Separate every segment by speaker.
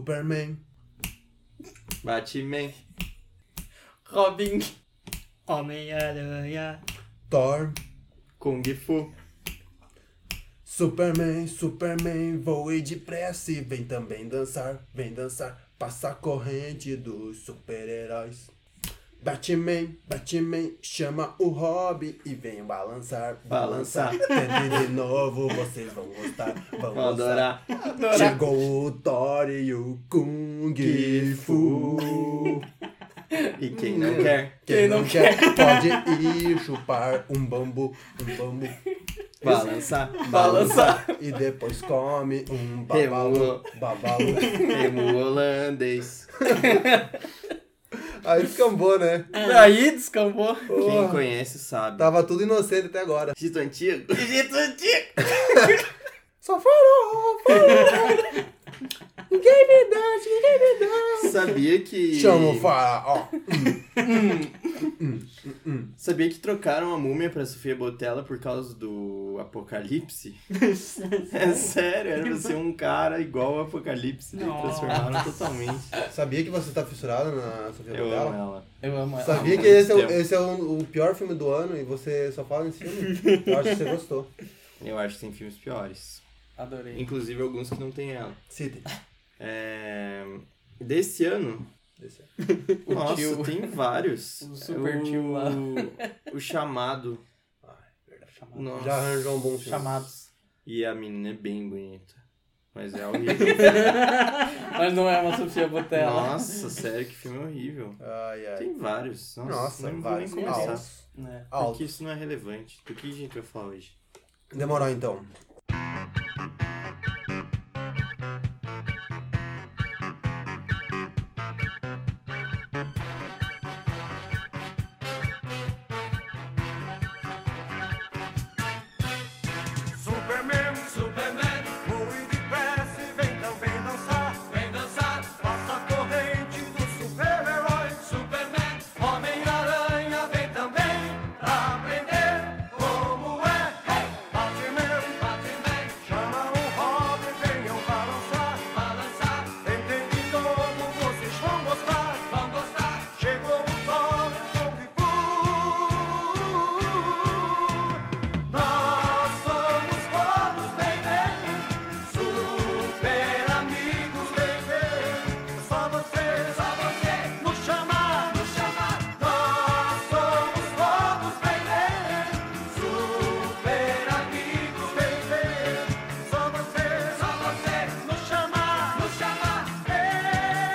Speaker 1: Superman,
Speaker 2: Batman,
Speaker 3: Robin, Homem-Aranha,
Speaker 1: Thor,
Speaker 2: Kung Fu,
Speaker 1: Superman, Superman, voe depressa e vem também dançar, vem dançar, passa a corrente dos super-heróis. Batman, Batman, chama o Robin e vem balançar, balançar. Tente de novo, vocês vão gostar, vão
Speaker 2: vou
Speaker 1: gostar.
Speaker 2: adorar.
Speaker 1: Chegou o Thor e o Kung Fu.
Speaker 2: E quem não quer,
Speaker 1: Quem não quer pode ir chupar um bambu, um bambu.
Speaker 2: balançar, balançar.
Speaker 1: Balançar e depois come um babalu,
Speaker 2: Rebolou.
Speaker 1: babalu.
Speaker 2: Remo holandês.
Speaker 1: Aí descambou, né?
Speaker 3: Aí descambou.
Speaker 2: Quem conhece sabe.
Speaker 1: Tava tudo inocente até agora.
Speaker 2: Egito antigo. Egito antigo.
Speaker 1: Só farofa! ninguém me dá, ninguém me dá.
Speaker 2: Sabia que.
Speaker 1: Chama o faraó.
Speaker 2: Sabia que trocaram a múmia pra Sofia Botella por causa do Apocalipse? É sério, era pra ser um cara igual ao Apocalipse. Daí
Speaker 3: Nossa.
Speaker 2: transformaram totalmente.
Speaker 1: Sabia que você tá fissurado na Sofia
Speaker 2: Eu amo
Speaker 1: Botella?
Speaker 2: ela.
Speaker 3: Eu amo ela.
Speaker 1: Sabia que esse é, o, esse é o, o pior filme do ano e você só fala nesse filme? Eu acho que você gostou.
Speaker 2: Eu acho que tem filmes piores.
Speaker 3: Adorei.
Speaker 2: Inclusive alguns que não tem ela.
Speaker 1: Cite.
Speaker 2: É... Desse ano,
Speaker 1: Desse.
Speaker 2: nossa,
Speaker 3: tio.
Speaker 2: tem vários. É
Speaker 3: O super tio lá. Ah, é
Speaker 2: O, o chamado.
Speaker 3: Chamados.
Speaker 2: Nossa.
Speaker 1: Já arranjou um bom filme.
Speaker 3: Chamados.
Speaker 2: E a menina é bem bonita. Mas é horrível.
Speaker 3: Mas não é uma Sofia Botella.
Speaker 2: Nossa, sério, que filme horrível.
Speaker 1: Ai, ai.
Speaker 2: Tem vários. Nossa,
Speaker 1: Nossa,
Speaker 2: não vou
Speaker 1: vários.
Speaker 2: nem começar.
Speaker 1: Altos.
Speaker 3: Né?
Speaker 2: Porque
Speaker 1: Altos.
Speaker 2: isso não é relevante. Do que a gente vai falar hoje?
Speaker 1: Demorou então.
Speaker 4: Superman, Superman, voe depressa e vem também dançar, vem dançar, passa a corrente do super-herói, Superman, Homem-Aranha, vem também pra aprender como é. Hey! Batman, Batman, chama o Robin, venham balançar, balançar, entende como vocês vão gostar, vão gostar. Chegou o Thor, com o nós somos todos bem super amigos bem Só você, só você nos chamar, nos chamar. Nós somos todos bem super amigos bem Só você, só você nos chamar, nos chamar.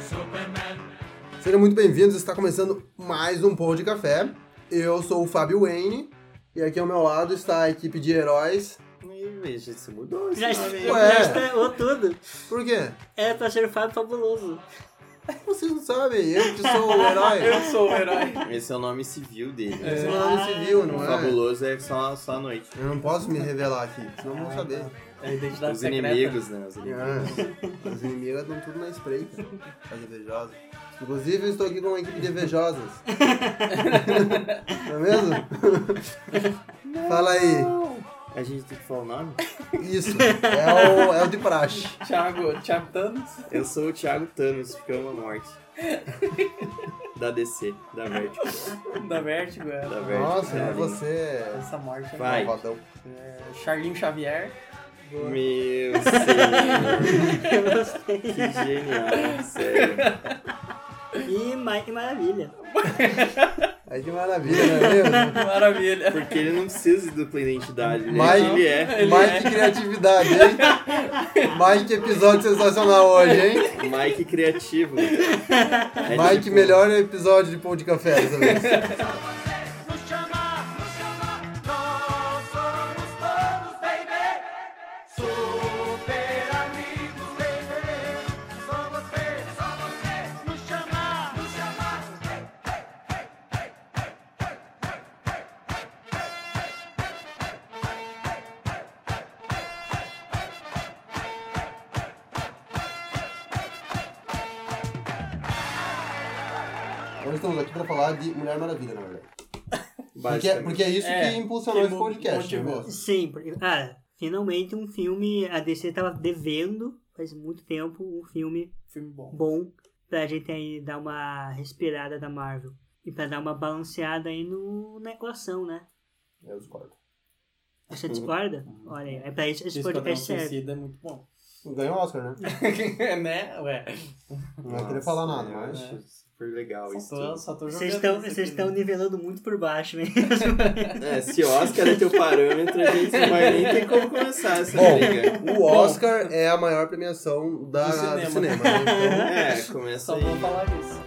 Speaker 4: Superman.
Speaker 1: Sejam muito bem-vindos, está começando mais um Pão de Café. Eu sou o Fábio Wayne e aqui ao meu lado está a equipe de heróis.
Speaker 2: Ih, veja, se mudou esse
Speaker 5: Já,
Speaker 2: nome aí.
Speaker 1: Ué.
Speaker 5: já estragou tudo.
Speaker 1: Por quê?
Speaker 5: É, tô achando o Fábio fabuloso.
Speaker 1: Vocês não sabem, eu que sou o herói.
Speaker 3: Eu sou o herói.
Speaker 2: Esse é o nome civil dele.
Speaker 1: Eu
Speaker 2: Esse
Speaker 1: sou
Speaker 2: é
Speaker 1: um nome civil,
Speaker 2: o
Speaker 1: não é?
Speaker 2: fabuloso é só, só à noite.
Speaker 1: Eu não posso me revelar aqui, senão vão saber.
Speaker 3: É a identidade
Speaker 2: Os
Speaker 3: secreta.
Speaker 2: inimigos, né? Os inimigos.
Speaker 6: É.
Speaker 1: Ah, as inimigas estão tudo na espreita, as invejosas. Inclusive, eu estou aqui com uma equipe de invejosas. não é mesmo? Fala aí.
Speaker 2: A gente tem que falar o nome?
Speaker 1: Isso, é o, é o de praxe.
Speaker 3: Thiago, Thiago Thanos.
Speaker 2: Eu sou o Thiago Thanos, porque eu amo a morte. da DC, da Vertigo.
Speaker 3: Da Vertigo. é.
Speaker 2: Da Vertigo.
Speaker 1: Nossa,
Speaker 2: é,
Speaker 1: mas você é
Speaker 3: Essa morte. é
Speaker 2: Vai.
Speaker 1: malvadão.
Speaker 3: É, Charlinho Xavier.
Speaker 2: Meu senhor. que genial, sério.
Speaker 5: E ma- que maravilha.
Speaker 1: Aí que maravilha, não é mesmo?
Speaker 3: Maravilha.
Speaker 2: Porque ele não precisa de dupla identidade, né?
Speaker 1: Mas-
Speaker 2: Ele é.
Speaker 3: Ele
Speaker 1: Mais
Speaker 3: é.
Speaker 1: que criatividade, hein? Mais que episódio sensacional hoje, hein?
Speaker 2: é Mike criativo. É
Speaker 1: Mais que
Speaker 2: tipo,
Speaker 1: melhor episódio de Pão de Café dessa vez.
Speaker 4: Nos chamar, nos chamar, nós somos todos, baby. Super amigos, baby. Só você, só você. Nos chamar, nos chamar. Hey, hey, hey, hey, hey, hey, hey, hey, hey, hey, hey, hey, hey, hey, hey, hey, hey, hey.
Speaker 1: Vamos
Speaker 6: nós estamos aqui pra falar de Mulher Maravilha, na verdade. Porque,
Speaker 2: Basicamente.
Speaker 6: porque é isso
Speaker 3: É,
Speaker 6: que impulsionou
Speaker 3: que
Speaker 6: esse
Speaker 3: mo-
Speaker 6: podcast,
Speaker 3: motivou.
Speaker 6: né?
Speaker 7: Sim, porque, ah, finalmente um filme. A DC tava devendo faz muito tempo um filme
Speaker 3: Filme bom.
Speaker 7: bom pra gente aí dar uma respirada da Marvel. E pra dar uma balanceada aí no, na equação, né?
Speaker 6: É, Eu discordo.
Speaker 7: Você discorda? Olha aí, é pra isso que esse podcast serve.
Speaker 3: Suicida é muito bom.
Speaker 6: Ganhou o Oscar, né?
Speaker 3: né? Ué.
Speaker 6: Não vai querer falar nada,
Speaker 2: eu
Speaker 6: mas.
Speaker 2: acho super legal isso.
Speaker 3: Só tô, só tô jogando.
Speaker 7: Vocês estão,
Speaker 3: isso
Speaker 7: vocês
Speaker 3: aqui,
Speaker 7: estão
Speaker 3: né?
Speaker 7: nivelando muito por baixo, hein?
Speaker 2: É, se Oscar é teu parâmetro, a gente não vai nem ter como começar essa
Speaker 1: Bom.
Speaker 2: briga.
Speaker 1: O Oscar é a maior premiação da,
Speaker 3: Do
Speaker 1: do cinema.
Speaker 3: cinema.
Speaker 1: né? Então,
Speaker 2: É, começa
Speaker 3: Só
Speaker 2: aí.
Speaker 3: vou falar isso.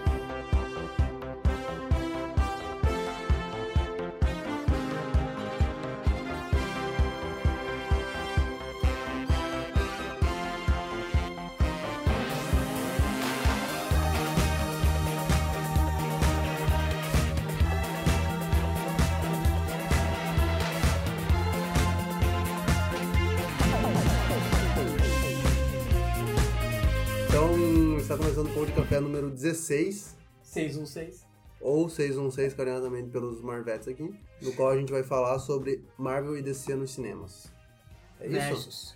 Speaker 1: então, está começando o Pão de Café número 16,
Speaker 3: 616.
Speaker 1: ou 616, carinhosamente pelos Marvetes aqui, no qual a gente vai falar sobre Marvel e DC nos cinemas. É isso?
Speaker 7: Versus.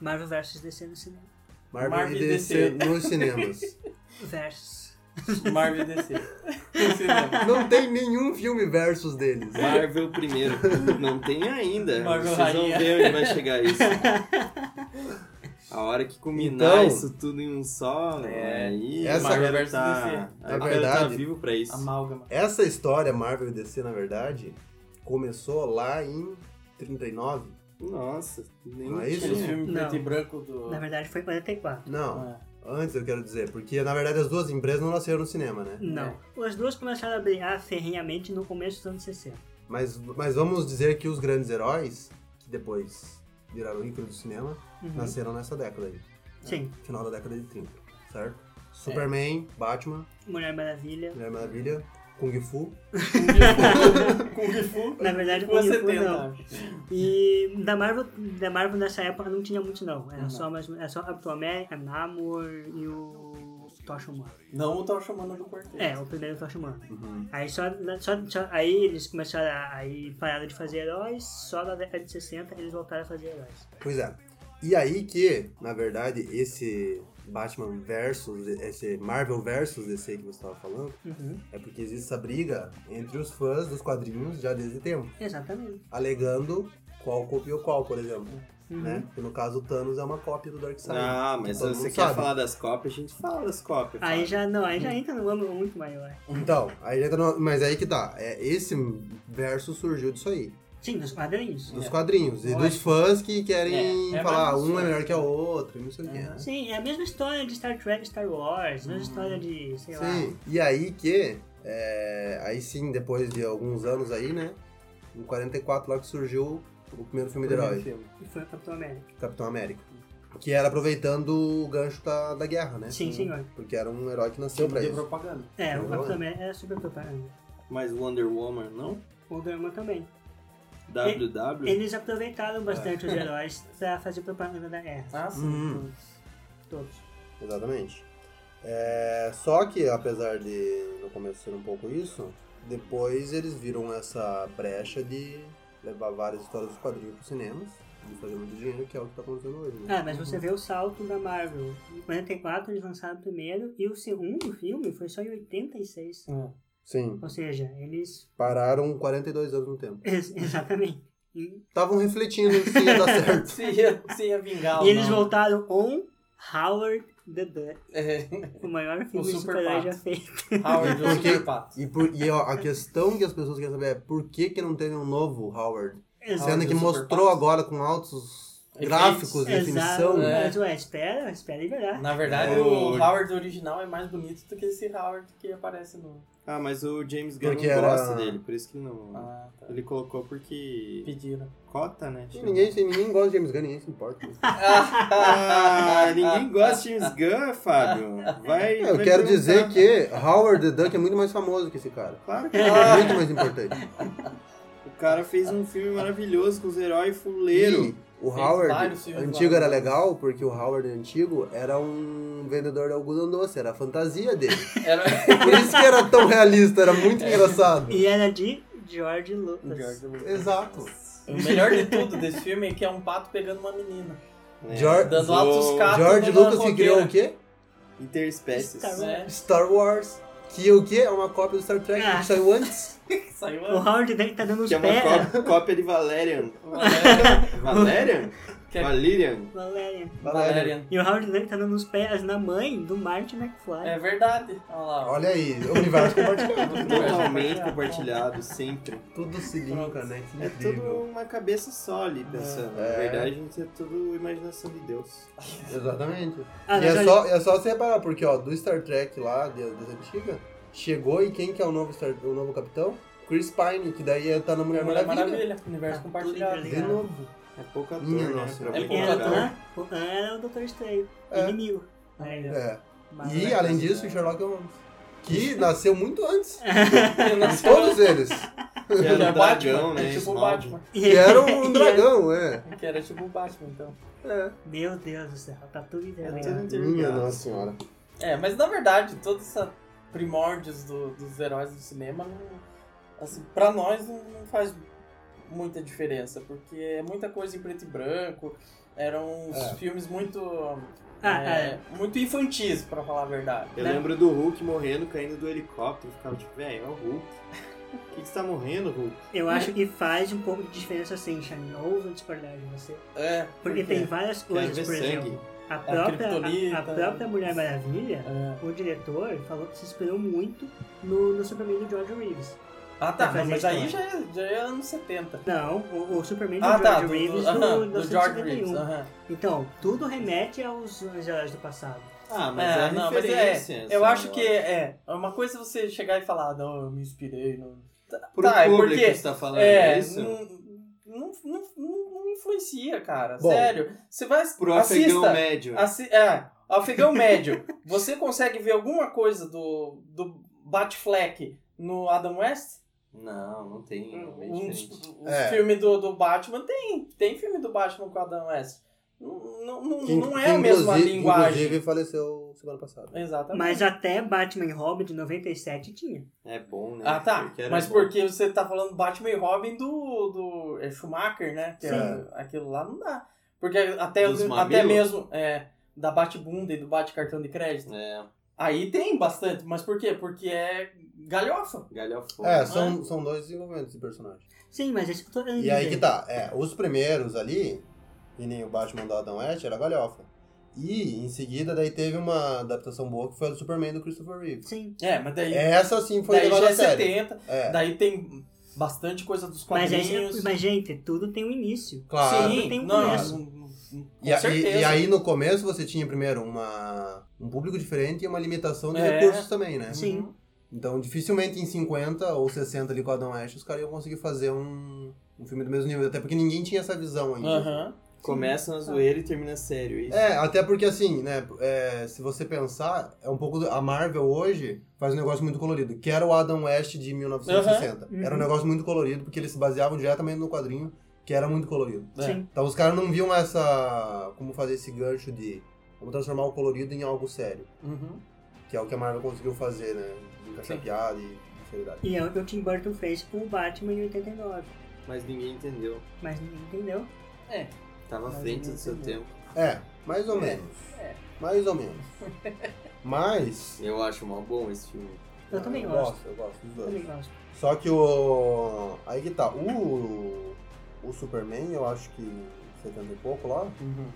Speaker 7: Marvel versus DC no cinema.
Speaker 1: Marvel,
Speaker 3: Marvel
Speaker 1: e
Speaker 3: e
Speaker 1: DC,
Speaker 3: DC.
Speaker 1: nos cinemas.
Speaker 7: Versus.
Speaker 3: Marvel DC. No cinema.
Speaker 1: Não tem nenhum filme versus deles.
Speaker 2: Marvel primeiro. Não tem ainda.
Speaker 3: Marvel
Speaker 2: Vocês vão
Speaker 3: rainha.
Speaker 2: ver onde vai chegar isso. A hora que culminar
Speaker 1: Então-
Speaker 2: isso tudo em um só,
Speaker 3: É.
Speaker 2: né? Aí
Speaker 1: Essa-
Speaker 2: Marvel
Speaker 3: Marvel versus DC.
Speaker 2: tá,
Speaker 1: Na
Speaker 2: a Marvel tá
Speaker 1: verdade-
Speaker 2: vivo pra isso.
Speaker 3: Amálgama.
Speaker 1: Essa história Marvel e DC, na verdade, começou lá em 39?
Speaker 2: Nossa, nem
Speaker 1: Não é isso?
Speaker 3: Aquele filme
Speaker 7: Não.
Speaker 3: preto e branco do.
Speaker 7: Na verdade foi 44.
Speaker 1: Não,
Speaker 3: Ah,
Speaker 1: antes eu quero dizer, porque na verdade as duas empresas não nasceram no cinema, né?
Speaker 7: Não. As duas começaram a brigar ferrenhamente no começo dos anos 60.
Speaker 1: Mas, mas vamos dizer que os grandes heróis, que depois viraram ícone do cinema,
Speaker 7: Uhum.
Speaker 1: nasceram nessa década aí,
Speaker 7: Sim.
Speaker 1: final da década de 30, certo? Superman, Batman,
Speaker 7: Mulher Maravilha.
Speaker 1: Mulher Maravilha, Kung Fu,
Speaker 3: Kung Fu.
Speaker 7: Na verdade,
Speaker 3: Kung Fu
Speaker 7: Kung Fu
Speaker 3: 70,
Speaker 7: não.
Speaker 3: acho.
Speaker 7: E da Marvel, da Marvel nessa época não tinha muito não. Era
Speaker 3: Não.
Speaker 7: só mais era só Capitão América, Namor e o Tocha Humana.
Speaker 3: Não o Tava Chamando do Quarteto.
Speaker 7: É, o primeiro Tocha Humana. Aí só, só, só- aí eles começaram a aí pararam de fazer heróis, só na década de 60 eles voltaram a fazer heróis.
Speaker 1: Pois é. E aí que, na verdade, esse Batman versus, esse Marvel versus DC que você estava falando,
Speaker 7: Uhum.
Speaker 1: é porque existe essa briga entre os fãs dos quadrinhos já desde tempo,
Speaker 7: Exatamente.
Speaker 1: alegando qual copiou qual, por exemplo. Né? Que no caso o Thanos é uma cópia do Darkseid.
Speaker 2: Ah, mas se
Speaker 1: Todo
Speaker 2: você
Speaker 1: mundo
Speaker 2: quer
Speaker 1: sabe.
Speaker 2: falar das cópias, a gente fala das cópias.
Speaker 7: Aí
Speaker 2: fala.
Speaker 7: já não, aí já entra num âmbito muito maior.
Speaker 1: Então, aí entra no- mas aí que tá. É, esse verso surgiu disso aí.
Speaker 7: Sim, dos quadrinhos.
Speaker 1: Dos
Speaker 3: É.
Speaker 1: quadrinhos. E
Speaker 3: Eu
Speaker 1: dos fãs que querem
Speaker 3: É, é
Speaker 1: falar
Speaker 3: mais
Speaker 1: um é
Speaker 3: isso.
Speaker 1: melhor que o outro, e não sei o quê.
Speaker 3: É.
Speaker 1: né?
Speaker 7: Sim, é a mesma história de Star Trek, Star Wars, a mesma história de, sei lá.
Speaker 1: Sim, e aí que, é, aí sim, depois de alguns anos aí, né, em 44 lá que surgiu o primeiro filme de herói,
Speaker 7: E foi o Capitão América.
Speaker 1: Capitão América. Que era aproveitando o gancho da, da guerra, né?
Speaker 7: Sim, senhor.
Speaker 1: Porque era um herói que nasceu
Speaker 3: Filme
Speaker 1: pra
Speaker 3: de
Speaker 1: isso.
Speaker 3: propaganda.
Speaker 7: É,
Speaker 1: Não,
Speaker 7: o
Speaker 1: não
Speaker 7: Capitão
Speaker 1: é.
Speaker 7: América era super propaganda.
Speaker 2: Mas Wonder Woman não?
Speaker 7: O Drama também.
Speaker 2: WW?
Speaker 7: Eles aproveitaram bastante os heróis pra fazer propaganda da guerra.
Speaker 3: Ah, sim.
Speaker 1: Hum.
Speaker 7: Todos.
Speaker 1: Exatamente. É, só que, apesar de no começo ser um pouco isso, depois eles viram essa brecha de levar várias histórias dos quadrinhos pros cinemas e fazer muito dinheiro, que é o que tá acontecendo hoje, né?
Speaker 7: Ah, mas você vê o salto da Marvel. Em 44 eles lançaram o primeiro e o segundo filme foi só em 86.
Speaker 1: Sim,
Speaker 7: Ou seja, eles.
Speaker 1: pararam 42 anos no tempo.
Speaker 7: Ex- Exatamente. E,
Speaker 1: Estavam refletindo se ia dar certo.
Speaker 3: Se, ia, se ia vingar ou
Speaker 7: e eles
Speaker 3: Ah, não.
Speaker 7: voltaram on Howard the Duck,
Speaker 3: É,
Speaker 7: o maior filme de
Speaker 3: Super
Speaker 7: super-herói
Speaker 3: Pato.
Speaker 7: já feito.
Speaker 3: Howard, o
Speaker 1: Porque-
Speaker 3: Super Pato.
Speaker 1: E, por- e, ó, a questão que as pessoas querem saber é por que, que não teve um novo Howard?
Speaker 7: Exato.
Speaker 1: Sendo que
Speaker 3: do Super
Speaker 1: mostrou
Speaker 3: Pato.
Speaker 1: agora com altos
Speaker 3: Efeitos.
Speaker 1: gráficos, definição.
Speaker 7: Exato, É.
Speaker 3: né?
Speaker 7: mas ué, espera, espera e verá.
Speaker 3: Na verdade,
Speaker 2: É.
Speaker 3: o Howard original é mais bonito do que esse Howard que aparece no.
Speaker 2: Ah, mas o James Gunn
Speaker 1: Porque
Speaker 2: não
Speaker 1: era-
Speaker 2: gosta dele, por isso que ele não.
Speaker 3: Ah, tá.
Speaker 2: Ele colocou porque.
Speaker 3: Pediram.
Speaker 2: Cota, né?
Speaker 1: E
Speaker 2: Chama.
Speaker 1: Ninguém, ninguém gosta de James Gunn, ninguém se importa.
Speaker 2: Ah, ninguém gosta de James Gunn, Fábio. Vai.
Speaker 1: É, eu
Speaker 2: vai
Speaker 1: quero
Speaker 2: perguntar.
Speaker 1: dizer que Howard the Duck é muito mais famoso que esse cara.
Speaker 2: Claro que
Speaker 1: É muito mais importante.
Speaker 2: O cara fez um filme maravilhoso com os heróis fuleiro.
Speaker 1: E O
Speaker 3: Tem
Speaker 1: Howard
Speaker 3: vários filmes
Speaker 1: antigo era
Speaker 3: lá.
Speaker 1: legal, porque o Howard antigo era um vendedor de algodão doce, era a fantasia dele.
Speaker 3: Era...
Speaker 1: Por isso que era tão realista, era muito engraçado.
Speaker 7: E era de George Lucas.
Speaker 1: Exato.
Speaker 3: O melhor de tudo desse filme é que é um pato pegando uma menina.
Speaker 2: É.
Speaker 1: George-
Speaker 3: Dando altos caras.
Speaker 1: George
Speaker 3: numa
Speaker 1: Lucas que criou o
Speaker 3: fogueira.
Speaker 1: quê?
Speaker 2: Interespécies.
Speaker 7: Star Wars.
Speaker 3: É,
Speaker 1: Star Wars. Que o quê? É uma cópia do Star Trek
Speaker 7: Ah.
Speaker 1: que saiu antes.
Speaker 3: saiu
Speaker 7: O Howard Deck tá dando uns
Speaker 2: Que é uma
Speaker 7: pés.
Speaker 2: có- cópia de Valerian.
Speaker 3: a
Speaker 2: Valerian?
Speaker 3: Que é-
Speaker 2: Valerian?
Speaker 7: Valerian.
Speaker 3: Valerian.
Speaker 7: E o Howard Deck tá dando uns pés na mãe do Martin McFly.
Speaker 3: É verdade. Olha lá. ó.
Speaker 1: Olha aí, universo compartilhado.
Speaker 2: Totalmente
Speaker 3: é.
Speaker 2: compartilhado, sempre.
Speaker 1: Tudo se linka, né? Que
Speaker 2: É
Speaker 1: incrível.
Speaker 2: tudo uma cabeça só ali, pensando.
Speaker 1: É.
Speaker 2: Na verdade, a gente é tudo imaginação de Deus.
Speaker 1: Exatamente.
Speaker 7: Ah,
Speaker 1: e
Speaker 7: mas
Speaker 1: é
Speaker 7: olha-
Speaker 1: só, é só você reparar, porque ó, do Star Trek lá, de- das antigas, chegou e quem que é o novo, Star- o novo capitão? Chris Pine, que daí é- tá na Mulher,
Speaker 3: Mulher
Speaker 1: Maravilha.
Speaker 3: Maravilha. Universo
Speaker 7: Tá
Speaker 3: compartilhado.
Speaker 7: tudo
Speaker 1: De novo.
Speaker 2: É pouco ator,
Speaker 1: Minha
Speaker 2: né?
Speaker 1: nossa,
Speaker 2: pra
Speaker 1: é
Speaker 2: pouco
Speaker 7: Quem
Speaker 3: pouco
Speaker 7: era o
Speaker 2: ator.
Speaker 7: Anã? né? O Anã era o Dr. Estranho.
Speaker 1: É.
Speaker 7: Inimigo.
Speaker 3: Aí, ó.
Speaker 1: É.
Speaker 7: Mas-
Speaker 1: E além disso, o Sherlock Holmes. Que nasceu muito antes.
Speaker 3: Ele
Speaker 1: De
Speaker 3: nasceu-
Speaker 1: todos eles.
Speaker 2: Que
Speaker 3: Ele
Speaker 2: era
Speaker 3: é
Speaker 2: o dragão,
Speaker 3: Batman.
Speaker 2: né?
Speaker 3: É tipo o
Speaker 2: Smaug.
Speaker 3: Batman.
Speaker 1: Que era um dragão, é.
Speaker 3: Que era tipo o Batman, então.
Speaker 7: Meu Deus do céu, tá
Speaker 2: É
Speaker 7: tudo
Speaker 2: tudo
Speaker 7: interligado.
Speaker 2: interligado.
Speaker 1: senhora.
Speaker 3: É, mas na verdade, todos esses primórdios do- dos heróis do cinema, não- assim, pra nós não, não faz muita diferença, porque é muita coisa em preto e branco, eram uns
Speaker 1: É.
Speaker 3: filmes muito.
Speaker 7: Ah,
Speaker 3: é, Muito infantis, pra falar a verdade.
Speaker 2: Eu
Speaker 7: Né?
Speaker 2: lembro do Hulk morrendo, caindo do helicóptero. Eu Ficava tipo, velho, é o Hulk. Por que, que você tá morrendo, Hulk?
Speaker 7: Eu acho que faz um pouco de diferença sim, Shane. Eu ouso discordar de você.
Speaker 3: É,
Speaker 7: Porque tem várias
Speaker 2: Quero
Speaker 7: coisas,
Speaker 2: ver
Speaker 7: por
Speaker 2: sangue.
Speaker 7: exemplo. A
Speaker 3: um
Speaker 7: própria, a- a,
Speaker 3: Kryptonita.
Speaker 7: própria Mulher Maravilha,
Speaker 3: É.
Speaker 7: o diretor falou que se inspirou muito no, no Superman do George Reeves.
Speaker 3: Ah tá,
Speaker 7: Vai fazer
Speaker 3: mas aí já
Speaker 7: história.
Speaker 3: é, já é anos 70.
Speaker 7: Não, o, o Superman do
Speaker 3: Ah
Speaker 7: George
Speaker 3: tá, do,
Speaker 7: Reeves
Speaker 3: do, aham,
Speaker 7: do,
Speaker 3: do George Reeves.
Speaker 7: 1971.
Speaker 3: aham.
Speaker 7: Então, tudo remete aos aos heróis do passado.
Speaker 2: Ah, mas é,
Speaker 3: É,
Speaker 2: a
Speaker 3: não, mas
Speaker 2: referência. assim,
Speaker 3: é.
Speaker 2: sabe?
Speaker 3: Eu acho que é. é Uma coisa é você chegar e falar, não, eu me inspirei. Não. Tá,
Speaker 2: Pro
Speaker 3: tá, é
Speaker 2: público
Speaker 3: porque.
Speaker 2: que você tá falando
Speaker 3: É,
Speaker 2: isso.
Speaker 3: não, não, não, não- não influencia, cara.
Speaker 1: Bom.
Speaker 3: Sério. Você vai.
Speaker 2: Pro afegão
Speaker 3: assista,
Speaker 2: médio.
Speaker 3: assi- é, afegão médio. Você consegue ver alguma coisa do, do Batfleck no Adam West?
Speaker 2: Não, não tem. É bem
Speaker 3: Um,
Speaker 2: diferente.
Speaker 3: um
Speaker 1: É.
Speaker 3: filme do, do Batman tem. Tem filme do Batman com o Adam West. Não, não, não,
Speaker 1: Que-
Speaker 3: não é
Speaker 1: que
Speaker 3: a mesma
Speaker 1: inclusive-
Speaker 3: linguagem.
Speaker 1: Inclusive faleceu semana passada.
Speaker 3: Exatamente.
Speaker 7: Mas até Batman e Robin de 97 tinha.
Speaker 2: É bom, né?
Speaker 3: Ah, tá.
Speaker 2: Porque era
Speaker 3: Mas
Speaker 2: bom.
Speaker 3: porque você tá falando Batman e Robin do, do é Schumacher, né? Que é-
Speaker 1: Sim.
Speaker 3: aquilo lá não dá. Porque até,
Speaker 2: Dos
Speaker 3: até
Speaker 2: mamilos?
Speaker 3: mesmo é, da Batbunda e do Bate-Cartão de Crédito.
Speaker 2: É,
Speaker 3: Aí tem bastante, mas por quê? Porque é galhofa.
Speaker 2: galhofão.
Speaker 1: É, são, são dois desenvolvimentos de personagem.
Speaker 7: Sim, mas esse eu tô
Speaker 1: E aí que tá, é, os primeiros ali, que nem o Batman do Adam West, era galhofa. E em seguida daí teve uma adaptação boa que foi a do Superman do Christopher Reeve.
Speaker 7: Sim.
Speaker 3: É, mas daí,
Speaker 1: Essa sim foi
Speaker 3: daí já
Speaker 1: levada
Speaker 3: é
Speaker 1: a sério.
Speaker 3: 70.
Speaker 1: É,
Speaker 3: Daí tem bastante coisa dos
Speaker 7: Mas, aí-
Speaker 3: quadrinhos.
Speaker 7: mas, gente, tudo tem um início.
Speaker 1: claro.
Speaker 3: Sim,
Speaker 7: tem um
Speaker 3: não,
Speaker 7: começo.
Speaker 3: não- não- com
Speaker 1: E, a- e-
Speaker 3: certeza.
Speaker 1: e aí no começo você tinha primeiro uma, um público diferente e uma limitação de
Speaker 3: É.
Speaker 1: recursos também, né?
Speaker 7: Sim.
Speaker 1: Então dificilmente em 50 ou 60 ali com Adam West os caras iam conseguir fazer um, um filme do mesmo nível, até porque ninguém tinha essa visão ainda.
Speaker 3: Aham.
Speaker 2: Começa
Speaker 3: Tá.
Speaker 2: na zoeira e termina sério. Isso.
Speaker 1: É, até porque assim, né, é, se você pensar, é um pouco do- a Marvel hoje faz um negócio muito colorido, que era o Adam West de 1960.
Speaker 7: Uhum.
Speaker 1: Era um negócio muito colorido porque eles se baseavam diretamente no quadrinho, que era muito colorido.
Speaker 3: É.
Speaker 7: Sim.
Speaker 1: Então os caras não viam essa como fazer esse gancho de vamos transformar o colorido em algo sério,
Speaker 3: Uhum.
Speaker 1: que é o que a Marvel conseguiu fazer, né, de encaixar
Speaker 3: Sim.
Speaker 1: piada e seriedade.
Speaker 7: E é o que o Tim Burton fez com o Batman em 89.
Speaker 2: Mas ninguém entendeu.
Speaker 7: Mas ninguém entendeu.
Speaker 3: É.
Speaker 2: Tava à
Speaker 3: Mas
Speaker 2: frente
Speaker 3: ninguém
Speaker 2: do seu
Speaker 3: entendeu.
Speaker 2: tempo.
Speaker 1: É, mais ou menos.
Speaker 3: é.
Speaker 1: Mais ou menos. Mas
Speaker 2: Eu acho mal bom esse filme.
Speaker 7: Eu também
Speaker 1: Ah, eu
Speaker 7: gosto.
Speaker 1: gosto, eu gosto dos
Speaker 7: Eu
Speaker 1: dois.
Speaker 7: também gosto.
Speaker 1: Só que o. Aí que tá. O. O Superman, eu acho que 70 e pouco lá,
Speaker 3: Uhum.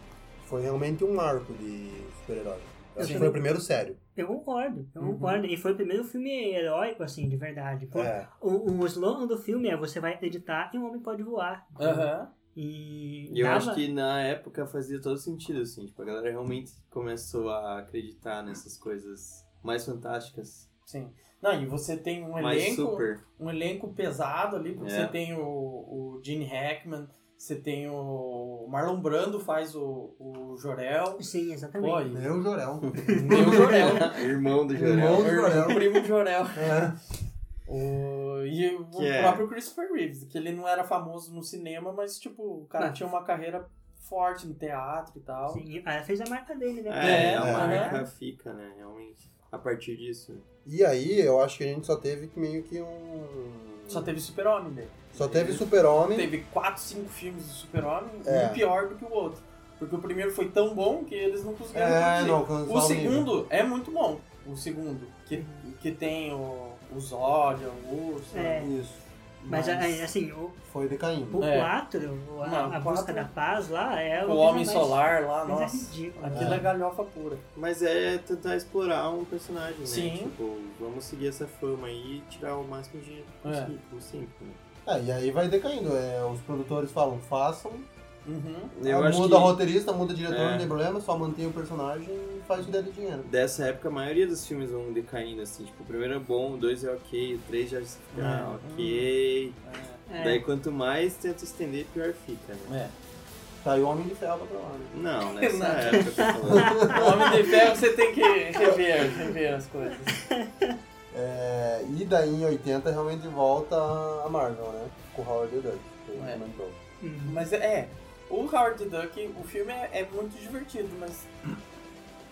Speaker 1: foi realmente um arco de super-herói. Eu acho
Speaker 7: Sim.
Speaker 1: que foi o primeiro sério.
Speaker 7: Eu concordo,
Speaker 3: Uhum.
Speaker 7: eu concordo. E foi o primeiro filme heróico, assim, de verdade. Pô,
Speaker 1: É.
Speaker 7: O, o slogan do filme é você vai acreditar e um homem pode voar.
Speaker 3: Aham.
Speaker 7: E
Speaker 2: E eu
Speaker 7: dava-
Speaker 2: acho que na época fazia todo sentido, assim. Tipo, a galera realmente começou a acreditar nessas coisas mais fantásticas.
Speaker 3: Sim. Não, e você tem um
Speaker 2: mais
Speaker 3: elenco.
Speaker 2: super.
Speaker 3: um elenco pesado ali, porque
Speaker 2: É.
Speaker 3: você tem o, o Gene Hackman, você tem o Marlon Brando faz o, o Jorel.
Speaker 7: Sim, exatamente. Né?
Speaker 3: Pô, e meu
Speaker 1: Meu Jorel.
Speaker 3: Um Jorel.
Speaker 2: Irmão
Speaker 3: Um
Speaker 2: do
Speaker 1: Irmão
Speaker 2: Jorel.
Speaker 1: do Jorel.
Speaker 3: O primo Jorel.
Speaker 1: É.
Speaker 3: O, e o
Speaker 2: Que é-
Speaker 3: próprio Christopher Reeves, que ele não era famoso no cinema, mas tipo, o cara
Speaker 7: Ah.
Speaker 3: tinha uma carreira forte no teatro e tal.
Speaker 7: Sim, ela fez a marca dele, né?
Speaker 2: É, a
Speaker 1: É.
Speaker 2: marca fica, né? Realmente. A partir disso.
Speaker 1: E aí, eu acho que a gente só teve que meio que um.
Speaker 3: Só teve Super-Homem dele.
Speaker 1: Só teve Super-Homem.
Speaker 3: Teve 4, 5 filmes do Super-Homem,
Speaker 1: É.
Speaker 3: um pior do que o outro. Porque o primeiro foi tão bom que eles não conseguiram
Speaker 1: É,
Speaker 3: reproduzir.
Speaker 1: não, quando
Speaker 3: um O
Speaker 1: fala nível.
Speaker 3: segundo é muito bom. O segundo, que, que tem o, o Zóio, o Urso.
Speaker 7: É.
Speaker 1: Isso.
Speaker 7: Mas, é, assim, o,
Speaker 1: Foi decaindo.
Speaker 7: o
Speaker 3: É.
Speaker 7: 4, a,
Speaker 3: Não,
Speaker 7: a
Speaker 3: o
Speaker 7: busca
Speaker 3: quatro-
Speaker 7: da paz lá, é
Speaker 3: o
Speaker 7: coisa
Speaker 3: Homem
Speaker 7: mais-
Speaker 3: Solar lá,
Speaker 7: Mas é
Speaker 3: nossa.
Speaker 7: ridículo.
Speaker 3: Aquilo é galhofa pura.
Speaker 2: Mas é tentar explorar um personagem, né?
Speaker 3: Sim.
Speaker 2: Tipo, vamos seguir essa fama aí e tirar o máximo de
Speaker 3: É.
Speaker 2: dinheiro possível, como sempre. né?
Speaker 1: É, e aí vai decaindo. É, os produtores falam, façam.
Speaker 3: Uhum.
Speaker 2: Eu acho
Speaker 1: É, muda
Speaker 2: que-
Speaker 1: roteirista, muda diretor,
Speaker 2: É.
Speaker 1: não tem problema, só mantém o personagem e faz o que der de dinheiro.
Speaker 2: Dessa época, a maioria dos filmes vão decaindo, assim. Tipo, o primeiro é bom, o dois é ok, o três já fica
Speaker 3: É.
Speaker 2: ok.
Speaker 7: É.
Speaker 2: Daí, quanto mais tenta estender, pior fica, né?
Speaker 3: É.
Speaker 1: Tá aí o Homem de Ferro pra lá, né?
Speaker 2: Não, nessa
Speaker 3: Não.
Speaker 2: época que eu tô falando.
Speaker 3: O Homem de Ferro você tem que rever, rever as coisas.
Speaker 1: É, e daí em 80 realmente volta a Marvel, né? Com o Howard the Duck, que ele
Speaker 3: É.
Speaker 1: comentou.
Speaker 7: Uhum.
Speaker 3: Mas é, o Howard the Duck, o filme é, é muito divertido, mas.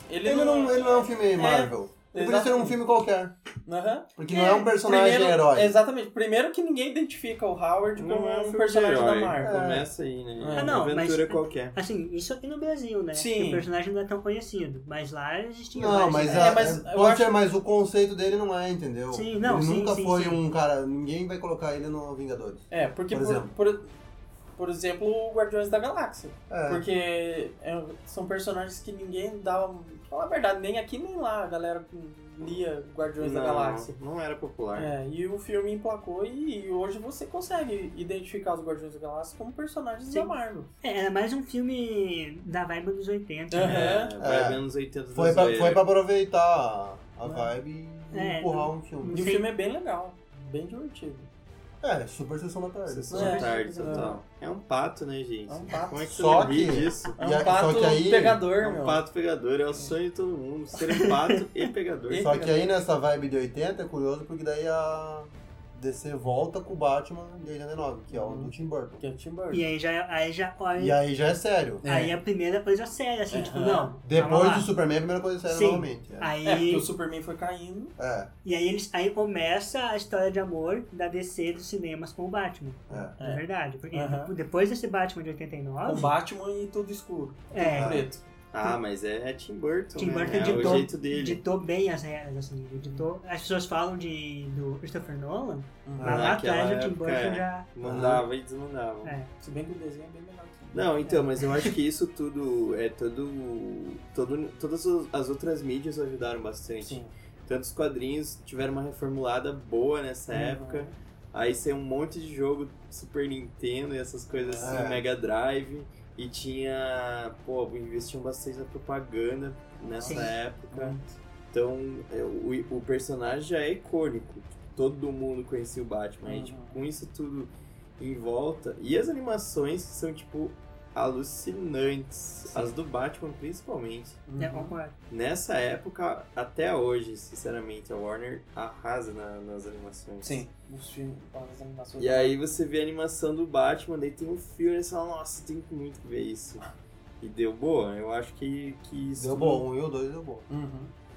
Speaker 3: Ele,
Speaker 1: Ele, não, ele não é um filme
Speaker 3: É,
Speaker 1: Marvel. Ele podia ser um
Speaker 3: exatamente.
Speaker 1: filme qualquer.
Speaker 3: Aham.
Speaker 1: Porque não é um personagem
Speaker 3: primeiro,
Speaker 1: herói.
Speaker 3: Exatamente. Primeiro que ninguém identifica o Howard como
Speaker 2: Não é
Speaker 3: um
Speaker 2: filme
Speaker 3: personagem
Speaker 2: de herói.
Speaker 3: da Marvel.
Speaker 2: Começa aí, né?
Speaker 3: Ah,
Speaker 2: É
Speaker 7: não,
Speaker 2: uma
Speaker 7: mas-
Speaker 2: aventura qualquer.
Speaker 7: Assim, isso aqui no Brasil, né?
Speaker 3: Sim.
Speaker 7: Que o personagem não é tão conhecido. Mas lá existia. né?
Speaker 1: Não,
Speaker 7: vários-
Speaker 1: mas,
Speaker 3: É,
Speaker 1: a-
Speaker 3: mas
Speaker 1: é-
Speaker 3: eu
Speaker 1: pode
Speaker 3: acho-
Speaker 1: ser, mas o conceito dele não é, entendeu?
Speaker 7: Sim, não,
Speaker 1: ele
Speaker 7: sim,
Speaker 1: nunca
Speaker 7: sim,
Speaker 1: foi
Speaker 7: sim.
Speaker 1: um cara, ninguém vai colocar ele no Vingadores.
Speaker 3: É, porque
Speaker 1: Por
Speaker 3: por,
Speaker 1: exemplo.
Speaker 3: por- por exemplo, o Guardiões da Galáxia.
Speaker 1: É.
Speaker 3: Porque é- são personagens que ninguém dava. Fala a verdade, nem aqui nem lá a galera lia Guardiões
Speaker 2: Não,
Speaker 3: da Galáxia.
Speaker 2: não era popular.
Speaker 3: É, e o filme emplacou e, e hoje você consegue identificar os Guardiões da Galáxia como personagens
Speaker 7: Sim.
Speaker 3: da Marvel.
Speaker 7: É, era mais um filme da vibe dos 80.
Speaker 3: Aham.
Speaker 7: né?
Speaker 2: É, vai
Speaker 1: É.
Speaker 2: ver nos 80
Speaker 1: Foi
Speaker 2: da
Speaker 1: pra,
Speaker 2: zoeira.
Speaker 1: foi pra aproveitar a, a vibe e
Speaker 7: É,
Speaker 1: empurrar
Speaker 7: não-
Speaker 1: um filme.
Speaker 3: E o
Speaker 7: Sim.
Speaker 3: filme é bem legal, bem divertido.
Speaker 1: É, super sessão da tarde.
Speaker 2: Sessão
Speaker 3: É.
Speaker 2: da tarde,
Speaker 3: Não.
Speaker 2: total. É um pato, né, gente?
Speaker 3: É um pato.
Speaker 2: Como é que você
Speaker 1: Só
Speaker 2: não ri
Speaker 1: que-
Speaker 2: disso?
Speaker 3: É
Speaker 1: E a-
Speaker 3: um
Speaker 1: só
Speaker 3: pato
Speaker 1: que aí-
Speaker 3: pegador,
Speaker 2: É
Speaker 3: meu.
Speaker 2: um pato pegador, é o sonho de todo mundo, ser um pato e pegador.
Speaker 3: E-
Speaker 1: Só que aí nessa vibe de 80 é curioso porque daí a DC volta com o Batman de 89, que é o do Tim Burton.
Speaker 3: Que é o Tim Burton.
Speaker 7: E aí já. Aí já.
Speaker 1: E
Speaker 7: Olha,
Speaker 1: aí já é sério.
Speaker 7: aí a primeira coisa séria, assim, tipo, não.
Speaker 1: Depois
Speaker 7: calma lá.
Speaker 1: do Superman, a primeira coisa é séria
Speaker 7: Sim.
Speaker 1: novamente. É.
Speaker 7: Aí,
Speaker 3: É, porque o Superman foi caindo.
Speaker 1: É,
Speaker 7: E aí eles aí começa a história de amor da DC dos cinemas com o Batman.
Speaker 1: é.
Speaker 7: É,
Speaker 3: É.
Speaker 7: verdade. Porque
Speaker 3: Aham.
Speaker 7: depois desse Batman de
Speaker 3: Com
Speaker 7: 89.
Speaker 3: Batman e tudo escuro.
Speaker 7: É.
Speaker 3: Tudo preto.
Speaker 2: Ah, mas é, é Tim Burton,
Speaker 7: Tim
Speaker 2: né?
Speaker 7: Burton
Speaker 2: é
Speaker 7: ditou,
Speaker 2: o jeito dele.
Speaker 7: ditou bem as regras, assim, ditou. As pessoas falam de, do Christopher Nolan,
Speaker 3: Uhum.
Speaker 1: É.
Speaker 7: mas lá
Speaker 2: naquela
Speaker 7: atrás o Tim
Speaker 2: época,
Speaker 7: Burton
Speaker 2: é.
Speaker 7: já.
Speaker 2: Mandava e desmandava.
Speaker 7: É.
Speaker 3: Se bem que o desenho é bem melhor que
Speaker 2: Não, então, mas eu acho que isso tudo é todo, todo todas as outras mídias ajudaram bastante.
Speaker 3: Sim.
Speaker 2: Tanto os quadrinhos tiveram uma reformulada boa nessa
Speaker 3: Uhum.
Speaker 2: época. Aí saiu um monte de jogo Super Nintendo e essas coisas assim,
Speaker 1: É.
Speaker 2: Mega Drive. E tinha. Pô, investiam bastante na propaganda nessa
Speaker 7: Sim.
Speaker 2: época. Então, é, o, o personagem já é icônico. Todo mundo conhecia o Batman. Aí,
Speaker 3: Uhum.
Speaker 2: tipo, com isso tudo em volta. E as animações que são, tipo, alucinantes. As do Batman, principalmente.
Speaker 3: Uhum.
Speaker 7: É, concordo.
Speaker 2: Nessa época, até hoje, sinceramente, a Warner arrasa na- nas animações.
Speaker 3: Sim. Os filmes, as animações.
Speaker 2: E aí você vê a animação do Batman, daí tem um filme e você fala, nossa, tem muito que ver isso. E deu boa, eu acho que, que isso.
Speaker 1: Deu bom, um e o dois deu bom.
Speaker 3: Uhum.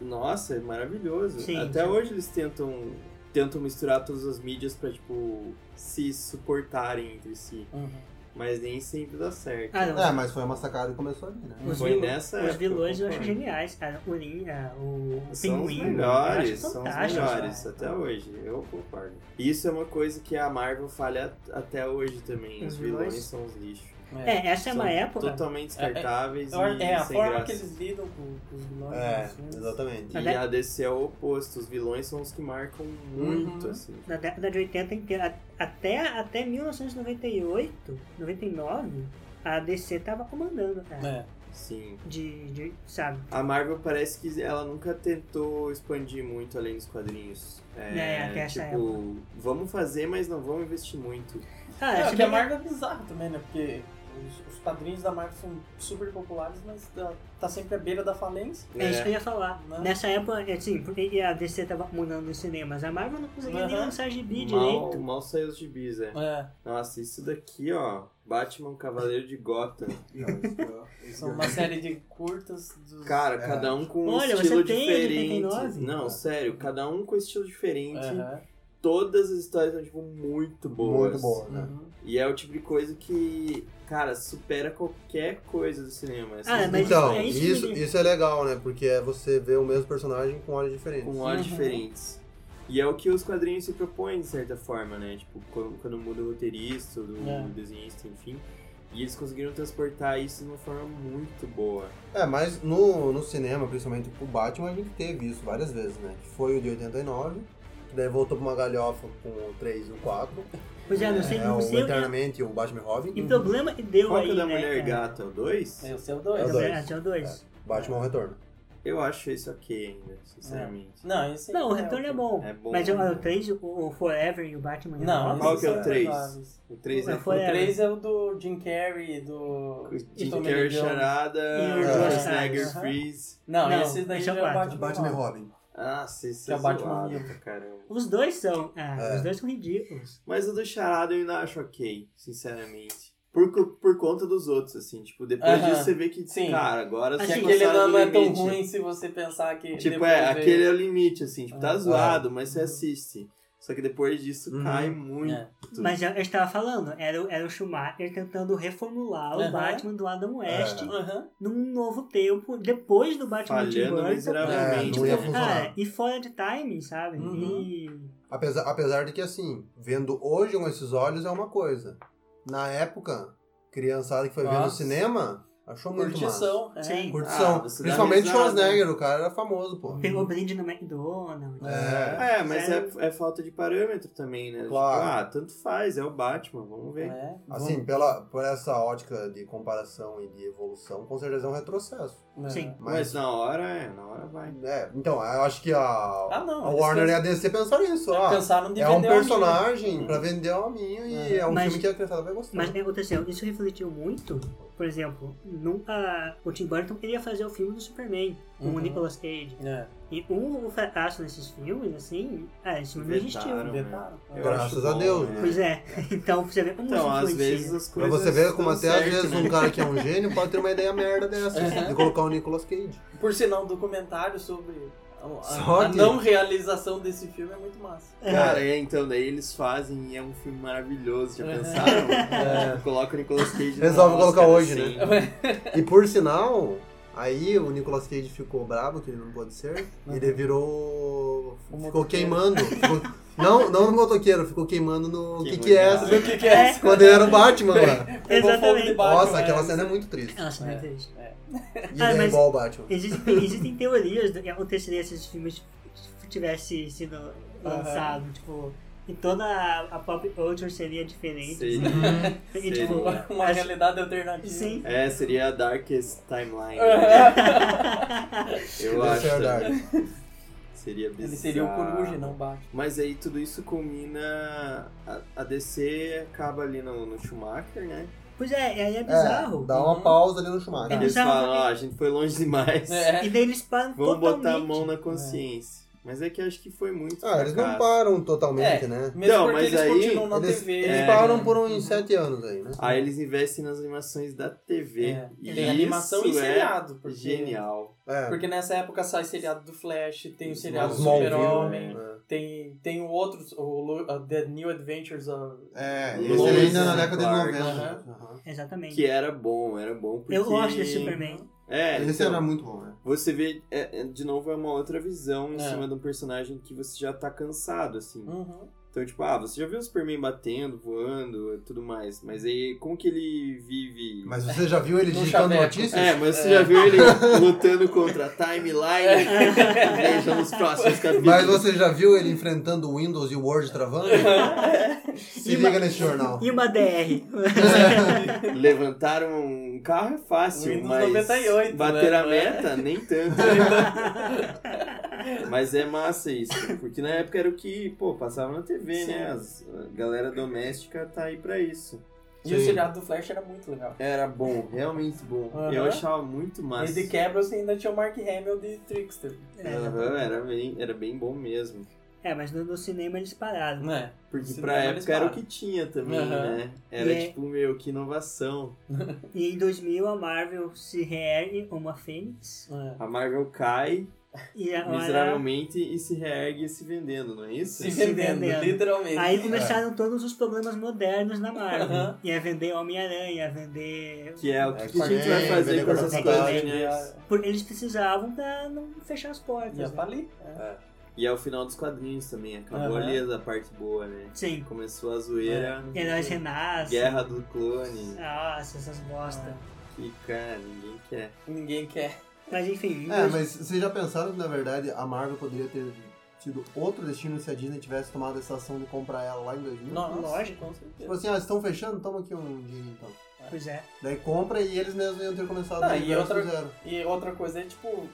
Speaker 2: Nossa, é maravilhoso.
Speaker 7: Sim,
Speaker 2: até
Speaker 7: sim.
Speaker 2: hoje eles tentam, tentam misturar todas as mídias pra, tipo, se suportarem entre si.
Speaker 3: Uhum.
Speaker 2: Mas nem sempre dá certo.
Speaker 7: Ah, não,
Speaker 1: É, mas foi uma sacada que começou ali, né?
Speaker 7: os,
Speaker 2: Foi
Speaker 7: vil-
Speaker 2: nessa
Speaker 7: os
Speaker 2: época,
Speaker 7: vilões eu acho
Speaker 2: concordo.
Speaker 7: geniais, cara. O Lin, ah, o
Speaker 2: São os
Speaker 7: Pinguim. eu
Speaker 2: melhores,
Speaker 7: acho
Speaker 2: são os
Speaker 7: fantástico, assim.
Speaker 2: melhores
Speaker 7: cara.
Speaker 2: até hoje, eu concordo. Isso é uma coisa que a Marvel falha até hoje também. Os
Speaker 7: Os
Speaker 2: vilões
Speaker 7: vilões.
Speaker 2: são os lixos.
Speaker 7: É, essa é
Speaker 2: São
Speaker 7: uma época.
Speaker 2: Totalmente descartáveis
Speaker 3: Eu acho-
Speaker 2: e
Speaker 3: é, a
Speaker 2: sem
Speaker 3: forma
Speaker 2: graça.
Speaker 3: que eles lidam com, com os vilões. né?
Speaker 1: É,
Speaker 3: nos filmes.
Speaker 1: exatamente.
Speaker 2: E a DC é o oposto, os vilões são os que marcam muito,
Speaker 3: Uhum.
Speaker 2: assim.
Speaker 7: Na década de 80 inteira, a- até, até 1998, 99, a DC tava comandando, cara.
Speaker 3: É.
Speaker 2: Sim.
Speaker 7: De, de, sabe?
Speaker 2: A Marvel parece que ela nunca tentou expandir muito além dos quadrinhos.
Speaker 7: É, até essa
Speaker 2: tipo, vamos fazer, mas não vamos investir muito.
Speaker 7: Ah,
Speaker 3: É,
Speaker 7: se
Speaker 3: o que
Speaker 7: bem
Speaker 3: a Marvel é bizarro também, né? Porque Os, os quadrinhos da Marvel são super populares, mas tá, tá sempre à beira da falência.
Speaker 7: É isso que eu ia falar.
Speaker 3: Né?
Speaker 7: Nessa época, é assim, porque a DC tava mudando nos cinemas, a Marvel não conseguia nem
Speaker 3: Aham.
Speaker 7: lançar
Speaker 2: Mal,
Speaker 7: gibi direito.
Speaker 2: mal saiu os gibis, é.
Speaker 3: É,
Speaker 2: Nossa, isso daqui, ó. Batman Cavaleiro de Gotham.
Speaker 3: são uma série de curtas dos...
Speaker 2: Cara,
Speaker 1: É.
Speaker 2: cada um com um
Speaker 7: Olha, você
Speaker 2: estilo
Speaker 7: tem
Speaker 2: diferente.
Speaker 7: 89?
Speaker 2: Não, sério, cada um com estilo diferente.
Speaker 3: Aham.
Speaker 2: Todas as histórias são, tipo, muito boas.
Speaker 1: Muito boa, né?
Speaker 3: Uhum.
Speaker 2: E é o tipo de coisa que, cara, supera qualquer coisa do cinema. assim, né? Essas
Speaker 7: Ah, mas
Speaker 1: então,
Speaker 7: é isso que
Speaker 1: isso,
Speaker 7: me-
Speaker 1: isso é legal, né? Porque é você ver o mesmo personagem com olhos diferentes.
Speaker 2: com olhos
Speaker 3: Uhum.
Speaker 2: diferentes. E é o que os quadrinhos se propõem, de certa forma, né? Tipo, quando, quando muda o roteirista, do
Speaker 3: É.
Speaker 2: do desenhista, enfim. E eles conseguiram transportar isso de uma forma muito boa.
Speaker 1: É, mas no, no cinema, principalmente com o Batman, a gente teve isso várias vezes, né? Que foi o de 89, que daí voltou pra uma galhofa com o 3 e o 4.
Speaker 7: Pois é, não sei,
Speaker 1: é,
Speaker 7: não
Speaker 1: o
Speaker 7: sei. o
Speaker 1: Eternamente e o Batman e Robin.
Speaker 7: que- E problema que deu
Speaker 2: Qual
Speaker 7: aí,
Speaker 2: que é o da
Speaker 7: né?
Speaker 2: Mulher
Speaker 7: cara?
Speaker 2: Gata? O 2?
Speaker 3: É o seu
Speaker 1: É
Speaker 3: dois.
Speaker 1: o
Speaker 7: Da
Speaker 1: dois.
Speaker 7: Mulher- Até o 2.
Speaker 1: Batman ao Retorno.
Speaker 2: Eu acho isso ok ainda, sinceramente.
Speaker 3: Não, esse
Speaker 7: Não, o retorno é bom.
Speaker 2: É bom.
Speaker 7: Mas eu- o 3, o o Forever e o Batman.
Speaker 3: Não,
Speaker 7: Returns,
Speaker 2: Qual que é o
Speaker 3: esses são
Speaker 2: três?
Speaker 3: razoáveis.
Speaker 2: O 3 é
Speaker 7: Mas
Speaker 3: O
Speaker 7: foi- Forever.
Speaker 3: 3 é o do Jim Carrey, do.
Speaker 2: Jim
Speaker 3: do Tommy
Speaker 2: Carrey
Speaker 3: Lee Jones.
Speaker 2: Charada,
Speaker 7: E o
Speaker 1: Jonas.
Speaker 2: Schwarzenegger
Speaker 3: Aham.
Speaker 2: Freeze.
Speaker 3: Não,
Speaker 7: Não,
Speaker 3: esse daí
Speaker 7: esse
Speaker 3: já
Speaker 7: é o
Speaker 3: é o
Speaker 7: quatro.
Speaker 3: Batman.
Speaker 1: Batman e Robin.
Speaker 2: Ah, sim, sim.
Speaker 3: Que é o Batman Mil.
Speaker 2: pra caramba.
Speaker 7: Os dois são. Ah,
Speaker 1: É.
Speaker 7: os dois são ridículos.
Speaker 2: Mas o do Charada eu ainda acho ok, sinceramente. Por, co- por conta dos outros, assim. Tipo, depois
Speaker 3: Aham.
Speaker 2: disso você vê que,
Speaker 3: Sim.
Speaker 2: cara, agora
Speaker 7: Acho
Speaker 2: você
Speaker 3: Que
Speaker 7: Sim.
Speaker 3: aquele
Speaker 2: passaram
Speaker 3: não,
Speaker 2: do
Speaker 3: não é tão
Speaker 2: limite.
Speaker 3: ruim se você pensar que.
Speaker 2: Tipo,
Speaker 3: depois
Speaker 2: é,
Speaker 3: veio-
Speaker 2: aquele é o limite, assim. Tipo, tá
Speaker 3: Ah.
Speaker 2: zoado, mas você assiste. Só que depois disso
Speaker 1: é. Uhum.
Speaker 2: cai muito.
Speaker 3: É.
Speaker 7: Mas eu, eu estava falando, era, o- era o Schumacher tentando reformular o
Speaker 3: Aham.
Speaker 7: Batman do Adam West
Speaker 3: Aham.
Speaker 7: num novo tempo, depois do Batman de
Speaker 2: Falhando
Speaker 7: Burton.
Speaker 1: É,
Speaker 2: miseravelmente.
Speaker 1: não ia
Speaker 2: né?
Speaker 1: funcionar.
Speaker 7: Cara, tipo, "Ah, e fora de timing, sabe?
Speaker 3: Uhum.
Speaker 7: E.
Speaker 1: Apesar, apesar de que, assim, vendo hoje com esses olhos é uma coisa. Na época, criançada que foi ver no
Speaker 3: Nossa.
Speaker 1: cinema, achou muito massa.
Speaker 3: Curtição. é.
Speaker 7: Sim.
Speaker 1: Curtição.
Speaker 2: Ah, você dá
Speaker 1: Principalmente
Speaker 2: risada.
Speaker 1: Schwarzenegger, o cara era famoso, pô.
Speaker 7: Pegou brinde no McDonald's.
Speaker 1: É.
Speaker 2: É, mas
Speaker 7: Sério?
Speaker 2: é, é falta de parâmetro também, né?
Speaker 1: Claro.
Speaker 2: Tipo, ah, tanto faz, é o Batman, vamos ver.
Speaker 3: É.
Speaker 1: Assim, pela, por essa ótica de comparação e de evolução, com certeza é um retrocesso.
Speaker 3: Vamos-
Speaker 7: Sim.
Speaker 2: Mas
Speaker 1: Mas,
Speaker 2: na hora, é, na hora vai.
Speaker 1: é, então, eu acho que a,
Speaker 3: Ah, não,
Speaker 1: a
Speaker 3: eles
Speaker 1: Warner
Speaker 3: pens-
Speaker 1: e a DC pensaram isso. Ah,
Speaker 3: Pensaram de
Speaker 1: é um
Speaker 3: vender né? o anime.
Speaker 1: personagem
Speaker 2: Uhum.
Speaker 1: pra vender o hominho e
Speaker 3: Uhum.
Speaker 1: é um
Speaker 7: Mas-
Speaker 1: filme que a criançada vai gostar.
Speaker 7: Mas o que aconteceu? Isso refletiu muito, por exemplo, nunca o Tim Burton queria fazer o filme do Superman com o
Speaker 3: Uhum.
Speaker 7: Nicolas Cage.
Speaker 3: É.
Speaker 7: E um o fracasso nesses filmes, assim, ah, esse filme não existiu.
Speaker 2: Inventaram, né?
Speaker 3: Inventaram.
Speaker 2: Eu
Speaker 1: Graças
Speaker 2: acho
Speaker 1: a
Speaker 2: bom,
Speaker 1: Deus,
Speaker 2: né?
Speaker 7: Pois é, então você vê como
Speaker 2: Então,
Speaker 7: isso
Speaker 2: às
Speaker 7: influencia.
Speaker 2: vezes as
Speaker 1: Pra
Speaker 2: coisas.
Speaker 1: você ver como até
Speaker 2: estão
Speaker 1: às
Speaker 2: certo,
Speaker 1: vezes
Speaker 2: né?
Speaker 1: um cara que é um gênio pode ter uma ideia merda dessa de colocar o Nicolas Cage.
Speaker 3: Por sinal, um documentário sobre a, a-
Speaker 1: Só
Speaker 3: a
Speaker 1: de-
Speaker 3: não realização desse filme é muito massa.
Speaker 2: Cara, é, então, daí eles fazem e é um filme maravilhoso, já
Speaker 3: É.
Speaker 2: pensaram?
Speaker 1: É.
Speaker 2: Tipo, Coloca o Nicolas Cage.
Speaker 1: Resolve
Speaker 2: numa
Speaker 1: colocar
Speaker 2: Oscar, assim.
Speaker 1: hoje, né? E por sinal, aí o Nicolas Cage ficou bravo, que ele não pôde ser, e ele virou.
Speaker 3: Um
Speaker 1: ficou
Speaker 3: motoqueiro.
Speaker 1: queimando. ficou- não, não no motoqueiro, ficou queimando no. O que, que é essa?
Speaker 2: Queimando.
Speaker 3: Do que que é isso?
Speaker 1: Quando ele era o Batman lá.
Speaker 3: Pegou fogo de
Speaker 7: Exatamente.
Speaker 3: Batman,
Speaker 1: Nossa,
Speaker 3: é.
Speaker 1: aquela cena é muito triste.
Speaker 7: Nossa, não
Speaker 3: É.
Speaker 7: entendi.
Speaker 1: E
Speaker 7: Ah,
Speaker 1: ele é
Speaker 7: mas-
Speaker 1: igual o Batman.
Speaker 7: Existem, existem teorias né? do que aconteceria se esse filme tivesse sido lançado, tipo, e toda a, a pop culture seria diferente.
Speaker 2: Sim.
Speaker 3: Uhum.
Speaker 7: e, tipo,
Speaker 2: seria.
Speaker 3: Uma
Speaker 7: acho-
Speaker 3: realidade alternativa.
Speaker 7: Sim.
Speaker 2: É, seria a Darkest Timeline. Eu
Speaker 1: Seria
Speaker 2: acho.
Speaker 1: Fair
Speaker 2: também.
Speaker 3: É,
Speaker 2: Seria bizarro.
Speaker 3: Ele seria o coruja, não o Batman.
Speaker 2: Mas aí tudo isso culmina. A, a DC acaba ali no, no Schumacher, né?
Speaker 7: Pois é, e aí é
Speaker 1: É,
Speaker 7: bizarro.
Speaker 1: dá
Speaker 3: Uhum.
Speaker 1: uma pausa ali no Schumacher.
Speaker 7: É
Speaker 2: Eles
Speaker 7: bizarro
Speaker 2: falam, ó,
Speaker 7: porque-
Speaker 2: a gente foi longe demais.
Speaker 3: Tá. É.
Speaker 7: E daí eles param
Speaker 2: Vamos
Speaker 7: totalmente.
Speaker 2: botar a mão na consciência. Mas é que acho que foi muito.
Speaker 1: Ah, eles não
Speaker 2: fracasso.
Speaker 1: param totalmente,
Speaker 3: É.
Speaker 1: né?
Speaker 2: Não,
Speaker 3: Mesmo porque
Speaker 2: Então, mas
Speaker 3: eles
Speaker 2: aí
Speaker 3: continuam na né?
Speaker 1: Eles,
Speaker 3: TV.
Speaker 1: eles
Speaker 2: É.
Speaker 1: param por uns sete anos aí, né?
Speaker 2: Aí eles investem nas animações da TV.
Speaker 3: É.
Speaker 2: E
Speaker 3: Tem animação e
Speaker 2: isso é
Speaker 3: seriado. Porque,
Speaker 2: Genial.
Speaker 1: É.
Speaker 3: Porque nessa época sai seriado do Flash, tem o
Speaker 2: Os
Speaker 3: seriado do
Speaker 2: Smallville, é.
Speaker 3: Super-Homem,
Speaker 1: né?
Speaker 3: tem, tem o outro, o Lu- uh, The New Adventures of...
Speaker 1: É,
Speaker 2: Lois
Speaker 1: esse é ainda na
Speaker 2: and
Speaker 1: década
Speaker 2: Clark.
Speaker 1: de 90. né?
Speaker 7: Exatamente.
Speaker 2: Que era bom, era bom porque...
Speaker 7: Eu gosto desse Superman.
Speaker 2: É,
Speaker 1: Esse
Speaker 2: então,
Speaker 1: era muito bom, né?
Speaker 2: você vê, é, é, de novo, é uma outra visão em
Speaker 3: É.
Speaker 2: cima de um personagem que você já tá cansado, assim.
Speaker 7: Hum.
Speaker 3: Uhum.
Speaker 2: Então, tipo, ah, você já viu o Superman batendo, voando e tudo mais, mas aí, como que ele vive...
Speaker 1: Mas você já viu ele
Speaker 3: No
Speaker 1: digitando
Speaker 3: chaveco.
Speaker 1: notícias?
Speaker 2: É, mas você já viu ele lutando contra a timeline?
Speaker 7: É.
Speaker 2: Veja nos próximos capítulos.
Speaker 1: Mas você já viu ele enfrentando o Windows e o Word travando? Se
Speaker 3: É.
Speaker 7: E
Speaker 1: liga
Speaker 7: uma-
Speaker 1: nesse jornal.
Speaker 7: E uma DR.
Speaker 2: Levantar um carro é fácil,
Speaker 3: Windows
Speaker 2: mas
Speaker 3: 98,
Speaker 2: bater
Speaker 3: né?
Speaker 2: a meta nem tanto. mas é massa isso, porque na época era o que, pô, passava na TV,
Speaker 3: Sim.
Speaker 2: né? As- a galera doméstica tá aí pra isso.
Speaker 3: E o
Speaker 2: Sim.
Speaker 3: seriado do Flash era muito legal.
Speaker 2: Era bom, realmente bom.
Speaker 3: Aham.
Speaker 2: Eu achava muito
Speaker 3: E
Speaker 2: massa.
Speaker 3: de quebra você ainda tinha o Mark Hamill de Trickster. né?
Speaker 2: Aham, era, bem, era bem bom mesmo.
Speaker 7: É, mas no, no cinema eles pararam.
Speaker 2: é?
Speaker 3: Né?
Speaker 2: Porque
Speaker 3: Cinema
Speaker 2: pra
Speaker 3: eles
Speaker 2: época era o
Speaker 3: param.
Speaker 2: que tinha também,
Speaker 3: Aham.
Speaker 2: né? Era
Speaker 7: E é-
Speaker 2: tipo, meu, que inovação.
Speaker 7: E em 2000 a Marvel se reergue como a Fênix.
Speaker 3: É.
Speaker 2: A Marvel cai
Speaker 7: E agora...
Speaker 2: miseravelmente e se reergue se vendendo, não é isso?
Speaker 3: Se
Speaker 7: Se
Speaker 3: vendendo,
Speaker 7: vendendo.
Speaker 3: literalmente.
Speaker 7: Aí começaram todos os problemas modernos na Marvel.
Speaker 3: É. Aham.
Speaker 7: Ia vender Homem-Aranha, ia vender...
Speaker 2: Que é o que,
Speaker 1: É,
Speaker 2: que a gente vai
Speaker 1: é,
Speaker 2: fazer
Speaker 1: vender
Speaker 2: com essas
Speaker 7: Quarterback,
Speaker 2: coisas,
Speaker 3: E
Speaker 2: né?
Speaker 3: a-
Speaker 7: Porque eles precisavam pra não fechar as
Speaker 3: e a
Speaker 7: portas. né?
Speaker 3: Fali. É.
Speaker 2: E é o final dos quadrinhos também, acabou
Speaker 3: Aham.
Speaker 2: ali a parte boa, né?
Speaker 7: Sim.
Speaker 2: Começou a zoeira,
Speaker 3: É.
Speaker 7: Heróis renascem.
Speaker 2: guerra do clone,
Speaker 7: Nossa, essas bosta.
Speaker 2: que cara, ninguém quer.
Speaker 3: Ninguém quer.
Speaker 7: Mas enfim... em
Speaker 1: É,
Speaker 7: dois-
Speaker 1: mas vocês já pensaram que na verdade a Marvel poderia ter tido outro destino se a Disney tivesse tomado essa ação de comprar ela lá em 2000?
Speaker 3: Nossa,
Speaker 7: Lógico.
Speaker 3: com
Speaker 1: Tipo
Speaker 3: certeza.
Speaker 1: assim, ah, estão fechando? Toma aqui um dinheiro então.
Speaker 7: Pois é.
Speaker 1: Daí compra e eles mesmos iam ter começado
Speaker 3: Ah,
Speaker 1: do
Speaker 3: e
Speaker 1: universo
Speaker 3: outra-
Speaker 1: zero.
Speaker 3: E outra coisa é, tipo,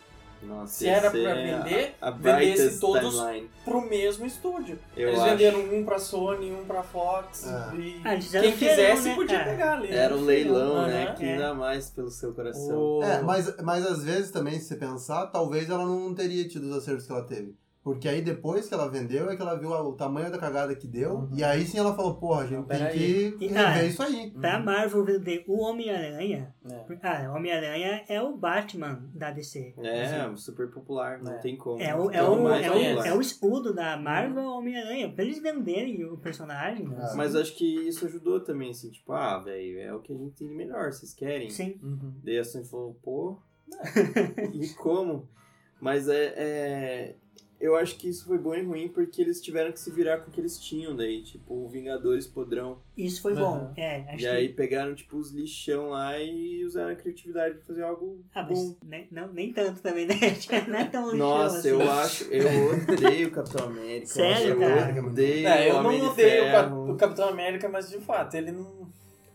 Speaker 2: Nossa,
Speaker 3: Se era
Speaker 2: esse
Speaker 3: pra
Speaker 2: é
Speaker 3: vender,
Speaker 2: a, a
Speaker 3: vendesse
Speaker 2: brightest
Speaker 3: todos.
Speaker 2: timeline,
Speaker 3: pro mesmo estúdio.
Speaker 2: eu
Speaker 3: Eles
Speaker 2: acho.
Speaker 3: venderam um pra Sony, um pra Fox.
Speaker 1: É.
Speaker 3: E
Speaker 7: Ah, eles fizeram
Speaker 3: quem quisesse
Speaker 7: feirão, né,
Speaker 3: podia
Speaker 7: cara?
Speaker 3: pegar ali.
Speaker 2: Era o leilão, né?
Speaker 3: Aham.
Speaker 2: Que
Speaker 7: É.
Speaker 2: ainda mais pelo seu coração.
Speaker 3: O-
Speaker 1: É, mas, mas às vezes também, se você pensar, talvez ela não teria tido os acertos que ela teve. Porque aí depois que ela vendeu é que ela viu a- o tamanho da cagada que deu. E aí sim ela falou, porra, a gente
Speaker 3: Não,
Speaker 1: tem
Speaker 3: peraí.
Speaker 1: que
Speaker 7: E-
Speaker 1: rever
Speaker 7: ah,
Speaker 1: isso aí.
Speaker 7: Pra Marvel vender o Homem-Aranha...
Speaker 3: É.
Speaker 7: Ah, Homem-Aranha é o Batman da DC.
Speaker 2: É, super popular, não
Speaker 3: Uhum. É.
Speaker 2: tem como.
Speaker 7: É o, é
Speaker 2: Tudo
Speaker 7: o,
Speaker 2: mais
Speaker 7: é o,
Speaker 3: conhece.
Speaker 7: é o escudo da Marvel ao Homem-Aranha. Pra eles venderem o personagem.
Speaker 1: Ah.
Speaker 7: assim,
Speaker 2: Mas eu acho que isso ajudou também, assim, tipo, ah, velho, é o que a gente tem de melhor, vocês querem?
Speaker 7: Sim.
Speaker 3: Uhum.
Speaker 2: Daí a Sony assim, falou, pô, e como? Mas é, é- Eu acho que isso foi bom e ruim porque eles tiveram que se virar com o que eles tinham daí, tipo, o Vingadores Podrão.
Speaker 7: Isso foi
Speaker 3: Aham.
Speaker 7: bom. É, acho
Speaker 2: e aí
Speaker 7: que.
Speaker 2: pegaram, tipo, os lixão lá e usaram a criatividade pra fazer algo
Speaker 7: Ah,
Speaker 2: bom.
Speaker 7: mas né, não, nem tanto também, né? Não é tão lixão
Speaker 2: Nossa,
Speaker 7: assim.
Speaker 2: eu acho, eu odeio o Capitão América.
Speaker 7: Sério,
Speaker 2: eu
Speaker 7: cara?
Speaker 2: odeio
Speaker 3: É,
Speaker 2: o
Speaker 3: eu
Speaker 2: Homem
Speaker 3: não
Speaker 2: de
Speaker 3: odeio o Cap-
Speaker 2: Ferro.
Speaker 3: o Capitão América, mas de fato, ele não.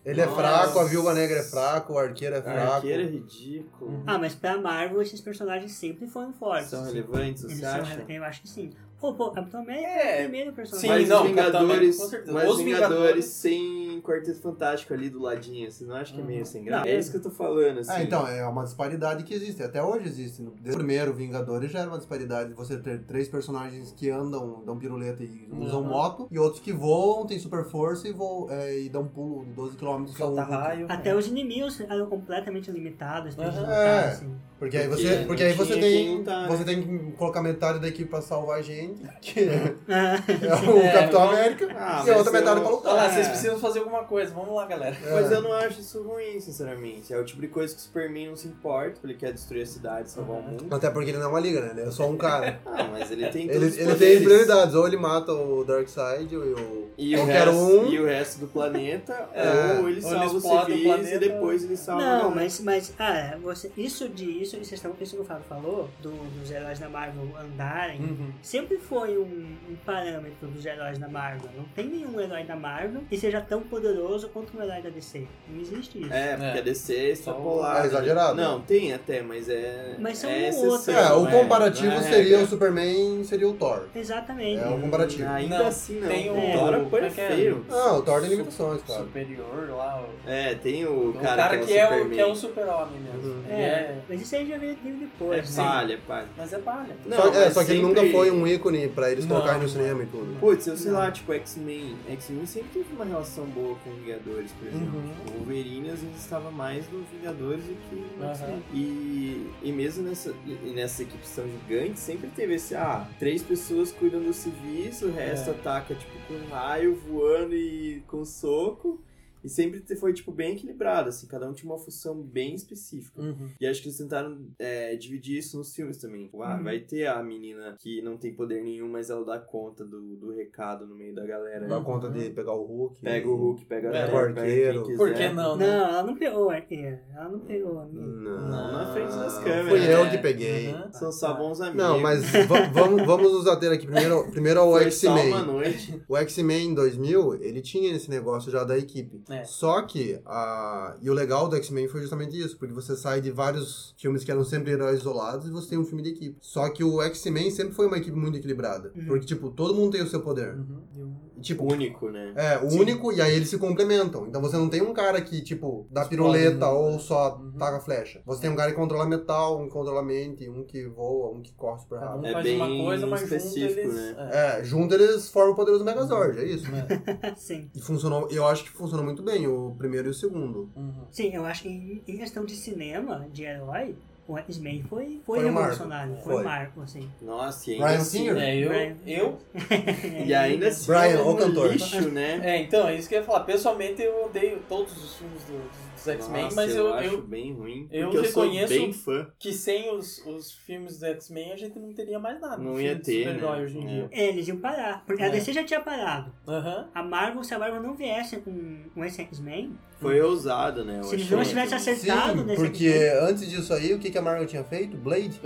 Speaker 1: Ele
Speaker 2: Nossa.
Speaker 1: é fraco, a Viúva Negra é fraca, o Arqueiro é fraco.
Speaker 2: Arqueiro é ridículo.
Speaker 7: Ah, é mas pra Marvel esses personagens sempre foram fortes. assim.
Speaker 2: São relevantes,
Speaker 7: Eles
Speaker 2: você
Speaker 7: são-
Speaker 2: acha?
Speaker 7: Eu acho que sim. Pô, pô, Capitão América
Speaker 3: É,
Speaker 7: é o primeiro
Speaker 3: Sim,
Speaker 7: personagem.
Speaker 2: mas
Speaker 3: não,
Speaker 2: os Vingadores,
Speaker 3: Capitão América, com certeza.
Speaker 2: mas
Speaker 3: Os
Speaker 2: os Vingadores,
Speaker 3: Vingadores
Speaker 2: sem Quarteto Fantástico ali do ladinho, você não acha que é meio sem graça?
Speaker 7: Não.
Speaker 2: É isso que eu tô falando, assim.
Speaker 1: Ah, então, é uma disparidade que existe, até hoje existe. No primeiro Vingadores já era uma disparidade você ter três personagens que andam, dão piruleta e usam
Speaker 3: Uhum.
Speaker 1: moto, e outros que voam, têm super força e, voam, é, e dão pulo de 12 km
Speaker 2: tá
Speaker 3: Solta raio. né?
Speaker 7: Até os inimigos eram completamente limitados.
Speaker 3: Aham.
Speaker 7: desmontados, assim.
Speaker 1: Porque aí
Speaker 2: Porque
Speaker 1: você, porque aí
Speaker 2: não
Speaker 1: você
Speaker 2: tinha
Speaker 1: tem,
Speaker 2: quem lutar, né?
Speaker 1: você tem que colocar metade da equipe pra salvar a gente, que é
Speaker 7: Ah,
Speaker 1: o
Speaker 3: É,
Speaker 1: Capitão
Speaker 3: vamos-
Speaker 1: América,
Speaker 2: Ah,
Speaker 1: e a
Speaker 2: mas
Speaker 1: outra metade
Speaker 2: eu-
Speaker 1: pra
Speaker 3: Olha lá,
Speaker 1: lutar.
Speaker 3: vocês
Speaker 7: É.
Speaker 3: precisam fazer alguma coisa, vamos lá, galera.
Speaker 2: Mas
Speaker 1: É.
Speaker 2: eu não acho isso ruim, sinceramente. É o tipo de coisa que o Superman não se importa, porque ele quer destruir a cidade, salvar o mundo.
Speaker 1: Até porque ele não é uma liga, né? Ele é só um cara.
Speaker 2: Ah, mas ele tem
Speaker 1: ele
Speaker 2: todos os
Speaker 1: ele tem
Speaker 2: poderes.
Speaker 1: prioridades, ou ele mata o Darkseid, ou o...
Speaker 2: E o,
Speaker 1: qualquer
Speaker 2: resto,
Speaker 1: um.
Speaker 2: e o resto do planeta,
Speaker 1: É.
Speaker 2: ou ele
Speaker 3: Ou
Speaker 2: salva
Speaker 3: ele
Speaker 2: os
Speaker 3: explode o
Speaker 2: civis e
Speaker 3: planeta.
Speaker 2: depois ele salva... a
Speaker 7: Não,
Speaker 2: galera.
Speaker 7: mas, mas ah, você, isso de isso, isso, isso que o Fábio falou, do- dos heróis da Marvel andarem,
Speaker 1: Uhum.
Speaker 7: sempre foi um, um parâmetro dos heróis da Marvel. Não tem nenhum herói da Marvel que seja tão poderoso quanto um herói da DC. Não existe isso.
Speaker 2: É, porque
Speaker 3: É.
Speaker 2: a DC é extrapolada.
Speaker 1: É exagerado.
Speaker 2: Não, tem até, mas é.
Speaker 7: Mas são
Speaker 2: é
Speaker 7: um
Speaker 2: exceção,
Speaker 7: outro.
Speaker 1: É, o
Speaker 2: não
Speaker 1: comparativo
Speaker 2: não é
Speaker 1: seria
Speaker 2: regra.
Speaker 1: o Superman e seria o Thor.
Speaker 7: Exatamente.
Speaker 1: É o comparativo.
Speaker 2: Ainda
Speaker 3: Não,
Speaker 2: assim, não.
Speaker 3: tem
Speaker 2: Tem
Speaker 3: o-
Speaker 2: o Thor é
Speaker 3: como é que é?
Speaker 2: feio.
Speaker 1: Ah, o Thor tem limitações, claro.
Speaker 3: Superior lá. O,
Speaker 2: É, tem o
Speaker 3: o
Speaker 2: cara,
Speaker 3: que, é o,
Speaker 2: Superman. Uhum.
Speaker 3: que é o super-homem mesmo. Ele
Speaker 7: É,
Speaker 3: é-
Speaker 7: mas isso aí já veio veio
Speaker 3: É,
Speaker 7: depois. né?
Speaker 2: Palha, palha.
Speaker 3: Mas é palha.
Speaker 2: Não,
Speaker 1: só, é,
Speaker 2: mas
Speaker 1: só que ele
Speaker 2: sempre-
Speaker 1: nunca foi um ícone pra eles
Speaker 3: Não.
Speaker 1: colocarem no cinema e tudo.
Speaker 2: Putz, eu sei lá, tipo, X-Men. X-Men sempre teve uma relação boa com Vingadores, por exemplo.
Speaker 3: Uhum.
Speaker 2: Tipo, O Wolverine às vezes estava mais nos Vingadores do que no
Speaker 3: Aham.
Speaker 2: X-Men. E, e mesmo nessa, e nessa equipe tão gigante, sempre teve esse, ah, três pessoas cuidam dos civis, o resto
Speaker 3: É.
Speaker 2: ataca, tipo, com raio, voando e com soco. E sempre te- foi, tipo, bem equilibrado, assim, cada um tinha uma função bem específica. E acho que eles tentaram é, dividir isso nos filmes também. Tipo, ah, vai ter a menina que não tem poder nenhum, mas ela dá conta do, do recado no meio da galera.
Speaker 1: Dá conta de pegar o Hulk.
Speaker 2: Pega o Hulk, pega a
Speaker 3: Pega
Speaker 1: o
Speaker 2: Thor, pega quem
Speaker 1: arqueiro.
Speaker 2: quiser.
Speaker 3: Por que não,
Speaker 7: Não,
Speaker 3: né?
Speaker 7: ela não pegou o arqueiro. Ela não pegou. amigo.
Speaker 1: Não,
Speaker 2: Não,
Speaker 3: Ah,
Speaker 2: na frente das câmeras. né?
Speaker 1: Fui eu que
Speaker 3: É.
Speaker 1: peguei.
Speaker 3: Uhum.
Speaker 2: São só bons amigos.
Speaker 1: Não, mas va- vamos, vamos nos ater aqui primeiro, primeiro ao
Speaker 2: Foi só uma
Speaker 1: X-Men.
Speaker 2: noite.
Speaker 1: O X-Men em 2000, ele tinha esse negócio já da equipe.
Speaker 3: É.
Speaker 1: Só que, a... e o legal do X-Men foi justamente isso, porque você sai de vários filmes que eram sempre heróis isolados e você tem um filme de
Speaker 2: Uhum.
Speaker 1: equipe. Só que o X-Men sempre foi uma equipe muito equilibrada, porque, tipo, todo mundo tem o seu poder.
Speaker 3: Uhum. E o-
Speaker 1: Tipo,
Speaker 2: Único, né?
Speaker 1: é, o
Speaker 2: Sim.
Speaker 1: único, e aí eles se complementam. Então você não tem um cara que, tipo, dá piruleta
Speaker 2: Explode, né?
Speaker 1: ou só taca flecha. Você tem um cara que controla metal, um que controla mente, um que voa, um que corre super
Speaker 3: Cada
Speaker 1: rápido.
Speaker 3: um
Speaker 2: É
Speaker 3: faz uma
Speaker 2: bem
Speaker 3: coisa, mas junto
Speaker 2: específico, né?
Speaker 3: eles. é.
Speaker 1: É, junto eles formam o poderoso Megazord, é isso.
Speaker 7: Sim.
Speaker 1: E funcionou, eu acho que funcionou muito bem, o primeiro e o segundo.
Speaker 3: Uhum.
Speaker 7: Sim, eu acho que em em questão de cinema, de herói, o X-Men foi,
Speaker 1: Foi
Speaker 7: foi,
Speaker 1: um marco.
Speaker 7: revolucionário. Foi,
Speaker 1: Foi.
Speaker 7: marco, assim.
Speaker 2: Nossa, e ainda
Speaker 1: Brian
Speaker 2: assim-
Speaker 1: Singer?
Speaker 3: É, eu,
Speaker 7: Brian.
Speaker 3: eu.
Speaker 2: E ainda assim,
Speaker 1: Brian,
Speaker 2: é
Speaker 1: o
Speaker 2: um
Speaker 1: cantor.
Speaker 2: lixo, né?
Speaker 3: É, então, é isso que eu ia falar. Pessoalmente, eu odeio todos os filmes do, dos É, X-Men,
Speaker 2: Nossa,
Speaker 3: mas eu,
Speaker 2: acho
Speaker 3: eu
Speaker 2: bem ruim.
Speaker 3: eu
Speaker 2: porque eu
Speaker 3: reconheço-
Speaker 2: sou bem fã.
Speaker 3: que sem os, os filmes do X-Men a gente não teria mais nada.
Speaker 2: Não
Speaker 3: Filme
Speaker 2: ia
Speaker 3: de
Speaker 2: ter,
Speaker 3: super-herói
Speaker 2: né?
Speaker 3: hoje em
Speaker 2: É.
Speaker 3: dia.
Speaker 7: É, Eles iam parar. Porque a
Speaker 3: É.
Speaker 7: DC já tinha parado.
Speaker 3: Aham.
Speaker 7: A Marvel, se a Marvel não viesse com, com esse X-Men,
Speaker 2: Foi ousado, né? Eu
Speaker 7: se eles
Speaker 2: achei.
Speaker 7: não tivessem acertado
Speaker 1: Sim,
Speaker 7: nesse
Speaker 1: porque antes disso aí, o que, que a Marvel tinha feito? Blade.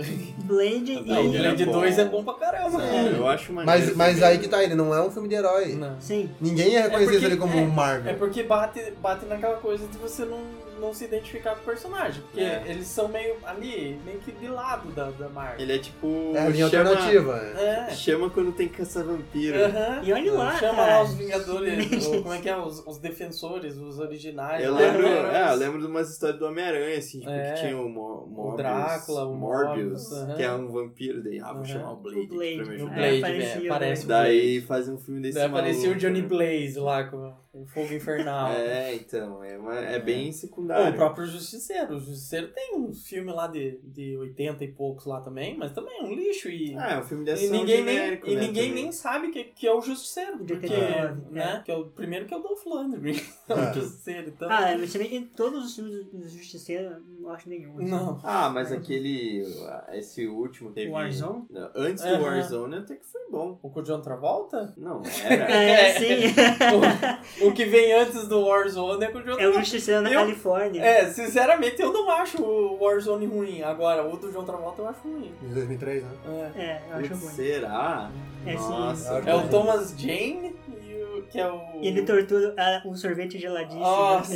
Speaker 7: Blade e.
Speaker 2: Não,
Speaker 3: Blade
Speaker 2: ele era bom.
Speaker 3: 2 é bom pra caramba.
Speaker 2: É, eu acho maneiro.
Speaker 1: Mas, mas aí que tá, ele não é um filme de herói.
Speaker 3: Não.
Speaker 7: Sim.
Speaker 1: Ninguém ia reconhecer
Speaker 3: É porque-
Speaker 1: ele como
Speaker 3: é-
Speaker 1: um Marvel.
Speaker 3: É porque bate, bate naquela coisa de você não, não se identificar com o personagem. Porque
Speaker 2: É.
Speaker 3: eles são meio ali, meio que de lado da, da Marvel.
Speaker 2: Ele é tipo.
Speaker 1: É a linha
Speaker 2: chama,
Speaker 1: alternativa. é.
Speaker 3: É.
Speaker 2: Chama quando tem que caçar vampiro.
Speaker 3: Aham.
Speaker 7: E olha lá,
Speaker 3: Chama
Speaker 7: cara.
Speaker 3: lá os Vingadores, ou como é que é? Os, os defensores, os originais.
Speaker 2: Eu
Speaker 3: lá,
Speaker 2: lembro,
Speaker 3: né?
Speaker 2: é, eu lembro de umas histórias do Homem-Aranha, assim, tipo,
Speaker 3: É.
Speaker 2: que tinha o, Mo Morbius,
Speaker 3: Drácula, o
Speaker 2: Morbius,
Speaker 3: Morbius, aham.
Speaker 2: que é um vampiro, daí, ah, vou
Speaker 3: Aham.
Speaker 2: chamar o Blade,
Speaker 7: O Blade,
Speaker 2: aqui pra me
Speaker 3: O
Speaker 7: né?
Speaker 2: ajudar. É,
Speaker 3: Blade,
Speaker 7: Aparecia
Speaker 3: né?
Speaker 7: o
Speaker 3: Aparece o
Speaker 2: Daí fazem um filme desse
Speaker 3: Daí aparecia o
Speaker 2: maluco,
Speaker 3: Johnny
Speaker 2: né?
Speaker 3: Blaze lá com o fogo infernal.
Speaker 2: É, então, é, uma- é bem
Speaker 3: Ou
Speaker 2: secundário.
Speaker 3: o próprio Justiceiro. O Justiceiro tem um filme lá de, de 80 e poucos lá também, mas também é um lixo e.
Speaker 2: Ah, é um filme de ação
Speaker 3: E ninguém, nem,
Speaker 2: genérico,
Speaker 3: e
Speaker 2: né,
Speaker 3: ninguém
Speaker 2: também.
Speaker 3: nem sabe que, que é o Justiceiro.
Speaker 7: O
Speaker 3: Porque,
Speaker 7: Detetive,
Speaker 3: né? Que é o primeiro que é o Dolph Lundgren. É o Justiceiro, então.
Speaker 7: Ah, é, mas você vê que todos os filmes do Justiceiro, não acho nenhum. assim.
Speaker 3: Não.
Speaker 2: Ah, mas aquele, esse último teve... um.
Speaker 7: Warzone?
Speaker 2: Não, Antes do
Speaker 3: Aham.
Speaker 2: Warzone até que foi bom.
Speaker 3: O com o John Travolta?
Speaker 2: Não,
Speaker 7: É,
Speaker 2: era...
Speaker 7: sim.
Speaker 3: O, o que vem antes do Warzone é com o John
Speaker 7: É o
Speaker 3: Travolta.
Speaker 7: Justiceiro na
Speaker 3: Eu-
Speaker 7: Califórnia.
Speaker 3: É, sinceramente eu não acho o Warzone ruim. Agora, o do John Travolta eu acho ruim.
Speaker 1: De 2003, né?
Speaker 3: É,
Speaker 7: É, eu acho
Speaker 2: Putz,
Speaker 7: ruim.
Speaker 2: será?
Speaker 7: É, sim.
Speaker 2: Nossa.
Speaker 3: É o Thomas Jane e o que é o.
Speaker 7: E ele tortura ah, um sorvete geladíssimo.
Speaker 3: Nossa.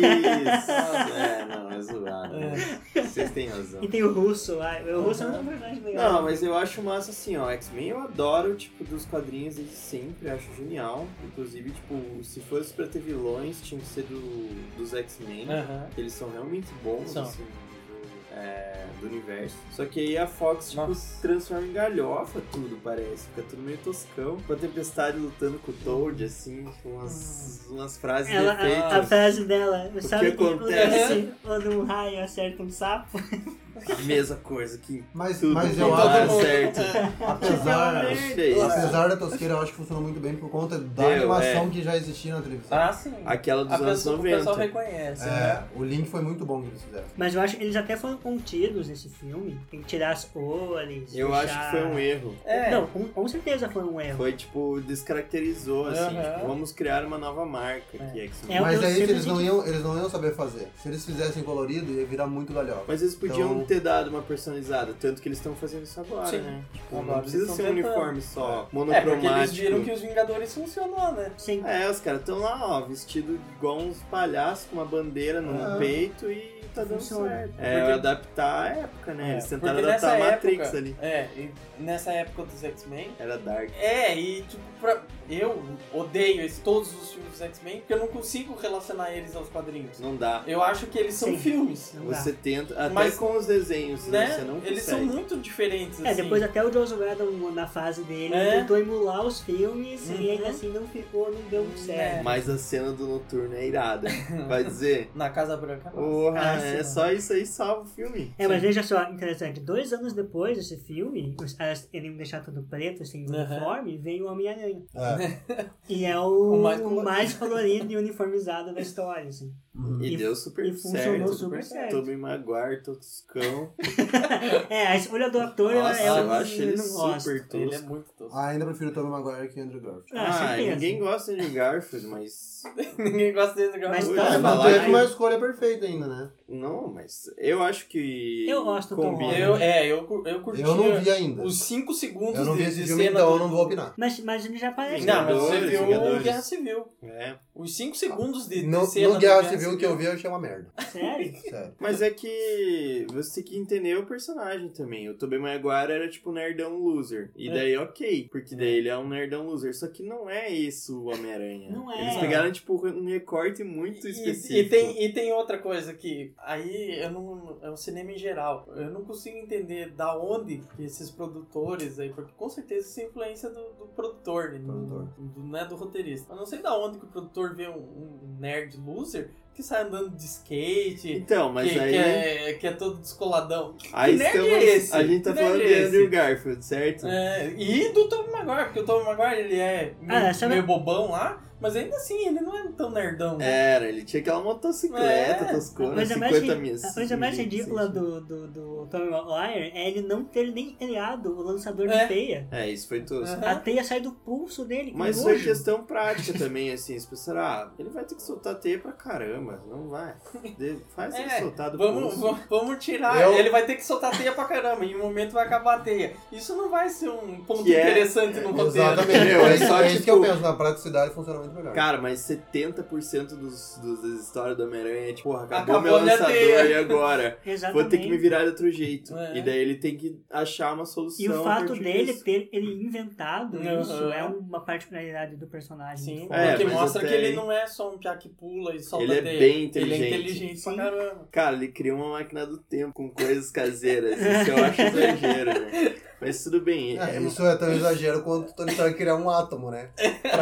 Speaker 2: Isso. é, não, é zoado.
Speaker 3: É.
Speaker 2: Vocês têm razão.
Speaker 7: E tem o russo lá. O russo é um personagem legal.
Speaker 2: Não, mas eu acho massa assim, ó. X-Men eu adoro, tipo, dos quadrinhos desde sempre, acho genial. Inclusive, tipo, se fosse pra ter vilões, tinha que ser do, dos X-Men.
Speaker 3: Aham.
Speaker 2: Eles são realmente bons,
Speaker 3: É. São.
Speaker 2: assim, do, é, do universo. Só que aí a Fox, tipo,
Speaker 3: Nossa.
Speaker 2: transforma em galhofa tudo, parece. Fica tudo meio toscão. Com a Tempestade lutando com o Toad, assim, com umas,
Speaker 3: Hum.
Speaker 2: umas frases
Speaker 7: Ela,
Speaker 2: perfeitas.
Speaker 7: a, a frase dela, sabe
Speaker 2: que
Speaker 7: que
Speaker 2: acontece?
Speaker 7: acontece quando um raio acerta um sapo?
Speaker 2: Mesma coisa que
Speaker 1: Mas,
Speaker 2: tudo
Speaker 1: mas
Speaker 2: que
Speaker 3: Então
Speaker 1: eu
Speaker 2: dá
Speaker 1: acho,
Speaker 3: mundo.
Speaker 2: certo.
Speaker 1: apesar,
Speaker 2: Que merda é isso?
Speaker 1: apesar da tosqueira, eu acho que funcionou muito bem por conta da
Speaker 2: Deu,
Speaker 1: animação que já existia na televisão.
Speaker 3: é. Ah, sim.
Speaker 2: Aquela dos
Speaker 3: A
Speaker 2: anos
Speaker 3: pessoa, o
Speaker 2: 90.
Speaker 3: pessoal reconhece, né?
Speaker 1: É, o link foi muito bom que eles fizeram.
Speaker 7: Mas eu acho que eles até foram contidos nesse filme. Tem que tirar as cores.
Speaker 2: Eu acho que foi um erro.
Speaker 3: É.
Speaker 7: Não, com, com certeza foi um erro.
Speaker 2: Foi tipo, descaracterizou, assim,
Speaker 3: Aham.
Speaker 2: tipo, vamos criar uma nova marca
Speaker 3: É.
Speaker 2: que é X-Men.
Speaker 7: É o-
Speaker 1: Mas
Speaker 7: eu
Speaker 1: é isso,
Speaker 7: sempre
Speaker 1: eles não,
Speaker 7: senti-
Speaker 1: iam, eles não iam saber fazer. Se eles fizessem colorido, ia virar muito galhofa.
Speaker 2: Mas eles podiam
Speaker 1: Então-
Speaker 2: ter dado uma personalizada, tanto que eles estão fazendo isso agora,
Speaker 3: Sim.
Speaker 2: né? Tipo,
Speaker 3: Agora
Speaker 2: não
Speaker 3: eles
Speaker 2: precisa
Speaker 3: estão
Speaker 2: ser um
Speaker 3: tentando.
Speaker 2: uniforme só,
Speaker 3: É, porque eles
Speaker 2: monocromático.
Speaker 3: viram que os Vingadores funcionou, né?
Speaker 7: Sim.
Speaker 2: É, os caras estão lá, ó, vestido igual uns palhaços com uma bandeira no
Speaker 1: Ah.
Speaker 2: peito e tá dando
Speaker 7: Funciona.
Speaker 2: certo. É,
Speaker 3: Porque-
Speaker 2: adaptar a época, né? Eles
Speaker 3: É,
Speaker 2: tentaram
Speaker 3: porque
Speaker 2: adaptar a
Speaker 3: nessa
Speaker 2: Matrix
Speaker 3: época-
Speaker 2: ali.
Speaker 3: É, e nessa época dos X-Men.
Speaker 2: Era Dark.
Speaker 3: É, e tipo, pra- eu odeio esse- todos os filmes dos X-Men, porque eu não consigo relacionar eles aos quadrinhos.
Speaker 2: Não dá.
Speaker 3: Eu acho que eles são
Speaker 7: Sim.
Speaker 3: filmes,
Speaker 7: Não dá.
Speaker 2: Você tenta, até
Speaker 3: Mas-
Speaker 2: com os desenhos,
Speaker 3: né?
Speaker 2: você não
Speaker 3: eles são
Speaker 2: consegue.
Speaker 3: muito diferentes,
Speaker 7: É,
Speaker 3: assim.
Speaker 7: depois até o Joss Whedon, na fase dele,
Speaker 3: É.
Speaker 7: tentou emular os filmes e
Speaker 3: Uhum.
Speaker 7: ainda assim não ficou, não deu muito certo.
Speaker 2: Mas a cena do noturno é irada. Vai dizer,
Speaker 3: Na Casa Branca.
Speaker 2: porra,
Speaker 7: Ah,
Speaker 2: é
Speaker 7: sim.
Speaker 2: só isso aí salva o filme.
Speaker 7: É, mas veja só, interessante. Dois anos depois desse filme, os caras queriam deixar tudo preto, sem
Speaker 3: Aham.
Speaker 7: uniforme, veio o Homem-Aranha.
Speaker 1: É.
Speaker 7: E é o,
Speaker 3: O
Speaker 7: o
Speaker 3: mais
Speaker 7: mais,
Speaker 3: colorido.
Speaker 7: colorido e uniformizado da história, assim.
Speaker 2: E,
Speaker 7: E-
Speaker 2: deu super
Speaker 7: e
Speaker 2: certo.
Speaker 7: funcionou super certo.
Speaker 2: Tobey Maguire, Toscão.
Speaker 7: É, a escolha do ator
Speaker 2: Nossa,
Speaker 7: é é
Speaker 2: eu
Speaker 7: um-
Speaker 2: acho ele
Speaker 7: não gosto.
Speaker 2: super
Speaker 3: Ele é
Speaker 2: tosco.
Speaker 3: muito tosco.
Speaker 1: Ah, Ainda prefiro Tobey Maguire que Andrew Garfield.
Speaker 7: Ah,
Speaker 2: Ah,
Speaker 7: certeza.
Speaker 2: ninguém gosta de Andrew Garfield, mas...
Speaker 3: Ninguém gosta dele.
Speaker 7: Mas
Speaker 2: Ui,
Speaker 7: tá-
Speaker 2: vai
Speaker 3: É,
Speaker 1: É, Mas
Speaker 2: lá,
Speaker 1: teve
Speaker 2: hein?
Speaker 1: uma escolha perfeita ainda, né?
Speaker 2: Não, mas eu acho que.
Speaker 7: Eu gosto do Tom
Speaker 2: combina.
Speaker 7: Holland.
Speaker 3: Eu, é, eu, cu- eu curti
Speaker 1: Eu não vi ainda.
Speaker 3: os 5 segundos
Speaker 1: Eu não vi
Speaker 3: de,
Speaker 1: esse
Speaker 3: de
Speaker 1: filme,
Speaker 3: cena
Speaker 1: então
Speaker 3: do-
Speaker 1: eu não vou opinar.
Speaker 7: Mas, mas ele já aparece.
Speaker 3: Não, mas você
Speaker 2: Vingadores,
Speaker 3: viu
Speaker 2: Vingadores.
Speaker 3: Guerra Civil.
Speaker 2: É.
Speaker 3: Os 5 segundos de, de
Speaker 1: Não,
Speaker 3: cena
Speaker 1: no
Speaker 3: do
Speaker 1: Guerra Civil que eu vi, eu achei uma merda.
Speaker 7: Sério?
Speaker 1: Sério.
Speaker 2: Mas é que você tem que entender o personagem também. O Tobey Maguire era tipo nerdão loser. E
Speaker 3: É.
Speaker 2: daí, ok. Porque daí ele é um nerdão loser. Só que não é isso o Homem-Aranha.
Speaker 7: Não é.
Speaker 2: Eles pegaram, tipo, um recorte muito específico.
Speaker 3: E, e tem, e tem outra coisa que aí eu não. É o cinema em geral. Eu não consigo entender da onde que esses produtores aí, porque com certeza isso é influência do, do produtor, né?
Speaker 1: Produtor.
Speaker 3: Do, do- não é do roteirista. Eu não sei da onde que o produtor vê um, um nerd loser que sai andando de skate.
Speaker 2: Então, mas
Speaker 3: que,
Speaker 2: aí.
Speaker 3: que é, que é todo descoladão.
Speaker 2: Aí
Speaker 3: que nerd
Speaker 2: estamos,
Speaker 3: é esse?
Speaker 2: A gente tá
Speaker 3: Que nerd
Speaker 2: falando
Speaker 3: é
Speaker 2: de
Speaker 3: esse?
Speaker 2: Andrew Garfield, certo?
Speaker 3: É, e do Tom Maguire, porque o Tom Maguire ele é meio,
Speaker 7: Ah, essa é-
Speaker 3: meio bobão lá, mas ainda assim ele não é tão nerdão. né?
Speaker 2: Era, ele tinha aquela motocicleta,
Speaker 3: É.
Speaker 7: a
Speaker 2: toscona,
Speaker 7: coisa mais,
Speaker 2: 50
Speaker 7: ri-
Speaker 2: mil.
Speaker 7: a coisa mais ridícula do, do, do Tommy Maguire é ele não ter nem criado o lançador
Speaker 3: É.
Speaker 7: de teia.
Speaker 2: É, isso foi tosco.
Speaker 3: Aham.
Speaker 7: A teia sai do pulso dele. que
Speaker 2: Mas foi
Speaker 7: nojo.
Speaker 2: questão prática também, assim. As pessoas, ah, ele vai ter que soltar teia pra caramba. Não vai. De- Faz ele
Speaker 3: É,
Speaker 2: soltar do
Speaker 3: Vamos,
Speaker 2: pulso.
Speaker 3: va- vamos tirar.
Speaker 1: Eu-
Speaker 3: Ele vai ter que soltar teia pra caramba. Em um momento vai acabar a teia. Isso não vai ser um ponto
Speaker 2: Que é-
Speaker 3: interessante no roteiro.
Speaker 1: Exatamente.
Speaker 2: Meu,
Speaker 1: é
Speaker 2: é
Speaker 1: isso,
Speaker 2: só,
Speaker 1: é isso que eu
Speaker 2: tipo-
Speaker 1: penso. Na praticidade funciona muito melhor.
Speaker 2: Cara, mas 70% dos, dos, das histórias do Homem-Aranha é tipo, porra, acabou,
Speaker 3: Acabou
Speaker 2: meu
Speaker 3: minha
Speaker 2: lançador
Speaker 3: teia.
Speaker 2: e agora?
Speaker 7: Exatamente.
Speaker 2: Vou ter que me virar de outro jeito.
Speaker 3: É.
Speaker 2: E daí ele tem que achar uma solução.
Speaker 7: E o
Speaker 2: a
Speaker 7: fato
Speaker 2: partir
Speaker 7: dele
Speaker 2: disso.
Speaker 7: ter ele inventado
Speaker 3: Uhum.
Speaker 7: isso é uma particularidade do personagem. Tipo,
Speaker 3: Sim,
Speaker 2: É,
Speaker 3: porque
Speaker 2: mas
Speaker 3: mostra
Speaker 2: até
Speaker 3: que ele
Speaker 2: aí-
Speaker 3: não é só um piá que pula e solta
Speaker 2: Ele é
Speaker 3: teia.
Speaker 2: bem
Speaker 3: Ele é
Speaker 2: inteligente.
Speaker 3: inteligente pra
Speaker 7: Sim.
Speaker 3: caramba.
Speaker 2: Cara, ele criou uma máquina do tempo com coisas caseiras. Isso eu acho exagero, né? Mas tudo bem.
Speaker 1: É,
Speaker 2: é-
Speaker 1: isso é tão exagero quanto o Tony Stark criar um átomo, né? Pra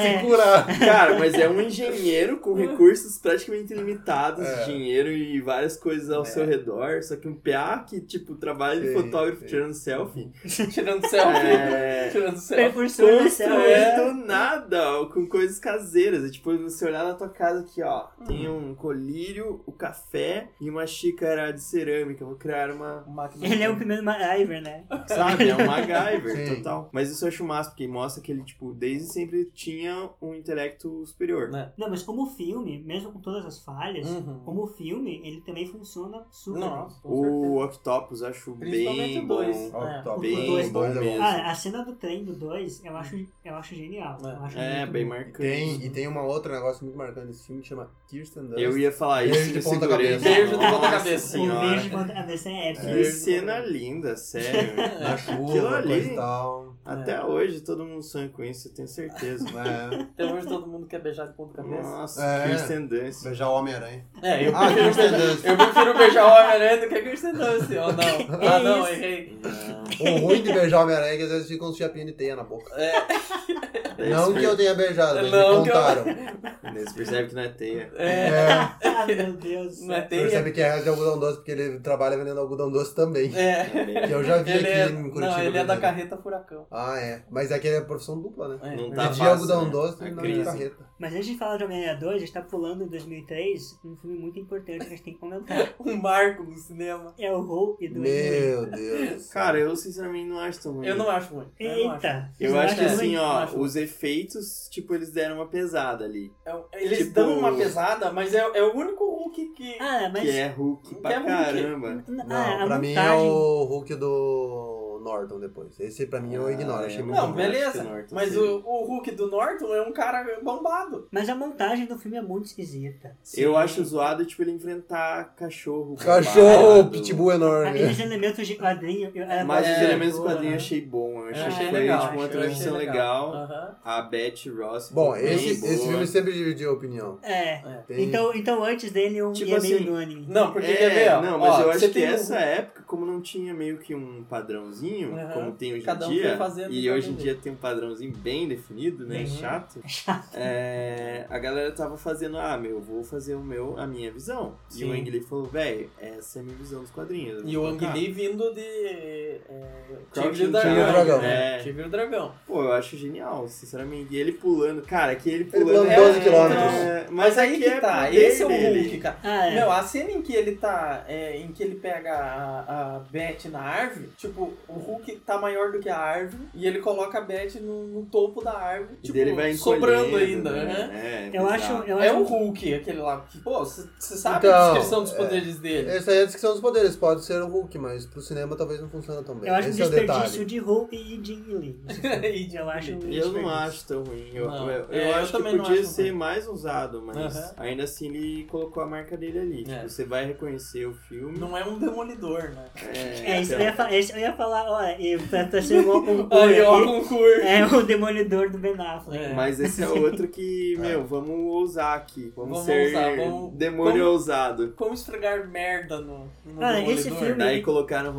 Speaker 7: É.
Speaker 1: se curar.
Speaker 2: Cara, mas é um engenheiro com recursos praticamente ilimitados,
Speaker 1: É.
Speaker 2: dinheiro e várias coisas ao
Speaker 1: É.
Speaker 2: seu redor. Só que um PA que, tipo, trabalha de
Speaker 1: Sim,
Speaker 2: fotógrafo
Speaker 1: sim.
Speaker 2: tirando selfie.
Speaker 3: Tirando selfie.
Speaker 2: É...
Speaker 3: Tirando selfie.
Speaker 7: Percursor da selva.
Speaker 2: Construir do nada, ó, com coisas caseiras. É tipo, você olhar na tua casa aqui, ó. Tem um colírio, o café e uma xícara de cerâmica. Vou criar uma máquina.
Speaker 7: Ele é o primeiro MacGyver, né?
Speaker 2: Sabe? É um MacGyver
Speaker 1: Sim.
Speaker 2: total. Mas isso eu acho massa, porque mostra que ele, tipo, desde sempre tinha um intelecto superior.
Speaker 3: Né?
Speaker 7: Não, mas como filme, mesmo com todas as falhas,
Speaker 3: Uhum.
Speaker 7: como um filme, ele também funciona super.
Speaker 3: Nossa, com certeza.
Speaker 2: O Octopus eu acho
Speaker 3: Principalmente
Speaker 2: bem
Speaker 3: o dois.
Speaker 2: bom.
Speaker 1: Ó,
Speaker 3: É.
Speaker 1: top.
Speaker 7: Bem
Speaker 1: Dois,
Speaker 2: bom
Speaker 1: dois é bom.
Speaker 2: mesmo.
Speaker 7: Ah, a cena do trem do 2 eu acho, eu acho genial. Eu acho
Speaker 2: É,
Speaker 7: muito
Speaker 2: bem
Speaker 7: bom.
Speaker 2: marcante.
Speaker 1: Tem, e tem uma outra negócio muito marcante desse filme que chama Kirsten Dunst.
Speaker 2: Eu ia falar
Speaker 1: Beijo
Speaker 2: isso,
Speaker 1: de
Speaker 2: eu
Speaker 1: ponta
Speaker 2: segurei.
Speaker 1: cabeça. Um
Speaker 3: Beijo de ponta
Speaker 2: Nossa
Speaker 3: cabeça.
Speaker 7: O
Speaker 2: Senhora.
Speaker 7: beijo contra a DC é épico.
Speaker 2: Que cena linda, sério.
Speaker 3: É.
Speaker 1: na
Speaker 2: Aquilo
Speaker 1: chuva,
Speaker 2: ali.
Speaker 1: coisa e tal.
Speaker 2: Até hoje todo mundo sonha com isso, eu tenho certeza.
Speaker 1: né?
Speaker 3: Até hoje todo mundo quer beijar de ponta cabeça.
Speaker 2: Nossa,
Speaker 1: É.
Speaker 2: Kirsten Dunst.
Speaker 1: Beijar o Homem-Aranha.
Speaker 3: É, eu
Speaker 1: Ah,
Speaker 3: prefiro,
Speaker 1: Kirsten Dunst.
Speaker 3: eu prefiro beijar o Homem-Aranha do que a Kirsten Dunst. Oh, não. Ah,
Speaker 7: É
Speaker 3: não,
Speaker 7: isso.
Speaker 3: errei.
Speaker 1: O ruim de beijar o Homem-Aranha é que às vezes fica uns chapinhos de teia na boca.
Speaker 3: É,
Speaker 1: Não que eu tenha beijado, mas
Speaker 3: Não
Speaker 1: me
Speaker 3: que eu-
Speaker 1: contaram.
Speaker 2: Você percebe que não é teia.
Speaker 3: é,
Speaker 1: É,
Speaker 7: Ah, meu Deus.
Speaker 3: não é teia.
Speaker 1: percebe que é de algodão doce, porque ele trabalha vendendo algodão doce também.
Speaker 3: É.
Speaker 1: Que eu já vi
Speaker 3: Ele
Speaker 1: aqui
Speaker 3: é,
Speaker 1: em Curitiba.
Speaker 3: não, ele é da
Speaker 1: vendendo.
Speaker 3: carreta furacão.
Speaker 1: Ah, é. Mas aqui é profissão dupla, né?
Speaker 3: É.
Speaker 2: Não
Speaker 1: De
Speaker 2: tá
Speaker 1: dia
Speaker 2: fácil,
Speaker 1: algodão
Speaker 2: né?
Speaker 1: doce
Speaker 2: A
Speaker 1: e não de
Speaker 2: crise.
Speaker 1: carreta.
Speaker 7: Mas antes de falar de Homem-Aranha 2, a gente tá pulando em 2003 um filme muito importante que a gente tem que comentar.
Speaker 3: Um marco no cinema.
Speaker 7: É o Hulk do
Speaker 1: Meu Deus.
Speaker 2: Cara, eu sinceramente não acho tão ruim.
Speaker 3: Eu não acho ruim. Eu não acho.
Speaker 7: Eita.
Speaker 2: Eu
Speaker 7: vocês
Speaker 2: acho que
Speaker 7: acham
Speaker 2: assim,
Speaker 7: ruim?
Speaker 2: ó,
Speaker 3: acho.
Speaker 2: os efeitos, tipo, eles deram uma pesada ali.
Speaker 3: É, Eles
Speaker 2: Tipo-
Speaker 3: dão uma pesada, mas é, é o único Hulk que.
Speaker 7: Ah, mas...
Speaker 2: Que é Hulk
Speaker 3: Que é
Speaker 2: pra
Speaker 3: Hulk.
Speaker 2: caramba.
Speaker 7: N-
Speaker 1: Não,
Speaker 7: ah, a
Speaker 1: pra mim é
Speaker 7: montagem-
Speaker 1: o Hulk do Norton depois. Esse pra mim eu ignoro,
Speaker 2: Ah,
Speaker 1: achei
Speaker 2: é.
Speaker 1: muito
Speaker 3: Não,
Speaker 1: bom.
Speaker 3: beleza.
Speaker 2: Hulk Norton,
Speaker 3: Mas
Speaker 2: sim.
Speaker 3: o, o Hulk do Norton é um cara bombado.
Speaker 7: Mas a montagem do filme é muito esquisita.
Speaker 2: Eu acho zoado, tipo, ele enfrentar cachorro.
Speaker 1: Cachorro,
Speaker 2: bombado.
Speaker 1: pitbull enorme.
Speaker 7: Aqueles elementos de quadrinho... eu- era
Speaker 2: Mas os
Speaker 3: É,
Speaker 2: elementos do
Speaker 3: boa,
Speaker 2: quadrinho eu
Speaker 3: né?
Speaker 2: achei bom. Eu achei,
Speaker 3: Eu achei
Speaker 2: que foi,
Speaker 3: legal.
Speaker 2: tipo, uma
Speaker 3: eu achei
Speaker 2: transição legal.
Speaker 3: legal. Ah. Aham.
Speaker 2: A Beth Ross.
Speaker 1: Bom,
Speaker 2: foi bem
Speaker 1: esse,
Speaker 2: boa.
Speaker 1: esse filme sempre dividiu a opinião.
Speaker 7: É.
Speaker 3: É.
Speaker 1: Tem-
Speaker 7: Então, então antes dele um
Speaker 2: Tipo
Speaker 7: e é meio
Speaker 2: assim,
Speaker 7: unânime.
Speaker 3: Não, porque
Speaker 2: é,
Speaker 3: quer ver, ó.
Speaker 2: Não, mas
Speaker 3: ó,
Speaker 2: eu
Speaker 3: você
Speaker 2: acho que
Speaker 3: tem um-
Speaker 2: essa época, como não tinha meio que um padrãozinho,
Speaker 3: Aham.
Speaker 2: como tem hoje
Speaker 3: Cada
Speaker 2: em
Speaker 3: um foi
Speaker 2: dia,
Speaker 3: fazendo
Speaker 2: e
Speaker 3: cada
Speaker 2: hoje em
Speaker 3: um.
Speaker 2: dia tem um padrãozinho bem definido, né?
Speaker 3: Uhum.
Speaker 2: Chato. É, a galera tava fazendo, ah, meu, vou fazer o meu, a minha visão. E o
Speaker 3: Sim.
Speaker 2: Ang Lee falou, velho, essa é a minha visão dos quadrinhos. eu
Speaker 3: um- E
Speaker 2: vou
Speaker 3: o Ang
Speaker 2: colocar."
Speaker 3: Lee vindo de. É,
Speaker 2: Crouching
Speaker 3: Tigre do
Speaker 2: Tiger,
Speaker 3: Dragão.
Speaker 1: Dragão.
Speaker 3: né?
Speaker 2: É.
Speaker 3: Tigre do Dragão.
Speaker 2: Pô, eu acho genial, sinceramente. E ele pulando, cara, que ele
Speaker 1: Ele
Speaker 2: pulando.
Speaker 1: pulando
Speaker 2: é-
Speaker 1: 12
Speaker 2: é-
Speaker 1: quilômetros.
Speaker 3: Mas aí que,
Speaker 2: é
Speaker 3: tá,
Speaker 2: poder
Speaker 3: esse é o
Speaker 2: dele.
Speaker 3: Hulk, cara.
Speaker 7: Ah, é.
Speaker 3: Não, a cena em que ele tá. é, em que ele pega a, a Beth na árvore, tipo, o Hulk tá maior do que a árvore e ele coloca a Beth no, no topo da árvore,
Speaker 2: E
Speaker 3: tipo,
Speaker 2: dele vai
Speaker 3: sobrando
Speaker 2: encolhendo,
Speaker 3: ainda, né?
Speaker 2: É,
Speaker 7: eu
Speaker 2: bizarro.
Speaker 7: acho, eu acho
Speaker 3: É o Hulk, aquele lá. que, Pô, você sabe a
Speaker 1: Então,
Speaker 3: descrição dos
Speaker 1: é,
Speaker 3: poderes dele.
Speaker 1: Essa aí é a descrição dos poderes, pode ser o Hulk, mas pro cinema talvez não funcione tão bem.
Speaker 7: Eu acho um
Speaker 1: Esse é o detalhe.
Speaker 7: desperdício de Hulk e de Lee.
Speaker 2: é.
Speaker 3: E de
Speaker 7: Eu acho
Speaker 3: Hulk.
Speaker 7: um
Speaker 2: Eu não
Speaker 7: desperdício.
Speaker 2: acho tão ruim. Eu,
Speaker 3: Não.
Speaker 2: eu- eu
Speaker 3: É, eu
Speaker 2: acho que
Speaker 3: também não
Speaker 2: podia
Speaker 3: acho
Speaker 2: ser
Speaker 3: ruim.
Speaker 2: mais ousado, mas
Speaker 3: Aham.
Speaker 2: ainda assim ele colocou a marca dele ali.
Speaker 3: É.
Speaker 2: Tipo, você vai reconhecer o filme.
Speaker 3: Não é um demolidor, né?
Speaker 7: É, isso eu
Speaker 2: então,
Speaker 7: ia, fa- isso eu ia falar, olha, e pra pra ser igual com o
Speaker 3: Aí, ó,
Speaker 7: aqui,
Speaker 3: concurso.
Speaker 7: é o demolidor do Ben Affleck.
Speaker 3: É.
Speaker 2: Mas esse é outro que, meu, vamos ousar aqui. Vamos,
Speaker 3: Vamos
Speaker 2: ser
Speaker 3: ousar, vamos-
Speaker 2: demônio
Speaker 3: vamos-
Speaker 2: ousado.
Speaker 3: Como esfregar merda no, no demolidor.
Speaker 7: Cara, Ah,
Speaker 3: né?
Speaker 7: esse filme-
Speaker 2: Daí colocaram um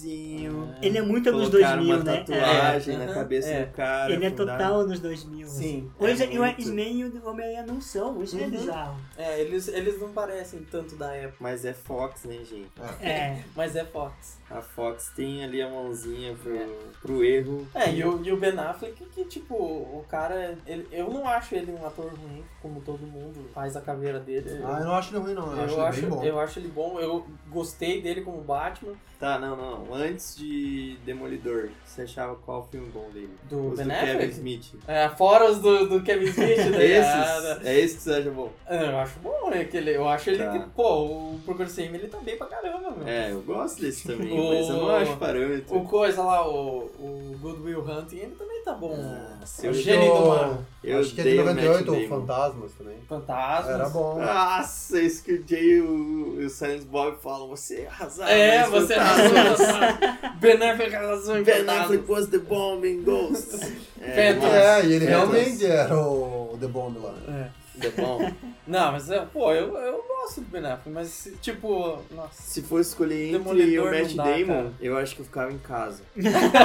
Speaker 2: romancezinho.
Speaker 7: Ele é muito anos
Speaker 2: colocaram
Speaker 7: 2000,
Speaker 2: uma
Speaker 7: né?
Speaker 2: tatuagem
Speaker 3: É.
Speaker 2: na
Speaker 3: Aham,
Speaker 2: cabeça
Speaker 3: é.
Speaker 2: do cara.
Speaker 7: Ele é
Speaker 2: fundaram-
Speaker 7: total anos 2000.
Speaker 3: Sim,
Speaker 7: Coisa
Speaker 2: é
Speaker 7: que o
Speaker 2: muito.
Speaker 7: X-Men e o Homem-Aranha não são, isso é
Speaker 3: Uhum.
Speaker 7: bizarro.
Speaker 3: É, eles, eles não parecem tanto da época,
Speaker 2: Mas é Fox, né, gente?
Speaker 7: É.
Speaker 3: mas é Fox.
Speaker 2: A Fox tem ali a mãozinha pro, pro erro.
Speaker 3: É, e o, e o Ben Affleck, que tipo, o cara, ele- eu não acho ele um ator ruim, como todo mundo faz a caveira dele.
Speaker 1: Ah, eu não acho ele ruim, não. Eu, acho ele
Speaker 3: eu, acho,
Speaker 1: bem bom.
Speaker 3: eu acho ele bom, eu gostei dele como Batman,
Speaker 2: Tá, não, não. Antes de Demolidor, você achava qual filme bom dele?
Speaker 3: do
Speaker 2: Os
Speaker 3: Ben
Speaker 2: do Kevin
Speaker 3: Affleck.
Speaker 2: Smith.
Speaker 3: É, fora os do, do Kevin Smith,
Speaker 2: É
Speaker 3: daí a-
Speaker 2: esses? É esse que você acha bom?
Speaker 3: É, Eu acho bom, né? Que ele, eu acho ele
Speaker 2: Tá.
Speaker 3: que, pô, o Procure Sem Mim, ele tá bem pra caramba, meu.
Speaker 2: É, eu gosto desse também,
Speaker 3: O-
Speaker 2: mas eu não acho parâmetro.
Speaker 3: O coisa lá, o, o Goodwill Hunting, ele também tá bom.
Speaker 2: Ah,
Speaker 3: É o
Speaker 2: seu
Speaker 3: gênio do mar.
Speaker 2: Eu
Speaker 1: acho que é de
Speaker 2: odeio o
Speaker 1: 98,
Speaker 2: Matt
Speaker 1: o
Speaker 2: Damon.
Speaker 1: Fantasmas também.
Speaker 3: Fantasmas.
Speaker 1: Era bom.
Speaker 2: Nossa, é isso que o Jay e o, e o Silence Bob falam, você arrasava.
Speaker 3: É,
Speaker 2: mas
Speaker 3: você
Speaker 2: fantasma.
Speaker 3: arrasou. arrasou. Ben Affleck arrasou em
Speaker 2: Ben
Speaker 3: Fantasmas.
Speaker 2: Affleck was the bombing ghost.
Speaker 3: Phantom.
Speaker 2: mas-
Speaker 1: É, e ele
Speaker 2: É,
Speaker 1: realmente é. era o The Bomb lá. né?
Speaker 3: É.
Speaker 2: The Bomb.
Speaker 3: Não, mas, é, pô, eu, eu gosto do Ben Affleck, mas, tipo, nossa.
Speaker 2: Se fosse escolher entre
Speaker 3: Demolidor
Speaker 2: o Matt
Speaker 3: não dá,
Speaker 2: Damon,
Speaker 3: cara.
Speaker 2: eu acho que eu ficava em casa.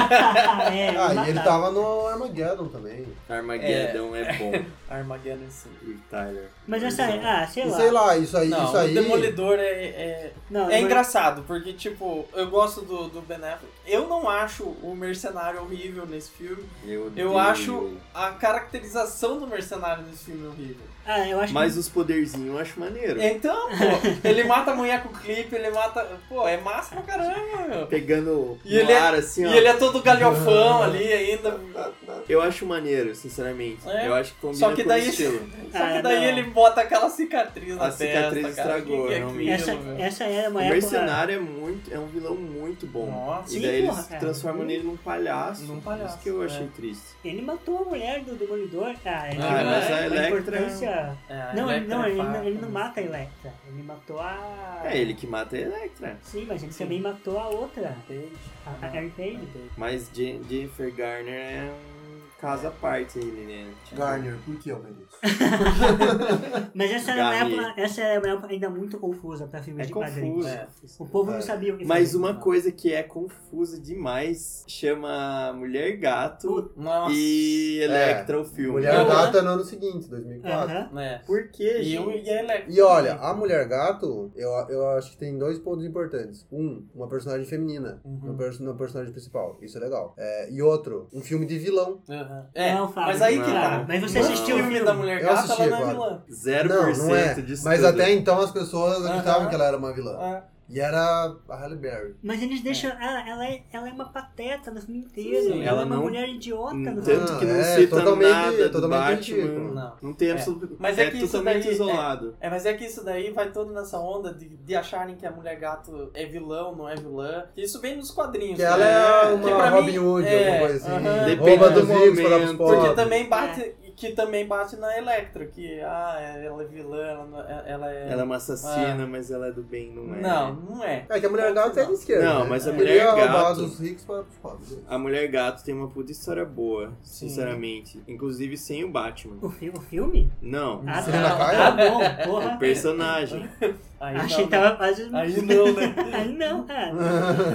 Speaker 1: Ah, e
Speaker 7: é,
Speaker 1: ele
Speaker 3: tá.
Speaker 7: matava.
Speaker 1: tava no Armageddon também.
Speaker 2: Armageddon é, bom.
Speaker 3: Armageddon, sim.
Speaker 2: E Tyler.
Speaker 7: Mas essa, ah, sei
Speaker 1: E
Speaker 7: lá.
Speaker 1: sei lá, isso
Speaker 2: É
Speaker 1: aí.
Speaker 3: Não,
Speaker 1: isso aí
Speaker 3: o Demolidor é, é,
Speaker 7: Não,
Speaker 3: é
Speaker 7: eu-
Speaker 3: engraçado, porque, tipo, eu gosto do, do Ben Affleck. Eu não acho o Mercenário horrível nesse filme.
Speaker 2: Eu,
Speaker 3: Eu
Speaker 2: odeio.
Speaker 3: acho a caracterização do Mercenário nesse filme é horrível.
Speaker 7: Ah, eu acho
Speaker 2: Mas os poderzinhos eu acho maneiro.
Speaker 3: Então, pô, ele mata a mulher com o clipe, ele mata. Pô, é massa pra caramba, meu.
Speaker 2: Pegando
Speaker 3: E
Speaker 2: no
Speaker 3: ele é-
Speaker 2: ar, assim, ó.
Speaker 3: E ele é todo galhofão ali ainda.
Speaker 2: Eu acho maneiro, sinceramente.
Speaker 3: É.
Speaker 2: Eu acho que combina
Speaker 3: Só que
Speaker 2: com
Speaker 3: daí-
Speaker 2: o estilo.
Speaker 3: Só que
Speaker 7: Ah,
Speaker 3: daí
Speaker 7: não.
Speaker 3: ele bota aquela cicatriz
Speaker 2: A
Speaker 3: na testa,
Speaker 2: cicatriz
Speaker 3: cara.
Speaker 2: estragou,
Speaker 3: Que que é
Speaker 2: realmente.
Speaker 7: que
Speaker 3: aquilo,
Speaker 7: essa,
Speaker 3: meu?
Speaker 7: essa era
Speaker 2: O
Speaker 7: uma época...
Speaker 2: mercenário é muito, é um vilão muito bom.
Speaker 3: Nossa.
Speaker 2: e
Speaker 7: Sim,
Speaker 2: daí
Speaker 7: porra,
Speaker 2: eles
Speaker 7: cara.
Speaker 2: transformam nele num palhaço.
Speaker 3: Num palhaço,
Speaker 2: Isso que eu
Speaker 3: é.
Speaker 2: achei triste.
Speaker 7: Ele matou a mulher do Demolidor, cara. Ele-
Speaker 3: Ah, mas a
Speaker 7: uma
Speaker 2: Elektra-
Speaker 7: importância-
Speaker 3: É, a
Speaker 7: Não, ele,
Speaker 3: Electra
Speaker 7: não
Speaker 3: é
Speaker 7: ele,
Speaker 3: fraca,
Speaker 7: não- ele não
Speaker 3: mas-
Speaker 7: mata a Electra. Ele matou a...
Speaker 2: É ele que mata a Electra.
Speaker 7: Sim, mas ele
Speaker 3: Sim.
Speaker 7: também matou a outra. A, a Mary Page.
Speaker 2: Mas Je- Jennifer Garner é um caso à parte aí, né? Tipo,
Speaker 1: Garner, por que eu mereço?
Speaker 7: Mas essa era, uma
Speaker 2: Gabi.
Speaker 7: época, essa era uma época ainda muito confusa pra filmes
Speaker 2: É
Speaker 7: de quadrinhos.
Speaker 2: confuso.
Speaker 3: É.
Speaker 7: O povo
Speaker 1: É.
Speaker 7: não sabia o que
Speaker 2: Mas
Speaker 7: fazer.
Speaker 2: uma coisa que é confusa demais chama Mulher Gato
Speaker 3: Nossa.
Speaker 2: e Electra o
Speaker 1: É.
Speaker 2: filme.
Speaker 1: Mulher
Speaker 3: Não,
Speaker 1: Gato é no ano seguinte, 2004.
Speaker 7: Aham.
Speaker 3: É.
Speaker 2: Por que,
Speaker 3: E, o,
Speaker 2: gente?
Speaker 3: e a Electra.
Speaker 1: E olha, a Mulher Gato, eu, eu acho que tem dois pontos importantes. Um, uma personagem feminina
Speaker 3: Uhum.
Speaker 1: no, perso- no personagem principal. Isso é legal. É, e outro, um filme de vilão.
Speaker 3: Aham. É,
Speaker 7: Não, Fábio,
Speaker 3: mas aí que
Speaker 2: não.
Speaker 3: tá.
Speaker 7: Mas você
Speaker 2: Não.
Speaker 7: assistiu
Speaker 3: o
Speaker 7: o
Speaker 3: filme,
Speaker 7: filme?
Speaker 3: da Mulher
Speaker 1: Eu
Speaker 3: Gata,
Speaker 1: assisti
Speaker 3: ela não é
Speaker 1: agora.
Speaker 3: vilã.
Speaker 2: 0%
Speaker 1: não, não é.
Speaker 2: disso
Speaker 1: Mas
Speaker 2: tudo.
Speaker 1: até então as pessoas
Speaker 3: Aham.
Speaker 1: acreditavam que ela era uma vilã.
Speaker 3: Ah,
Speaker 1: E era a Halle Berry.
Speaker 7: Mas eles deixam. Ela, ela, é, ela é uma pateta no filme inteiro.
Speaker 3: Sim,
Speaker 7: ela,
Speaker 2: ela
Speaker 7: é uma
Speaker 2: não- Hum,
Speaker 7: mulher idiota no filme.
Speaker 2: Tanto que não
Speaker 1: Ah, é,
Speaker 2: cita
Speaker 1: totalmente-
Speaker 2: nada do
Speaker 1: totalmente
Speaker 2: Batman.
Speaker 1: ridículo.
Speaker 3: Não.
Speaker 2: Não tem
Speaker 3: É.
Speaker 2: absolutamente.
Speaker 3: Mas
Speaker 2: é,
Speaker 3: é que isso
Speaker 2: totalmente
Speaker 3: daí é-
Speaker 2: isolado.
Speaker 3: É, mas é que isso daí vai todo nessa onda de, de acharem que a mulher gato é vilão, não é vilã. Que Isso vem nos quadrinhos.
Speaker 1: Que
Speaker 3: né?
Speaker 1: ela é
Speaker 3: Que
Speaker 1: uma
Speaker 3: pra
Speaker 1: Robin
Speaker 3: mim,
Speaker 1: Hood,
Speaker 3: é,
Speaker 1: alguma coisa assim.
Speaker 3: aham.
Speaker 2: Depende
Speaker 1: Rouba
Speaker 2: do
Speaker 1: dos ricos para os
Speaker 2: momento.
Speaker 1: pobres.
Speaker 3: Porque também bate.
Speaker 7: É.
Speaker 3: Que também bate na Electra, que ah, ela é vilã, ela, não- ela é.
Speaker 2: Ela é uma assassina, mas ela é do bem, não é?
Speaker 3: Não, não é.
Speaker 1: É que a Mulher Gato é de esquerda.
Speaker 2: Não,
Speaker 1: né?
Speaker 2: mas a
Speaker 1: Ele
Speaker 2: Mulher
Speaker 1: ia roubar
Speaker 2: Gato-
Speaker 1: dos ricos para os pobres. né?
Speaker 2: A Mulher Gato tem uma puta história boa,
Speaker 3: Sim.
Speaker 2: sinceramente. Inclusive sem o Batman.
Speaker 7: O, fi- o filme?
Speaker 2: Não.
Speaker 7: Ah,
Speaker 1: Você já
Speaker 7: tá.
Speaker 1: caiu?
Speaker 7: Tá bom, porra.
Speaker 2: O personagem.
Speaker 3: Aí
Speaker 7: Achei
Speaker 3: não,
Speaker 7: que tava quase.
Speaker 3: né? Aí não, né?
Speaker 7: Aí não, é. cara.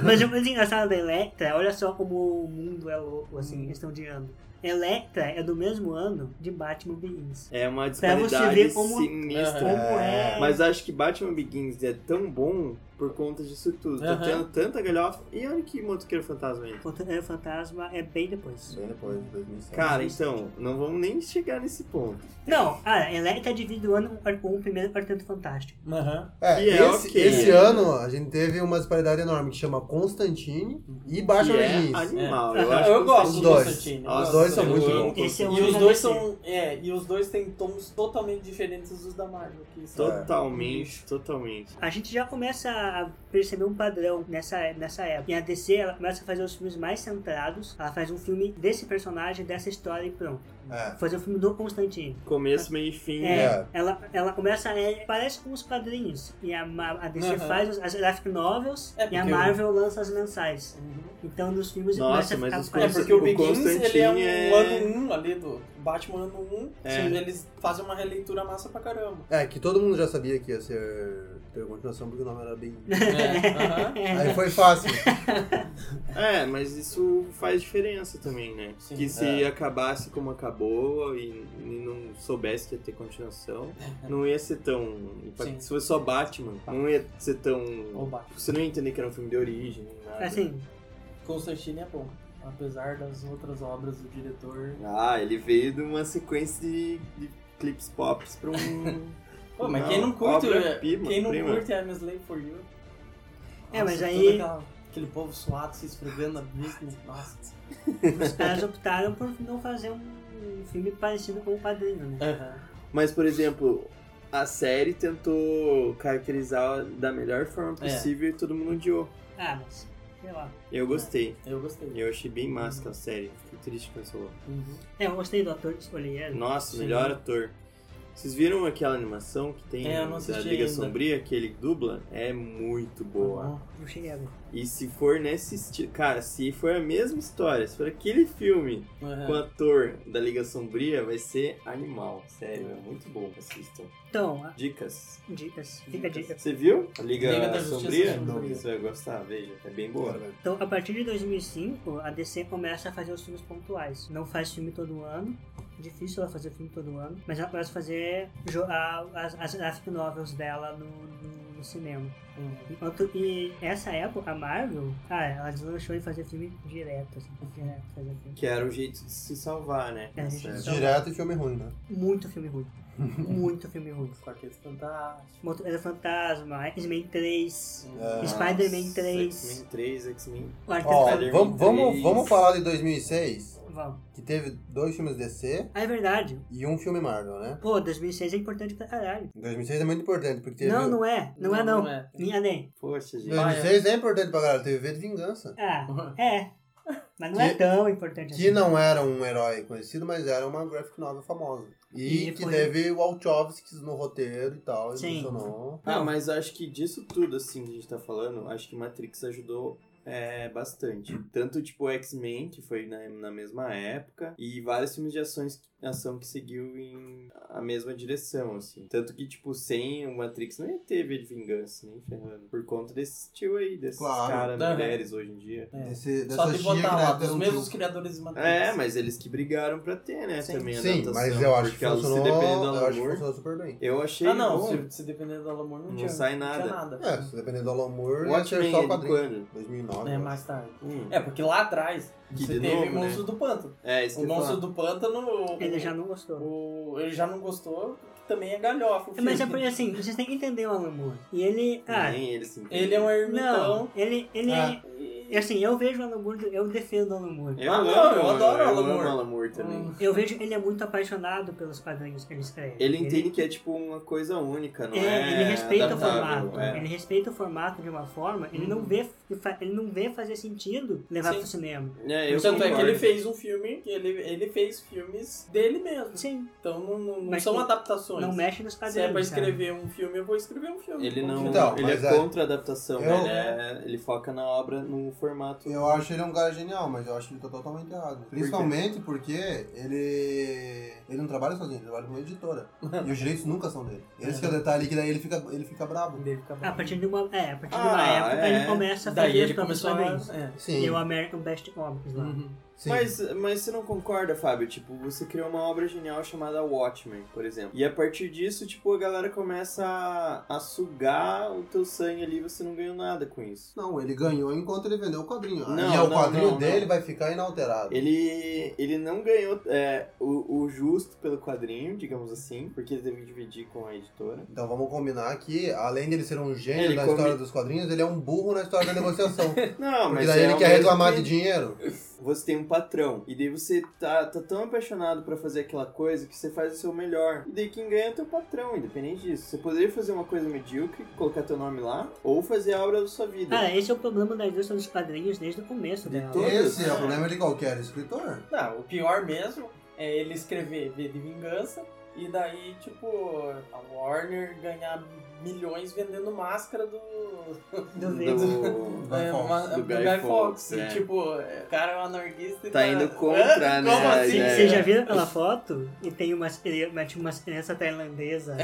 Speaker 7: Mas o mais engraçado da Electra, olha só como o mundo é louco, assim,
Speaker 3: Hum.
Speaker 7: questão de ano. Electra é do mesmo ano de Batman Begins.
Speaker 2: É uma
Speaker 7: você ver
Speaker 2: disparidade
Speaker 7: como-
Speaker 2: sinistra.
Speaker 7: Como é.
Speaker 2: Mas acho que Batman Begins é tão bom por conta disso tudo. Tá
Speaker 3: Aham.
Speaker 2: tendo tanta galhofa. E olha que motoqueiro fantasma aí.
Speaker 7: O Fantasma é bem depois.
Speaker 1: Bem depois, 2007.
Speaker 2: Cara, então, não vamos nem chegar nesse ponto.
Speaker 7: Não, a Electra divide o ano com o primeiro Quarteto Fantástico.
Speaker 3: Aham.
Speaker 1: É,
Speaker 2: E é
Speaker 1: esse,
Speaker 2: ok.
Speaker 1: esse ano a gente teve uma disparidade enorme que chama Constantine e Baixa
Speaker 2: E é
Speaker 1: Origins.
Speaker 2: animal.
Speaker 3: É.
Speaker 2: Eu acho que
Speaker 3: gosto
Speaker 1: os
Speaker 3: do
Speaker 1: dois.
Speaker 3: Constantine.
Speaker 2: Os
Speaker 3: eu
Speaker 1: dois
Speaker 3: gosto
Speaker 1: são
Speaker 3: do
Speaker 1: muito
Speaker 3: Constantine.
Speaker 1: bons.
Speaker 7: Esse é o
Speaker 3: E os
Speaker 7: da
Speaker 3: dois
Speaker 7: DC.
Speaker 3: são. um É, e os dois têm tons totalmente diferentes dos da Marvel. Que são
Speaker 2: Totalmente, totalmente.
Speaker 7: A gente já começa a perceber um padrão nessa, nessa época. E a DC, ela começa a fazer os filmes mais centrados. Ela faz um filme desse personagem, dessa história e pronto.
Speaker 1: É.
Speaker 7: Fazer o filme do Constantine.
Speaker 2: Começo, meio e fim.
Speaker 7: É,
Speaker 1: É.
Speaker 7: Ela, ela começa, é, parece com os quadrinhos. E a, Ma- a DC
Speaker 3: Aham.
Speaker 7: faz os- as graphic novels
Speaker 3: É,
Speaker 7: e a
Speaker 3: porque o-
Speaker 7: Marvel lança as mensais.
Speaker 3: Uhum.
Speaker 7: Então nos filmes
Speaker 2: Nossa,
Speaker 7: começa a
Speaker 2: mas
Speaker 7: ficar
Speaker 3: É,
Speaker 2: as
Speaker 7: mais-
Speaker 3: porque o,
Speaker 2: O
Speaker 3: Begins,
Speaker 2: Constantine
Speaker 3: ele é um
Speaker 2: é-
Speaker 3: ano 1 ali do Batman ano 1.
Speaker 2: É.
Speaker 3: Sim, eles fazem uma releitura massa pra caramba.
Speaker 1: É, que todo mundo já sabia que ia ser ter continuação porque o nome era bem.
Speaker 3: É,
Speaker 1: Aí foi fácil.
Speaker 2: É, mas isso faz diferença também, né?
Speaker 3: Sim.
Speaker 2: que se
Speaker 1: É.
Speaker 2: acabasse como acabou e, e não soubesse que ia ter continuação, não ia ser tão.
Speaker 3: Sim. Tá.
Speaker 2: Se fosse só Batman, não ia ser tão.
Speaker 3: O Batman.
Speaker 2: Você não ia entender que era um filme de origem, nem
Speaker 3: É,
Speaker 2: nada.
Speaker 7: Assim,
Speaker 3: Constantine é bom. Apesar das outras obras do diretor.
Speaker 2: Ah, ele veio de uma sequência de, de clips pops pra um.
Speaker 3: Pô, mas
Speaker 2: Não,
Speaker 3: quem não curte, né?
Speaker 2: obra-prima,
Speaker 3: quem não
Speaker 2: prima.
Speaker 3: curte I'm a Slave for You.
Speaker 7: É,
Speaker 3: Nossa,
Speaker 7: mas
Speaker 3: todo
Speaker 7: aí-
Speaker 3: aquela- aquele povo suado se esfregando na business, nossa.
Speaker 7: os caras optaram por não fazer um filme parecido com o padrinho, né?
Speaker 3: Aham.
Speaker 2: Mas, por exemplo, a série tentou caracterizar da melhor forma
Speaker 3: É.
Speaker 2: possível e todo mundo odiou.
Speaker 7: Ah, mas, sei lá.
Speaker 2: Eu gostei.
Speaker 3: Eu gostei.
Speaker 2: Eu achei bem massa aquela série. Fiquei triste com essa louca.
Speaker 3: Uhum.
Speaker 7: É, eu gostei do ator que escolhi ele.
Speaker 2: Nossa,
Speaker 3: Sim.
Speaker 2: melhor ator. Vocês viram aquela animação que tem
Speaker 3: É, eu não
Speaker 2: da
Speaker 3: assisti
Speaker 2: Liga
Speaker 3: ainda.
Speaker 2: Sombria, que ele dubla? É muito boa.
Speaker 7: Não cheguei a ver.
Speaker 2: E se for nesse estilo. Cara, se for a mesma história, se for aquele filme
Speaker 3: Aham.
Speaker 2: com o ator da Liga Sombria, vai ser animal. Sério, é muito bom. Assistam.
Speaker 7: Então, a-
Speaker 2: Dicas.
Speaker 7: dicas. Fica a dica.
Speaker 2: Você viu? A Liga,
Speaker 3: Liga da Justiça
Speaker 2: Sombria?
Speaker 3: Sombria.
Speaker 2: Você vai gostar, veja. É bem boa.
Speaker 1: Bora, velho.
Speaker 7: Então, a partir de 2005, a DC começa a fazer os filmes pontuais. Não faz filme todo ano. É Difícil ela fazer filme todo ano. Mas ela começa a fazer jo- a- as, as graphic novels dela no, no- no cinema.
Speaker 3: Uhum.
Speaker 7: Enquanto, e essa época, a Marvel, cara, ela deslanchou em fazer filme direto, assim. Direto, fazer filme.
Speaker 2: Que era o jeito de se salvar, né?
Speaker 7: É, a gente
Speaker 2: Nessa
Speaker 7: se
Speaker 2: época.
Speaker 1: Direto e filme ruim, né?
Speaker 7: Muito filme ruim. Muito filme ruim.
Speaker 3: Quarteto Fantástico.
Speaker 7: Motoqueiro Fantasma, X-Men 3,
Speaker 1: É.
Speaker 7: Spider-Man 3.
Speaker 2: X-Men 3, X-Men.
Speaker 7: Quarteto
Speaker 1: Ó,
Speaker 7: Fantasma.
Speaker 1: vamos, vamos,
Speaker 2: Tá três.
Speaker 1: vamos falar de 2006,
Speaker 7: Vamos.
Speaker 1: que teve dois filmes DC
Speaker 7: Ah, é verdade.
Speaker 1: e um filme Marvel, né?
Speaker 7: Pô, 2006 é importante pra caralho.
Speaker 1: 2006 é muito importante, porque teve...
Speaker 7: Não, não é. Não, é, não.
Speaker 3: é.
Speaker 7: Minha nem.
Speaker 2: Poxa, gente.
Speaker 1: 2006 é importante pra caralho, teve V de Vingança.
Speaker 7: Ah, é. Mas não é
Speaker 1: Que-
Speaker 7: tão importante
Speaker 1: Que
Speaker 7: assim.
Speaker 1: não era um herói conhecido, mas era uma graphic novel famosa. E,
Speaker 7: E
Speaker 1: que
Speaker 7: foi-
Speaker 1: teve Wachowskis no roteiro e tal, e
Speaker 7: Sim.
Speaker 1: funcionou.
Speaker 2: Ah, mas eu acho que disso tudo, assim, que a gente tá falando, acho que Matrix ajudou é, bastante.
Speaker 1: Hum.
Speaker 2: Tanto, tipo, X-Men, que foi na, na mesma época, e vários filmes de ações, ação que seguiu em a mesma direção, assim. Tanto que, tipo, sem o Matrix não ia ter V de Vingança, nem ferrando. Por conta desse estilo aí, desses
Speaker 1: Claro.
Speaker 2: caras,
Speaker 3: Aham.
Speaker 2: mulheres, hoje em dia.
Speaker 3: É.
Speaker 1: Desse,
Speaker 3: Só
Speaker 1: dessa
Speaker 3: de
Speaker 1: tia
Speaker 3: botar
Speaker 1: que
Speaker 3: lá,
Speaker 1: deve ter
Speaker 3: dos
Speaker 1: um
Speaker 3: mesmos
Speaker 1: tio-
Speaker 3: criadores de Matrix.
Speaker 2: É, mas eles que brigaram pra ter, né,
Speaker 3: Sim.
Speaker 2: também a
Speaker 1: Sim,
Speaker 2: adaptação.
Speaker 1: mas eu acho
Speaker 2: porque
Speaker 1: que
Speaker 2: ela
Speaker 1: funcionou,
Speaker 2: se dependendo do
Speaker 1: eu acho que
Speaker 2: amor,
Speaker 1: funcionou super bem.
Speaker 2: eu achei
Speaker 3: Ah, não.
Speaker 2: bom.
Speaker 3: Se, se dependendo do amor, não,
Speaker 2: Não
Speaker 3: tinha,
Speaker 2: sai
Speaker 3: Não tinha
Speaker 2: nada.
Speaker 1: É,
Speaker 3: nada.
Speaker 1: se dependendo do amor, ia ser
Speaker 2: Watchmen
Speaker 1: só
Speaker 2: é de
Speaker 1: quadrinho.
Speaker 2: quando?
Speaker 1: 2009.
Speaker 3: É,
Speaker 1: eu
Speaker 3: mais tarde.
Speaker 2: Hum.
Speaker 3: É, porque lá atrás,
Speaker 2: Que
Speaker 3: você
Speaker 2: de
Speaker 3: teve
Speaker 2: novo,
Speaker 3: o Monstro
Speaker 2: né?
Speaker 3: do Pântano.
Speaker 2: É, isso que
Speaker 3: O
Speaker 2: eu ia
Speaker 3: Monstro
Speaker 2: falar.
Speaker 3: do Pântano... o-
Speaker 7: Ele já não gostou.
Speaker 3: o- ele já não gostou, que também é galhofa. o
Speaker 7: Mas é
Speaker 3: filme.
Speaker 7: porque assim, vocês têm que entender o Alan Moore. E ele. Ah,
Speaker 2: Nem ele assim. se entende.
Speaker 3: Ele é um ermitão.
Speaker 7: não. Ele. ele
Speaker 1: Ah.
Speaker 7: e, Assim, eu vejo o Alan Moore, eu defendo o Alan Moore.
Speaker 2: Eu
Speaker 3: Ah,
Speaker 2: amo,
Speaker 3: não,
Speaker 2: eu,
Speaker 3: eu adoro
Speaker 2: eu
Speaker 3: Alan
Speaker 2: amo
Speaker 3: Moore.
Speaker 2: Alan Moore também.
Speaker 3: Hum.
Speaker 7: Eu vejo que ele é muito apaixonado pelos quadrinhos que ele escreve.
Speaker 2: Ele entende que é tipo uma coisa única, não
Speaker 7: É,
Speaker 2: é?
Speaker 7: ele respeita o
Speaker 2: adaptável,
Speaker 7: formato.
Speaker 2: é.
Speaker 7: Ele respeita o formato de uma forma, ele não vê, ele não vê fazer sentido levar
Speaker 3: Sim.
Speaker 7: pro cinema.
Speaker 2: É, eu
Speaker 3: Tanto é que
Speaker 2: concordo.
Speaker 3: ele fez um filme, que ele, ele fez filmes dele mesmo.
Speaker 7: Sim,
Speaker 3: Então não, não- não
Speaker 7: Mas
Speaker 3: são
Speaker 7: não-
Speaker 3: adaptações.
Speaker 7: não mexe nos quadrinhos.
Speaker 3: Se é pra
Speaker 7: sabe?
Speaker 3: escrever um filme, eu vou escrever um filme.
Speaker 2: Ele não.
Speaker 1: Então,
Speaker 2: ele
Speaker 1: mas
Speaker 2: é
Speaker 1: é-
Speaker 2: contra a adaptação,
Speaker 1: Eu-
Speaker 2: né? Ele, é- ele foca na obra no formato.
Speaker 1: Eu acho ele um cara genial, mas eu acho que ele tá totalmente errado. Principalmente porque ele. ele não trabalha sozinho, ele trabalha com uma editora. e os direitos nunca são dele. Esse que é o detalhe que daí ele fica, ele fica bravo.
Speaker 3: Dele fica
Speaker 7: A
Speaker 3: bravo.
Speaker 7: partir de uma, é, a partir de
Speaker 2: Ah,
Speaker 7: uma época
Speaker 2: é.
Speaker 7: ele começa a fazer
Speaker 3: Daí
Speaker 7: os
Speaker 3: ele
Speaker 7: próprios
Speaker 3: começou a
Speaker 7: quadrinhos.
Speaker 3: ver.
Speaker 1: Sim.
Speaker 3: Uhum.
Speaker 7: E o American Best Comics lá.
Speaker 1: Sim.
Speaker 2: Mas, mas você não concorda, Fábio? Tipo, você criou uma obra genial chamada Watchmen, por exemplo. E a partir disso, tipo, a galera começa a, a sugar o teu sangue ali e você não ganhou nada com isso.
Speaker 1: Não, ele ganhou enquanto ele vendeu o quadrinho.
Speaker 2: Não,
Speaker 1: e é o
Speaker 2: não,
Speaker 1: quadrinho
Speaker 2: não,
Speaker 1: dele
Speaker 2: não.
Speaker 1: vai ficar inalterado.
Speaker 2: Ele, ele não ganhou é, o, o justo pelo quadrinho, digamos assim, porque ele teve que dividir com a editora.
Speaker 1: Então vamos combinar que, além dele ser um gênio
Speaker 2: Ele
Speaker 1: na
Speaker 2: come-
Speaker 1: história dos quadrinhos, ele é um burro na história da negociação.
Speaker 2: Não,
Speaker 1: Porque
Speaker 2: mas
Speaker 1: daí
Speaker 2: é
Speaker 1: ele
Speaker 2: o
Speaker 1: quer
Speaker 2: mesmo
Speaker 1: reclamar
Speaker 2: que-
Speaker 1: de dinheiro.
Speaker 2: Você tem um patrão. E daí você tá, tá tão apaixonado pra fazer aquela coisa que você faz o seu melhor. E daí quem ganha é o teu patrão, independente disso. Você poderia fazer uma coisa medíocre, colocar teu nome lá, ou fazer a obra da sua vida.
Speaker 7: Cara, esse é o problema da indústria dos quadrinhos desde o começo
Speaker 2: De
Speaker 7: dela.
Speaker 2: todo-
Speaker 1: Esse é o problema de qualquer escritor.
Speaker 3: Não, o pior mesmo é ele escrever V de Vingança e daí, tipo, a Warner ganhar milhões vendendo máscara do,
Speaker 7: Do vento.
Speaker 2: Do...
Speaker 1: Guy
Speaker 3: é,
Speaker 1: Fawkes.
Speaker 3: ma- do Guy, Fawkes. E,
Speaker 2: é.
Speaker 3: tipo, é, o cara é um anarquista e
Speaker 2: Tá indo contra,
Speaker 3: Hã?
Speaker 2: né,
Speaker 3: Como
Speaker 2: a
Speaker 3: assim?
Speaker 2: ideia.
Speaker 7: Vocês já viram aquela foto? E tem umas, uma, tipo, umas crianças tailandesas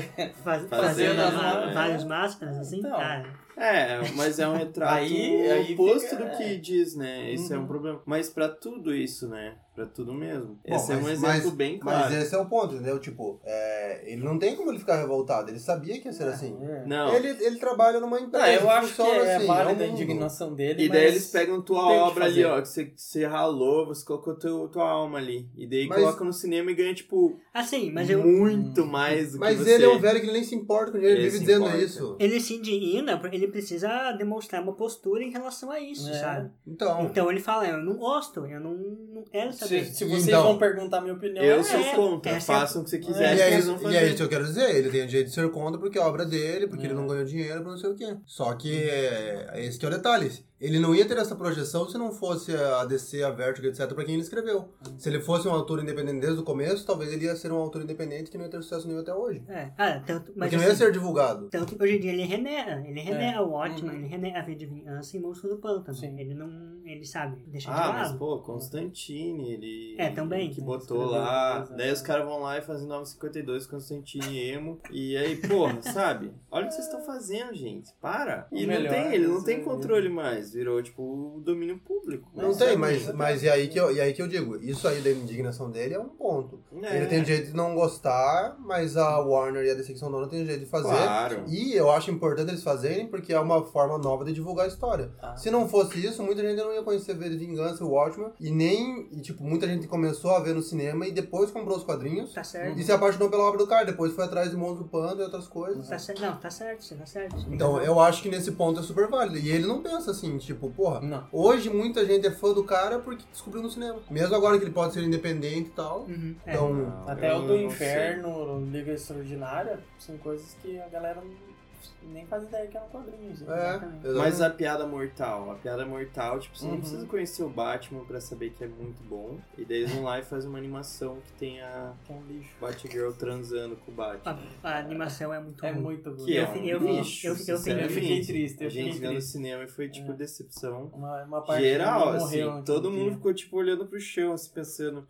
Speaker 7: faz- fazendo,
Speaker 2: Fazendo
Speaker 3: as
Speaker 7: va-
Speaker 3: máscaras.
Speaker 7: várias máscaras, assim,
Speaker 3: Então.
Speaker 7: cara.
Speaker 2: É, mas é um retrato
Speaker 3: Aí- aí
Speaker 2: oposto
Speaker 3: fica-
Speaker 2: do
Speaker 3: é.
Speaker 2: que diz, né? Esse é
Speaker 3: Uhum.
Speaker 2: um problema. Mas pra tudo isso, né? Pra tudo mesmo.
Speaker 1: Bom,
Speaker 2: Esse é um
Speaker 1: mas-
Speaker 2: exemplo
Speaker 1: mas-
Speaker 2: bem
Speaker 1: Mas
Speaker 2: claro.
Speaker 1: esse é o ponto, entendeu? Tipo, é, ele não tem como ele ficar revoltado. Ele sabia que ia ser assim.
Speaker 2: Não.
Speaker 1: Ele, ele trabalha numa empresa.
Speaker 3: Ah, É. eu
Speaker 1: que
Speaker 3: acho que
Speaker 1: funciona
Speaker 3: é
Speaker 1: assim,
Speaker 3: válida a
Speaker 1: mundo.
Speaker 3: indignação dele.
Speaker 2: E daí
Speaker 3: mas-
Speaker 2: eles pegam tua
Speaker 3: tem o que
Speaker 2: obra ali,
Speaker 3: fazer.
Speaker 2: ó, que você, que você ralou, você colocou teu, tua alma ali. E daí
Speaker 1: Mas-
Speaker 2: coloca no cinema e ganha, tipo,
Speaker 7: Assim, mas eu,
Speaker 2: muito mais do
Speaker 1: Mas
Speaker 2: que você.
Speaker 1: ele é um velho que nem se importa com dinheiro. Ele
Speaker 2: Ele
Speaker 1: vive
Speaker 2: se
Speaker 1: dizendo
Speaker 2: importa.
Speaker 1: isso.
Speaker 7: ele se indigna porque ele precisa demonstrar uma postura em relação a isso,
Speaker 3: É.
Speaker 7: sabe?
Speaker 1: Então,
Speaker 7: Então ele fala, eu não gosto, eu não, não quero
Speaker 3: Se,
Speaker 7: saber.
Speaker 3: se vocês
Speaker 1: Então.
Speaker 3: vão perguntar minha opinião,
Speaker 2: Eu
Speaker 3: é-
Speaker 2: sou contra,
Speaker 7: essa é a-
Speaker 2: façam o que você
Speaker 1: e
Speaker 2: quiser, que
Speaker 1: é,
Speaker 2: eles
Speaker 1: isso,
Speaker 2: vão
Speaker 1: e é
Speaker 2: fazer.
Speaker 1: isso que eu quero dizer. Ele tem o direito de ser contra porque é obra dele, porque ele não ganhou dinheiro, pra não sei o quê. Só que é, esse que é o detalhe. Ele não ia ter essa projeção se não fosse a DC, a Vertigo, etc., pra quem ele escreveu. Se ele fosse um autor independente desde o começo, talvez ele ia ser um autor independente que não ia ter sucesso nenhum até hoje.
Speaker 7: É. Ah, tanto, mas
Speaker 1: porque não ia
Speaker 7: assim,
Speaker 1: ser divulgado.
Speaker 7: tanto que hoje em dia ele renega. Ele renega o ótimo,
Speaker 3: Uhum.
Speaker 7: ele renega a vida de vingança e monstro do pântano.
Speaker 3: Sim.
Speaker 7: Ele não. Ele sabe, deixa de
Speaker 2: Ah,
Speaker 7: lado.
Speaker 2: mas pô, Constantine, ele.
Speaker 7: É, também.
Speaker 2: Que
Speaker 7: Ele
Speaker 2: botou
Speaker 3: escreveu
Speaker 2: lá.
Speaker 3: coisa,
Speaker 2: Daí
Speaker 3: né?
Speaker 2: os caras vão lá e fazem 952 Constantine emo. E aí, porra, sabe? Olha o que vocês estão fazendo, gente. Para. E não
Speaker 3: Melhor,
Speaker 2: tem, ele não tem
Speaker 3: sim.
Speaker 2: controle mais. Virou, tipo, o domínio público. é
Speaker 1: Não
Speaker 2: Isso
Speaker 1: tem,
Speaker 2: aí.
Speaker 1: mas, mas e, aí que eu, e aí que eu digo, isso aí da indignação dele é um ponto.
Speaker 2: É.
Speaker 1: Ele tem jeito de não gostar, mas a Warner e a DC que são dona tem jeito de fazer.
Speaker 2: Claro.
Speaker 1: E eu acho importante eles fazerem porque é uma forma nova de divulgar a história.
Speaker 3: Ah.
Speaker 1: Se não fosse isso, muita gente não ia conhecer V de Vingança, o Watchmen, e nem, e, tipo, muita gente começou a ver no cinema e depois comprou os quadrinhos
Speaker 7: Tá certo.
Speaker 1: e se apaixonou pela obra do cara, depois foi atrás de Monstro do Panda e outras coisas.
Speaker 7: Tá certo. Não, tá certo, você tá certo. você tem
Speaker 1: Então,
Speaker 7: razão.
Speaker 1: eu acho que nesse ponto é super válido. E ele não pensa assim, tipo, porra,
Speaker 3: Não.
Speaker 1: Hoje muita gente é fã do cara porque descobriu no cinema. Mesmo agora que ele pode ser independente e tal.
Speaker 7: Uhum, é.
Speaker 1: Então,
Speaker 2: Não,
Speaker 3: Até
Speaker 2: eu
Speaker 3: o
Speaker 2: não
Speaker 3: do
Speaker 2: sei.
Speaker 3: Inferno, Liga Extraordinária, são coisas que a galera não- nem faz ideia que era um quadrinho, gente.
Speaker 1: é.
Speaker 2: Mas
Speaker 1: Mas
Speaker 2: a piada mortal, a piada mortal, tipo, você
Speaker 3: Uhum.
Speaker 2: não precisa conhecer o Batman pra saber que é muito bom. E daí eles vão lá e fazem uma animação que tem a
Speaker 3: Que é um lixo.
Speaker 2: Batgirl transando com o Batman.
Speaker 7: A, a animação é muito
Speaker 3: É
Speaker 7: ruim.
Speaker 3: muito ruim.
Speaker 2: Que
Speaker 7: Eu
Speaker 2: é
Speaker 7: fi-
Speaker 2: um
Speaker 7: eu
Speaker 3: vi-
Speaker 2: lixo,
Speaker 7: eu fi- eu fi-
Speaker 3: Eu fiquei
Speaker 2: sinceramente.
Speaker 3: triste, eu
Speaker 2: A gente
Speaker 3: fiquei
Speaker 2: viu no
Speaker 3: triste.
Speaker 2: cinema e foi, tipo,
Speaker 3: É.
Speaker 2: decepção
Speaker 3: Uma, uma parte
Speaker 2: geral,
Speaker 3: que
Speaker 2: assim.
Speaker 3: morreu, né? aquele
Speaker 2: todo mundo
Speaker 3: dia.
Speaker 2: ficou, tipo, olhando pro chão, assim, pensando...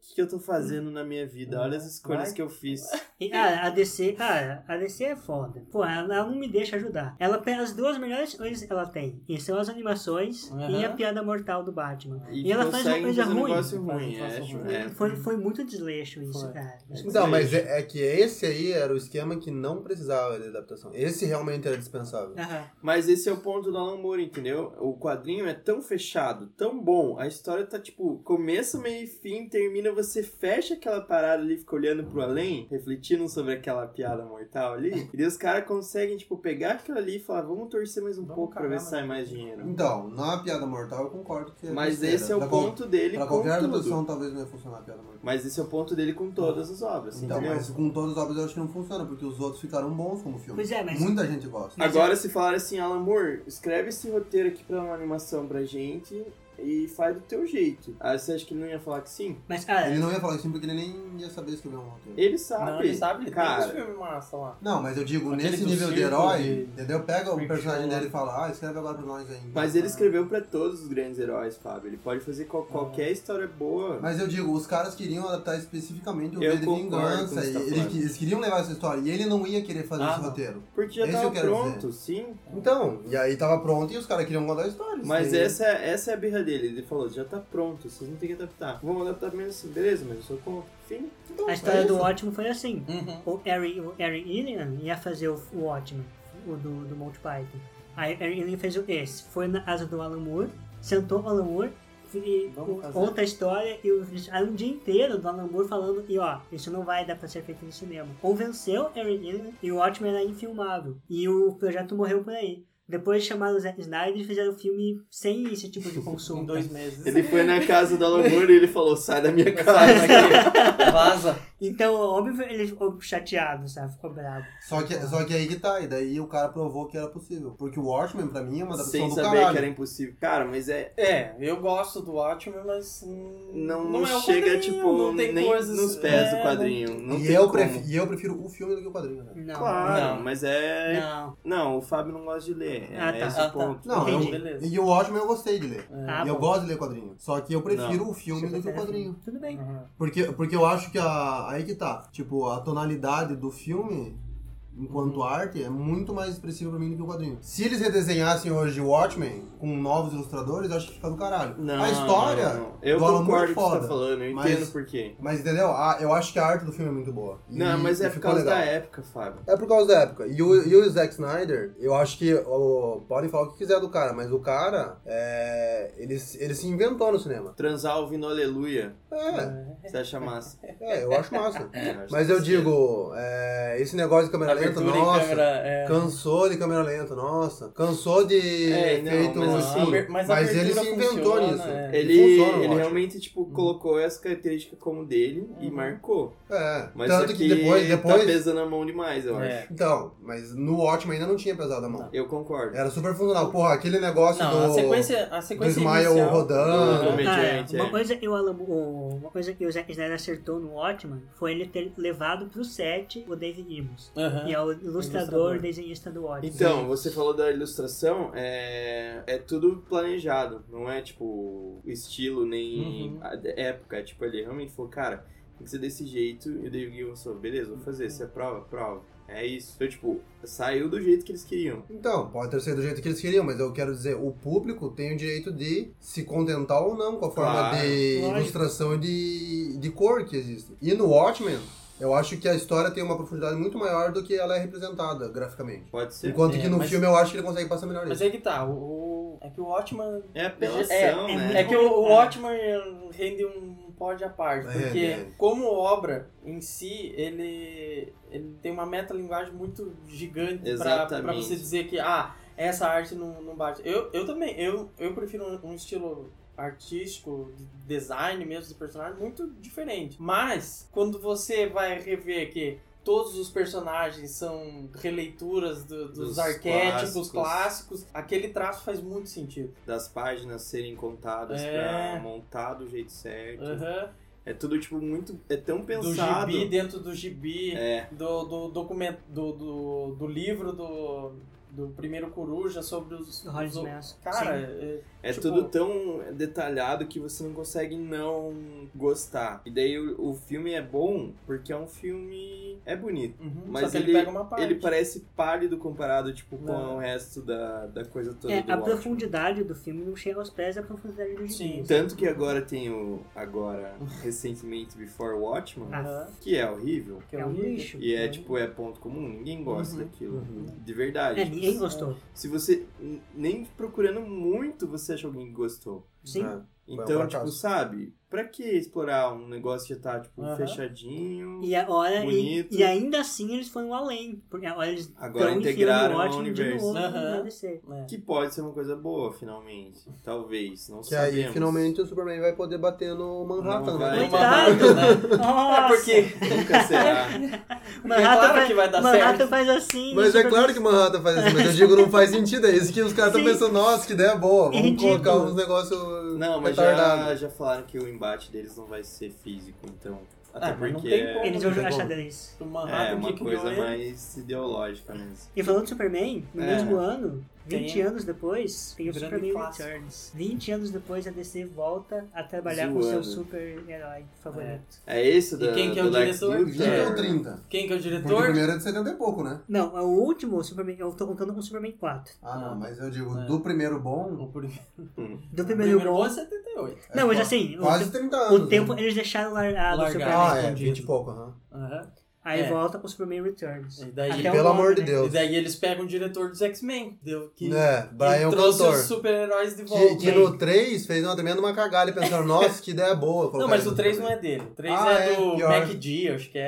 Speaker 2: O que, que eu tô fazendo na minha vida? Olha as escolhas
Speaker 3: Vai.
Speaker 2: que eu fiz.
Speaker 7: E, cara, a DC, cara, a DC é foda. Pô, ela, ela não me deixa ajudar. Ela tem as duas melhores coisas que ela tem. E são as animações e a
Speaker 3: Aham.
Speaker 7: piada mortal do Batman.
Speaker 2: E,
Speaker 7: E ela faz uma
Speaker 2: conseguem
Speaker 7: coisa
Speaker 2: fazer um
Speaker 7: ruim.
Speaker 2: negócio ruim.
Speaker 3: Faz um
Speaker 2: é,
Speaker 3: negócio
Speaker 2: tipo,
Speaker 3: ruim.
Speaker 2: é.
Speaker 7: Foi, foi muito desleixo isso,
Speaker 3: Foi.
Speaker 7: cara.
Speaker 1: então, mas é, é que esse aí era o esquema que não precisava de adaptação. Esse realmente era dispensável.
Speaker 7: Aham.
Speaker 2: Mas esse é o ponto do Alan Moore, entendeu? O quadrinho é tão fechado, tão bom. A história tá tipo, começo, meio e fim, termina, você fecha aquela parada ali, fica olhando pro além, refletindo sobre aquela piada mortal ali. E daí os caras conseguem, tipo, pegar aquilo ali e falar, vamos torcer mais um
Speaker 3: Vamos
Speaker 2: pouco pra
Speaker 3: cagar
Speaker 2: ver
Speaker 3: na
Speaker 2: se sai
Speaker 3: vida."
Speaker 2: mais dinheiro.
Speaker 1: Então, na piada mortal eu concordo que.
Speaker 2: Mas
Speaker 1: besteira.
Speaker 2: esse é o
Speaker 1: Pra qual-
Speaker 2: ponto dele
Speaker 1: Pra
Speaker 2: com
Speaker 1: qualquer
Speaker 2: tudo.
Speaker 1: adaptação talvez não ia funcionar a piada mortal.
Speaker 2: Mas esse é o ponto dele com todas as obras,
Speaker 1: Então,
Speaker 2: entendeu?
Speaker 1: mas com todas as obras eu acho que não funciona, porque os outros ficaram bons como filme.
Speaker 7: Pois é, mas-
Speaker 1: Muita gente gosta.
Speaker 2: Agora, se falar assim, Alan Moore, escreve esse roteiro aqui pra uma animação pra gente e faz do teu jeito. Aí você acha que ele não ia falar que sim?
Speaker 7: Mas, cara,
Speaker 1: Ele não ia falar assim porque ele nem ia saber escrever um roteiro.
Speaker 2: Ele sabe.
Speaker 3: Não, ele sabe, ele tem uns
Speaker 2: cara.
Speaker 3: filmes massa lá.
Speaker 1: Não, mas eu digo,
Speaker 2: Aquele
Speaker 1: nesse
Speaker 2: do
Speaker 1: nível de
Speaker 2: circo,
Speaker 1: herói,
Speaker 2: de-
Speaker 1: entendeu? Pega o
Speaker 2: Freak
Speaker 1: personagem
Speaker 2: show,
Speaker 1: dele e fala, ah, escreve agora pra nós ainda.
Speaker 2: Mas ele escreveu pra todos os grandes heróis, Fábio. Ele pode fazer qual- qualquer história boa.
Speaker 1: Mas eu digo, os caras queriam adaptar especificamente o
Speaker 2: Eu
Speaker 1: V de
Speaker 2: concordo com
Speaker 1: Vingança. e
Speaker 2: o que você tá
Speaker 1: Eles,
Speaker 2: falando.
Speaker 1: eles queriam levar essa história e ele não ia querer fazer
Speaker 3: Ah,
Speaker 1: esse
Speaker 3: não.
Speaker 1: roteiro.
Speaker 2: Porque já
Speaker 1: Esse eu
Speaker 2: tava
Speaker 1: quero
Speaker 2: pronto, sim.
Speaker 1: Então, e aí tava pronto e os caras queriam contar a história.
Speaker 2: Mas
Speaker 1: Sim.
Speaker 2: essa, é- essa é a birra dele. Ele falou, já tá pronto, vocês não tem que adaptar. Vamos adaptar mesmo assim, beleza, mas eu sou contra. Fim.
Speaker 7: A história do
Speaker 2: beleza.
Speaker 7: Ótimo foi assim.
Speaker 3: Uhum.
Speaker 7: O Harry, o Harry Illian ia fazer o, o Ótimo, o do, do Monty Python. Aí o Harry Illian fez o esse. Foi na asa do Alan Moore, sentou o Alan Moore, e
Speaker 3: Vamos
Speaker 7: o-
Speaker 3: fazer.
Speaker 7: conta a história e o, aí um dia inteiro do Alan Moore falando e ó, isso não vai dar pra ser feito no cinema. Convenceu Harry Illian e o Ótimo era infilmável. E o projeto morreu por aí. Depois chamaram o Zack Snyder e fizeram o filme sem esse tipo de consumo.
Speaker 3: Em dois meses.
Speaker 2: Ele foi na casa do Alan Moore e ele falou, sai da minha casa.
Speaker 3: Vaza.
Speaker 7: Então, óbvio, ele ficou chateado, sabe? Ficou bravo.
Speaker 1: Só que, só que aí que tá, e daí o cara provou que era possível. Porque o Watchmen, pra mim, é uma adaptação
Speaker 2: Sem
Speaker 1: do
Speaker 2: saber
Speaker 1: caralho.
Speaker 2: que era impossível. Cara, mas é...
Speaker 3: É, eu gosto do Watchmen, mas hum,
Speaker 2: Não,
Speaker 3: é o
Speaker 2: chega,
Speaker 3: quadrinho,
Speaker 2: tipo,
Speaker 3: não tem
Speaker 2: nem
Speaker 3: coisas,
Speaker 2: nos pés
Speaker 3: é,
Speaker 2: do quadrinho. Não
Speaker 1: e,
Speaker 2: tem
Speaker 1: eu
Speaker 2: como.
Speaker 1: prefiro, e eu prefiro o filme do que o quadrinho, né?
Speaker 7: Não.
Speaker 2: Claro,
Speaker 3: Não.
Speaker 2: mas é...
Speaker 7: Não.
Speaker 2: Não, o Fábio não gosta de ler. É
Speaker 7: Ah, tá.
Speaker 2: esse o
Speaker 3: Ah, tá.
Speaker 2: ponto.
Speaker 1: Não,
Speaker 7: Entendi.
Speaker 1: eu-
Speaker 3: Beleza.
Speaker 1: e o Watchmen eu gostei de ler.
Speaker 7: Ah,
Speaker 1: e eu
Speaker 7: bom.
Speaker 1: gosto de ler quadrinho. Só que eu prefiro o filme do que o quadrinho.
Speaker 7: assim. Tudo bem.
Speaker 2: Uhum.
Speaker 1: Porque, porque eu acho que a, aí que tá. Tipo, a tonalidade do filme,
Speaker 7: Uhum.
Speaker 1: enquanto arte, é muito mais expressiva pra mim do que o quadrinho. Se eles redesenhassem hoje o Watchmen com novos ilustradores, eu acho que fica do caralho.
Speaker 2: Não,
Speaker 1: a história.
Speaker 2: não, não. Eu
Speaker 1: do Alan Moore
Speaker 2: concordo
Speaker 1: é
Speaker 2: com o que você
Speaker 1: foda.
Speaker 2: tá falando, eu
Speaker 1: mas-
Speaker 2: entendo por quê.
Speaker 1: Mas entendeu? A- eu acho que a arte do filme é muito boa. E-
Speaker 2: Não, mas é
Speaker 1: e
Speaker 2: por
Speaker 1: ficou
Speaker 2: causa
Speaker 1: legal.
Speaker 2: da época, Fábio.
Speaker 1: É por causa da época. E o, e o Zack Snyder, eu acho que. o- podem falar o que quiser do cara, mas o cara. é, ele, se- ele se inventou no cinema.
Speaker 2: Transar ouvindo Aleluia,
Speaker 1: É,
Speaker 2: você acha massa.
Speaker 1: é, eu acho massa.
Speaker 2: acho
Speaker 1: Mas eu
Speaker 2: que-
Speaker 1: digo, é, esse negócio de câmera lenta,
Speaker 3: Abertura em
Speaker 1: nossa.
Speaker 3: câmera, é.
Speaker 1: Cansou de câmera lenta, nossa. Cansou de
Speaker 2: É, não,
Speaker 1: efeito
Speaker 2: mas
Speaker 3: a
Speaker 1: assim.
Speaker 3: aber- mas a
Speaker 1: ele se
Speaker 3: abertura
Speaker 1: inventou
Speaker 3: funciona,
Speaker 1: nisso.
Speaker 3: é.
Speaker 2: né? Ele,
Speaker 1: funciona, eu
Speaker 2: ele
Speaker 1: acho.
Speaker 2: realmente, tipo,
Speaker 3: Uhum.
Speaker 2: colocou essa característica como dele e marcou.
Speaker 1: É.
Speaker 2: Mas
Speaker 1: Tanto
Speaker 2: aqui
Speaker 1: que depois. depois...
Speaker 2: tá pesando a mão demais, eu
Speaker 3: É.
Speaker 2: acho.
Speaker 1: Então, mas no ótimo ainda não tinha pesado a mão.
Speaker 2: Eu concordo.
Speaker 1: Era super funcional. Porra, aquele negócio
Speaker 3: Não,
Speaker 1: do.
Speaker 3: a sequência, a
Speaker 1: do
Speaker 3: sequência
Speaker 1: Smile
Speaker 3: inicial,
Speaker 2: Do
Speaker 1: rodando.
Speaker 2: Homem- Mediante,
Speaker 7: Ah, é.
Speaker 2: é.
Speaker 7: uma, coisa que o Alan, o- uma coisa que o Zack Snyder acertou no Watchman foi ele ter levado pro set o David Gibbons,
Speaker 2: Uhum.
Speaker 3: Aham.
Speaker 7: que é o
Speaker 3: Ah, Ilustrador.
Speaker 7: ilustrador e desenhista do Watchman.
Speaker 2: Então, você falou da ilustração, é, é tudo planejado, não é tipo o estilo nem
Speaker 3: Uhum.
Speaker 2: a de- época, é, tipo ele realmente falou, cara, tem que ser desse jeito, e o David Gibbons falou, beleza, vou fazer,
Speaker 3: Uhum.
Speaker 2: você aprova, aprova. É isso. Então, tipo, saiu do jeito que eles queriam.
Speaker 1: Então, pode ter sido do jeito que eles queriam, mas eu quero dizer, o público tem o direito de se contentar ou não com a forma
Speaker 2: Claro.
Speaker 1: de
Speaker 7: Lógico.
Speaker 1: ilustração e de, de cor que existe. E no Watchmen, eu acho que a história tem uma profundidade muito maior do que ela é representada graficamente.
Speaker 2: Pode ser.
Speaker 1: Enquanto
Speaker 3: É,
Speaker 1: que no
Speaker 3: mas-
Speaker 1: filme eu acho que ele consegue passar melhor
Speaker 3: Mas
Speaker 1: isso.
Speaker 3: é que tá, o, o- é que o Watchman...
Speaker 2: É apelação,
Speaker 7: É, é
Speaker 2: né?
Speaker 3: É que o, o Watchman rende um pod à parte,
Speaker 1: É,
Speaker 3: porque
Speaker 1: é.
Speaker 3: como obra em si, ele, ele tem uma metalinguagem muito gigante pra,
Speaker 2: Exatamente.
Speaker 3: pra você dizer que, ah, essa arte não, não bate. Eu, eu também, eu, eu prefiro um, um estilo artístico, de design mesmo de personagem, muito diferente. Mas, quando você vai rever que todos os personagens são releituras do- dos,
Speaker 2: Dos
Speaker 3: arquétipos
Speaker 2: clássicos.
Speaker 3: clássicos, aquele traço faz muito sentido.
Speaker 2: Das páginas serem contadas
Speaker 3: É.
Speaker 2: pra montar do jeito certo.
Speaker 3: Aham.
Speaker 2: É tudo, tipo, muito. É tão
Speaker 3: Do
Speaker 2: pensado.
Speaker 3: gibi dentro do gibi,
Speaker 2: É.
Speaker 3: do, do documento, do, do, do livro do, do primeiro coruja sobre os.
Speaker 7: Do Hollis
Speaker 3: os-
Speaker 7: Manson.
Speaker 3: Cara,
Speaker 7: Sim.
Speaker 3: é-
Speaker 2: É
Speaker 3: Tipo-
Speaker 2: tudo tão detalhado que você não consegue não gostar. E daí o, o filme é bom porque é um filme. é bonito.
Speaker 3: uhum,
Speaker 2: Mas
Speaker 3: só que ele,
Speaker 2: ele-
Speaker 3: pega uma parte.
Speaker 2: Ele parece pálido comparado, tipo, com
Speaker 3: Não.
Speaker 2: o resto da, da coisa toda
Speaker 7: É,
Speaker 2: do
Speaker 7: a
Speaker 2: Watchmen.
Speaker 7: profundidade do filme não chega aos pés da profundidade do
Speaker 3: Sim.
Speaker 7: gibi.
Speaker 2: Tanto que agora tem o. agora, recentemente, Before Watchmen,
Speaker 7: Ah,
Speaker 2: que é horrível.
Speaker 7: é um lixo.
Speaker 2: E é tipo, é ponto comum, ninguém gosta
Speaker 3: Uhum.
Speaker 2: daquilo.
Speaker 1: Uhum.
Speaker 2: De verdade.
Speaker 7: É, ninguém gostou.
Speaker 2: Se você. n- Nem procurando muito, você acha alguém que gostou.
Speaker 7: Sim.
Speaker 1: É.
Speaker 2: Então,
Speaker 1: fracasso.
Speaker 2: tipo, sabe? Pra que explorar um negócio que tá, tipo,
Speaker 3: Aham.
Speaker 2: fechadinho?
Speaker 7: E agora, e,
Speaker 2: Bonito.
Speaker 7: e ainda assim eles foram além. Porque agora eles
Speaker 3: então,
Speaker 2: Agora
Speaker 7: tão enfiando
Speaker 2: integraram
Speaker 7: o
Speaker 2: ao
Speaker 7: Watchmen de
Speaker 2: universo.
Speaker 7: novo no
Speaker 3: Aham.
Speaker 7: DC.
Speaker 3: É.
Speaker 2: Que pode ser uma coisa boa, finalmente. Talvez, não
Speaker 1: Que
Speaker 2: sabemos.
Speaker 1: aí finalmente o Superman vai poder bater no Manhattan,
Speaker 2: Não
Speaker 1: né?
Speaker 2: vai.
Speaker 3: Uma marca,
Speaker 7: Coitado.
Speaker 3: né?
Speaker 7: Nossa,
Speaker 3: É porque.
Speaker 2: Nunca será.
Speaker 7: Manhattan,
Speaker 3: claro
Speaker 7: faz,
Speaker 3: que vai dar
Speaker 7: Manhattan
Speaker 3: certo.
Speaker 7: faz assim.
Speaker 1: Mas é
Speaker 7: super-
Speaker 1: claro que Manhattan faz isso, mas eu digo, não faz sentido, é isso que os caras estão
Speaker 7: Sim.
Speaker 1: pensando, nossa, que ideia boa,
Speaker 7: É
Speaker 1: vamos
Speaker 7: ridículo.
Speaker 1: colocar uns negócios
Speaker 2: Não, mas
Speaker 1: retardados.
Speaker 2: já, já falaram que o embate deles não vai ser físico, então. Até
Speaker 3: Ah,
Speaker 2: porque
Speaker 3: mas não tem como.
Speaker 7: Eles vão jogar
Speaker 1: jogou.
Speaker 7: xadrez.
Speaker 3: Do
Speaker 2: é, é
Speaker 3: Manhattan
Speaker 2: uma
Speaker 3: que criou
Speaker 2: coisa
Speaker 3: ele.
Speaker 2: mais ideológica mesmo.
Speaker 7: E falando de Superman, no
Speaker 2: É.
Speaker 7: mesmo ano, 20
Speaker 3: Tem-
Speaker 7: anos depois, tem o
Speaker 3: Grande
Speaker 7: Superman
Speaker 3: clássico.
Speaker 7: Returns. 20 anos depois, a DC volta a trabalhar com
Speaker 2: Zoando.
Speaker 7: seu super-herói favorito.
Speaker 2: É esse
Speaker 3: E
Speaker 2: da,
Speaker 3: quem que é
Speaker 2: do
Speaker 3: o
Speaker 2: Lex
Speaker 3: diretor?
Speaker 2: Luthor?
Speaker 1: 20 ou 30?
Speaker 3: Quem que é o
Speaker 1: Porque o
Speaker 3: diretor?
Speaker 1: primeiro é de 70 e pouco, né?
Speaker 7: Não, é o último Superman, eu tô contando com o Superman 4.
Speaker 1: Ah, não,
Speaker 3: Não.
Speaker 1: mas eu digo,
Speaker 3: É.
Speaker 1: do primeiro bom,
Speaker 3: O primeiro,
Speaker 7: Do
Speaker 2: Hum,
Speaker 3: o
Speaker 7: primeiro...
Speaker 3: primeiro é 78.
Speaker 7: Não, mas
Speaker 1: qua-
Speaker 7: assim, o
Speaker 1: quase
Speaker 7: tempo-
Speaker 1: 30
Speaker 7: o,
Speaker 1: anos.
Speaker 7: tempo
Speaker 1: né?
Speaker 7: eles deixaram largado o
Speaker 3: Largado.
Speaker 7: Superman.
Speaker 1: Ah, é,
Speaker 3: escondido.
Speaker 1: 20 e pouco, aham.
Speaker 3: Aham.
Speaker 7: Aí
Speaker 3: É.
Speaker 7: volta pro Superman Returns.
Speaker 3: E daí-
Speaker 7: Até o
Speaker 1: Pelo
Speaker 7: nome,
Speaker 1: amor de
Speaker 7: né?
Speaker 3: E
Speaker 1: Deus.
Speaker 3: daí eles pegam o diretor dos X-Men. Deu que.
Speaker 1: É, Brian
Speaker 3: que trouxe
Speaker 1: Cantor.
Speaker 3: os super-heróis de volta.
Speaker 1: Que, que no 3 fez uma tremenda uma cagada e pensaram, nossa, que ideia boa.
Speaker 3: Não, mas o 3 não é dele. O 3
Speaker 1: Ah,
Speaker 3: é,
Speaker 1: é,
Speaker 3: do
Speaker 1: pior.
Speaker 3: Mac D, acho que é.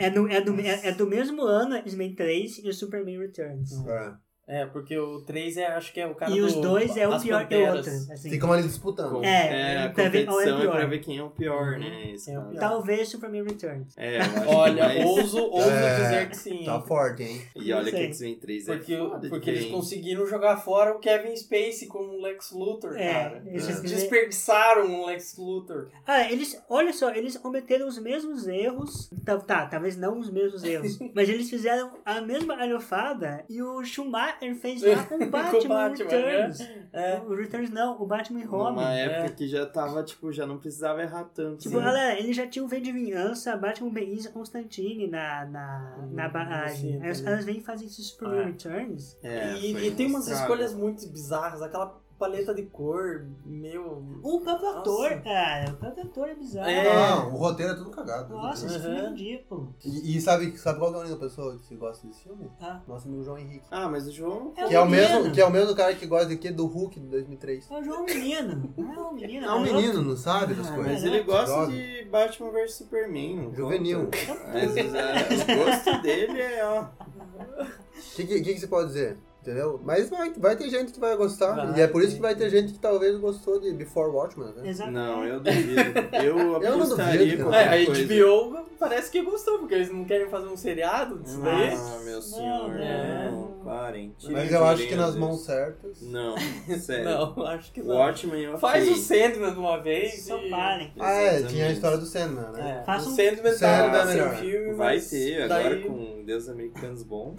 Speaker 7: É, é do, é, do, é, é do mesmo ano X-Men 3 e o Superman Returns.
Speaker 1: É.
Speaker 3: É, porque o 3 é, acho que é o cara
Speaker 7: e
Speaker 3: do.
Speaker 7: os dois é um
Speaker 3: As
Speaker 7: pior que o
Speaker 3: Panteras.
Speaker 7: outro. assim.
Speaker 1: Ficam ali disputando.
Speaker 7: É,
Speaker 2: a
Speaker 7: pra ver qual é o
Speaker 2: competição é,
Speaker 7: pior.
Speaker 2: pra ver quem é o pior, né? Esse
Speaker 3: É o
Speaker 2: caso.
Speaker 3: pior.
Speaker 7: Talvez Superman Returns.
Speaker 2: É, eu acho
Speaker 3: Olha,
Speaker 2: que mais-
Speaker 3: ouso, ouso
Speaker 1: É,
Speaker 3: dizer que sim.
Speaker 1: Tá forte, hein?
Speaker 2: E olha que
Speaker 7: sei.
Speaker 2: X-Men 3 é
Speaker 3: Porque,
Speaker 2: foda de
Speaker 3: porque eles
Speaker 2: bem.
Speaker 3: conseguiram jogar fora o Kevin Spacey como o Lex Luthor,
Speaker 7: É,
Speaker 3: cara.
Speaker 7: eles
Speaker 2: É.
Speaker 7: escreveram-
Speaker 3: Desperdiçaram o Lex Luthor.
Speaker 7: Ah, eles. Olha só, eles cometeram os mesmos erros. Tá, tá, talvez não os mesmos erros. mas eles fizeram a mesma alhofada e o Schumacher fez lá com o Batman,
Speaker 3: Batman,
Speaker 1: né?
Speaker 7: Returns.
Speaker 3: É.
Speaker 7: O Returns não, o Batman e Robin.
Speaker 2: Numa época
Speaker 3: é.
Speaker 2: que já tava, tipo, já não precisava errar tanto.
Speaker 7: Tipo,
Speaker 2: né?
Speaker 7: galera, ele já tinha o V de Vingança, Batman Benisa Constantine na, na, na
Speaker 1: Uhum,
Speaker 3: Hum,
Speaker 7: barragem.
Speaker 3: sim,
Speaker 7: Aí os
Speaker 3: sim.
Speaker 7: caras vêm fazer esses Superman
Speaker 1: Ah.
Speaker 3: É.
Speaker 7: Returns.
Speaker 2: É,
Speaker 3: e,
Speaker 2: foi
Speaker 3: e tem umas
Speaker 2: mostrado.
Speaker 3: escolhas muito bizarras, aquela paleta de cor, meu.
Speaker 7: O próprio
Speaker 3: Nossa.
Speaker 7: ator, cara, o próprio ator é bizarro.
Speaker 3: É.
Speaker 1: Não, o roteiro é tudo cagado.
Speaker 7: Nossa, esse filme é
Speaker 3: Uhum.
Speaker 7: ridículo.
Speaker 1: E, e sabe, sabe qual que é a única pessoa que gosta desse filme?
Speaker 7: Ah.
Speaker 1: Nosso amigo João Henrique.
Speaker 2: Ah, mas o João.
Speaker 7: um
Speaker 1: Que é, o mesmo,
Speaker 7: menino.
Speaker 1: que é o mesmo cara que gosta aqui do Hulk de 2003.
Speaker 7: É o João Menino. Não é um menino.
Speaker 1: É um
Speaker 7: garoto.
Speaker 1: menino, né? não é sabe das
Speaker 7: Ah,
Speaker 2: Mas
Speaker 1: coisas.
Speaker 2: ele gosta
Speaker 1: Jovem.
Speaker 2: de Batman vs Superman. não
Speaker 1: Juvenil.
Speaker 2: conta. Mas, é, o gosto dele é, ó.
Speaker 1: O que, que, que que você pode dizer? Entendeu? Mas vai, vai ter gente que vai gostar.
Speaker 3: Vai,
Speaker 1: e é por isso
Speaker 3: sim.
Speaker 1: que vai ter gente que talvez gostou de Before Watchmen, né?
Speaker 7: Exatamente.
Speaker 2: Não, eu duvido. Eu
Speaker 1: Eu não
Speaker 2: apostaria
Speaker 1: duvido,
Speaker 2: com
Speaker 3: É, a
Speaker 2: qualquer coisa.
Speaker 3: HBO parece que gostou, porque eles não querem fazer um seriado disso daí.
Speaker 2: Ah, meu senhor.
Speaker 3: né?
Speaker 2: Não, parem. tirem
Speaker 1: Mas
Speaker 2: as
Speaker 1: eu acho que
Speaker 2: orelhas
Speaker 1: nas mãos
Speaker 2: deles.
Speaker 1: certas.
Speaker 2: Não, sério.
Speaker 3: Não, acho que
Speaker 2: O
Speaker 3: não.
Speaker 2: Watchmen eu
Speaker 3: Faz o
Speaker 2: ok.
Speaker 3: Sandman de uma vez.
Speaker 7: Só
Speaker 3: e-
Speaker 7: parem.
Speaker 1: Ah, é, tinha a
Speaker 2: Exatamente.
Speaker 1: história do Sandman, né?
Speaker 3: É,
Speaker 7: Faça
Speaker 3: o
Speaker 7: um-
Speaker 3: Sandman
Speaker 1: Sandman
Speaker 3: tá
Speaker 1: é
Speaker 3: sem
Speaker 1: melhor.
Speaker 3: filme,
Speaker 2: Vai
Speaker 3: mas
Speaker 2: ter, agora
Speaker 3: daí...
Speaker 2: com Deus Americanos Bom.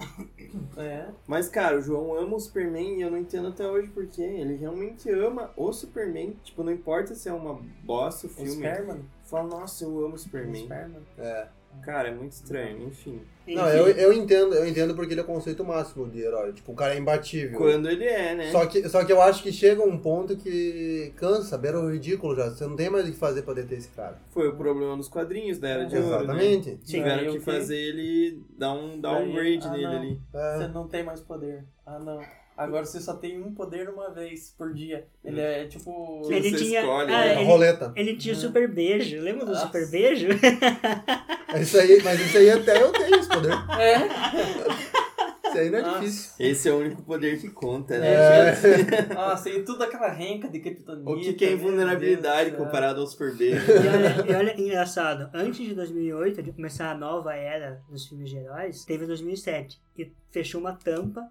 Speaker 3: É.
Speaker 2: Mas, cara, o João ama o Superman e eu não entendo até hoje porquê. Ele realmente ama o Superman. Tipo, não importa se é uma bosta o
Speaker 3: O
Speaker 2: filme.
Speaker 3: Sperman.
Speaker 2: Fala, nossa, eu amo o
Speaker 3: O
Speaker 2: Superman.
Speaker 3: Sperman.
Speaker 1: É.
Speaker 2: Cara, é muito estranho, enfim.
Speaker 1: Não, eu, eu entendo, eu entendo porque ele é o conceito máximo de herói. Tipo, o cara é imbatível.
Speaker 2: Quando ele é, né?
Speaker 1: Só que, só que eu acho que chega um ponto que cansa, beira o ridículo já. Você não tem mais o que fazer pra deter esse cara.
Speaker 2: Foi o problema nos quadrinhos da Era de Ouro, né?
Speaker 1: Exatamente.
Speaker 7: Sim.
Speaker 2: Tiveram
Speaker 3: Aí,
Speaker 2: que
Speaker 3: ok.
Speaker 2: fazer ele dar um downgrade
Speaker 3: Daí, ah,
Speaker 2: nele
Speaker 3: não.
Speaker 2: ali.
Speaker 3: Você
Speaker 1: É.
Speaker 3: não tem mais poder. Ah, não. Agora você só tem um poder uma vez por dia. Ele
Speaker 2: Hum.
Speaker 3: é tipo.
Speaker 2: Que
Speaker 7: Ele
Speaker 2: você
Speaker 7: tinha-
Speaker 2: escolhe,
Speaker 7: ah,
Speaker 1: É
Speaker 2: né?
Speaker 1: uma
Speaker 7: ele-
Speaker 1: roleta.
Speaker 7: Ele tinha o super beijo, lembra do
Speaker 3: Nossa.
Speaker 7: super beijo?
Speaker 1: É Isso aí, mas isso aí até eu tenho esse poder.
Speaker 3: É.
Speaker 1: Isso aí não é
Speaker 3: Nossa.
Speaker 1: difícil.
Speaker 2: Esse é o único poder que conta, né?
Speaker 3: É.
Speaker 2: gente?
Speaker 3: Nossa, e tudo aquela renca de criptonita.
Speaker 2: O que, que é
Speaker 3: meu
Speaker 2: invulnerabilidade
Speaker 3: né? Deus é. do céu.
Speaker 2: comparado ao Super B?
Speaker 7: E olha, e olha, engraçado, antes de 2008, de começar a nova era dos filmes de heróis, teve 2007. E fechou uma tampa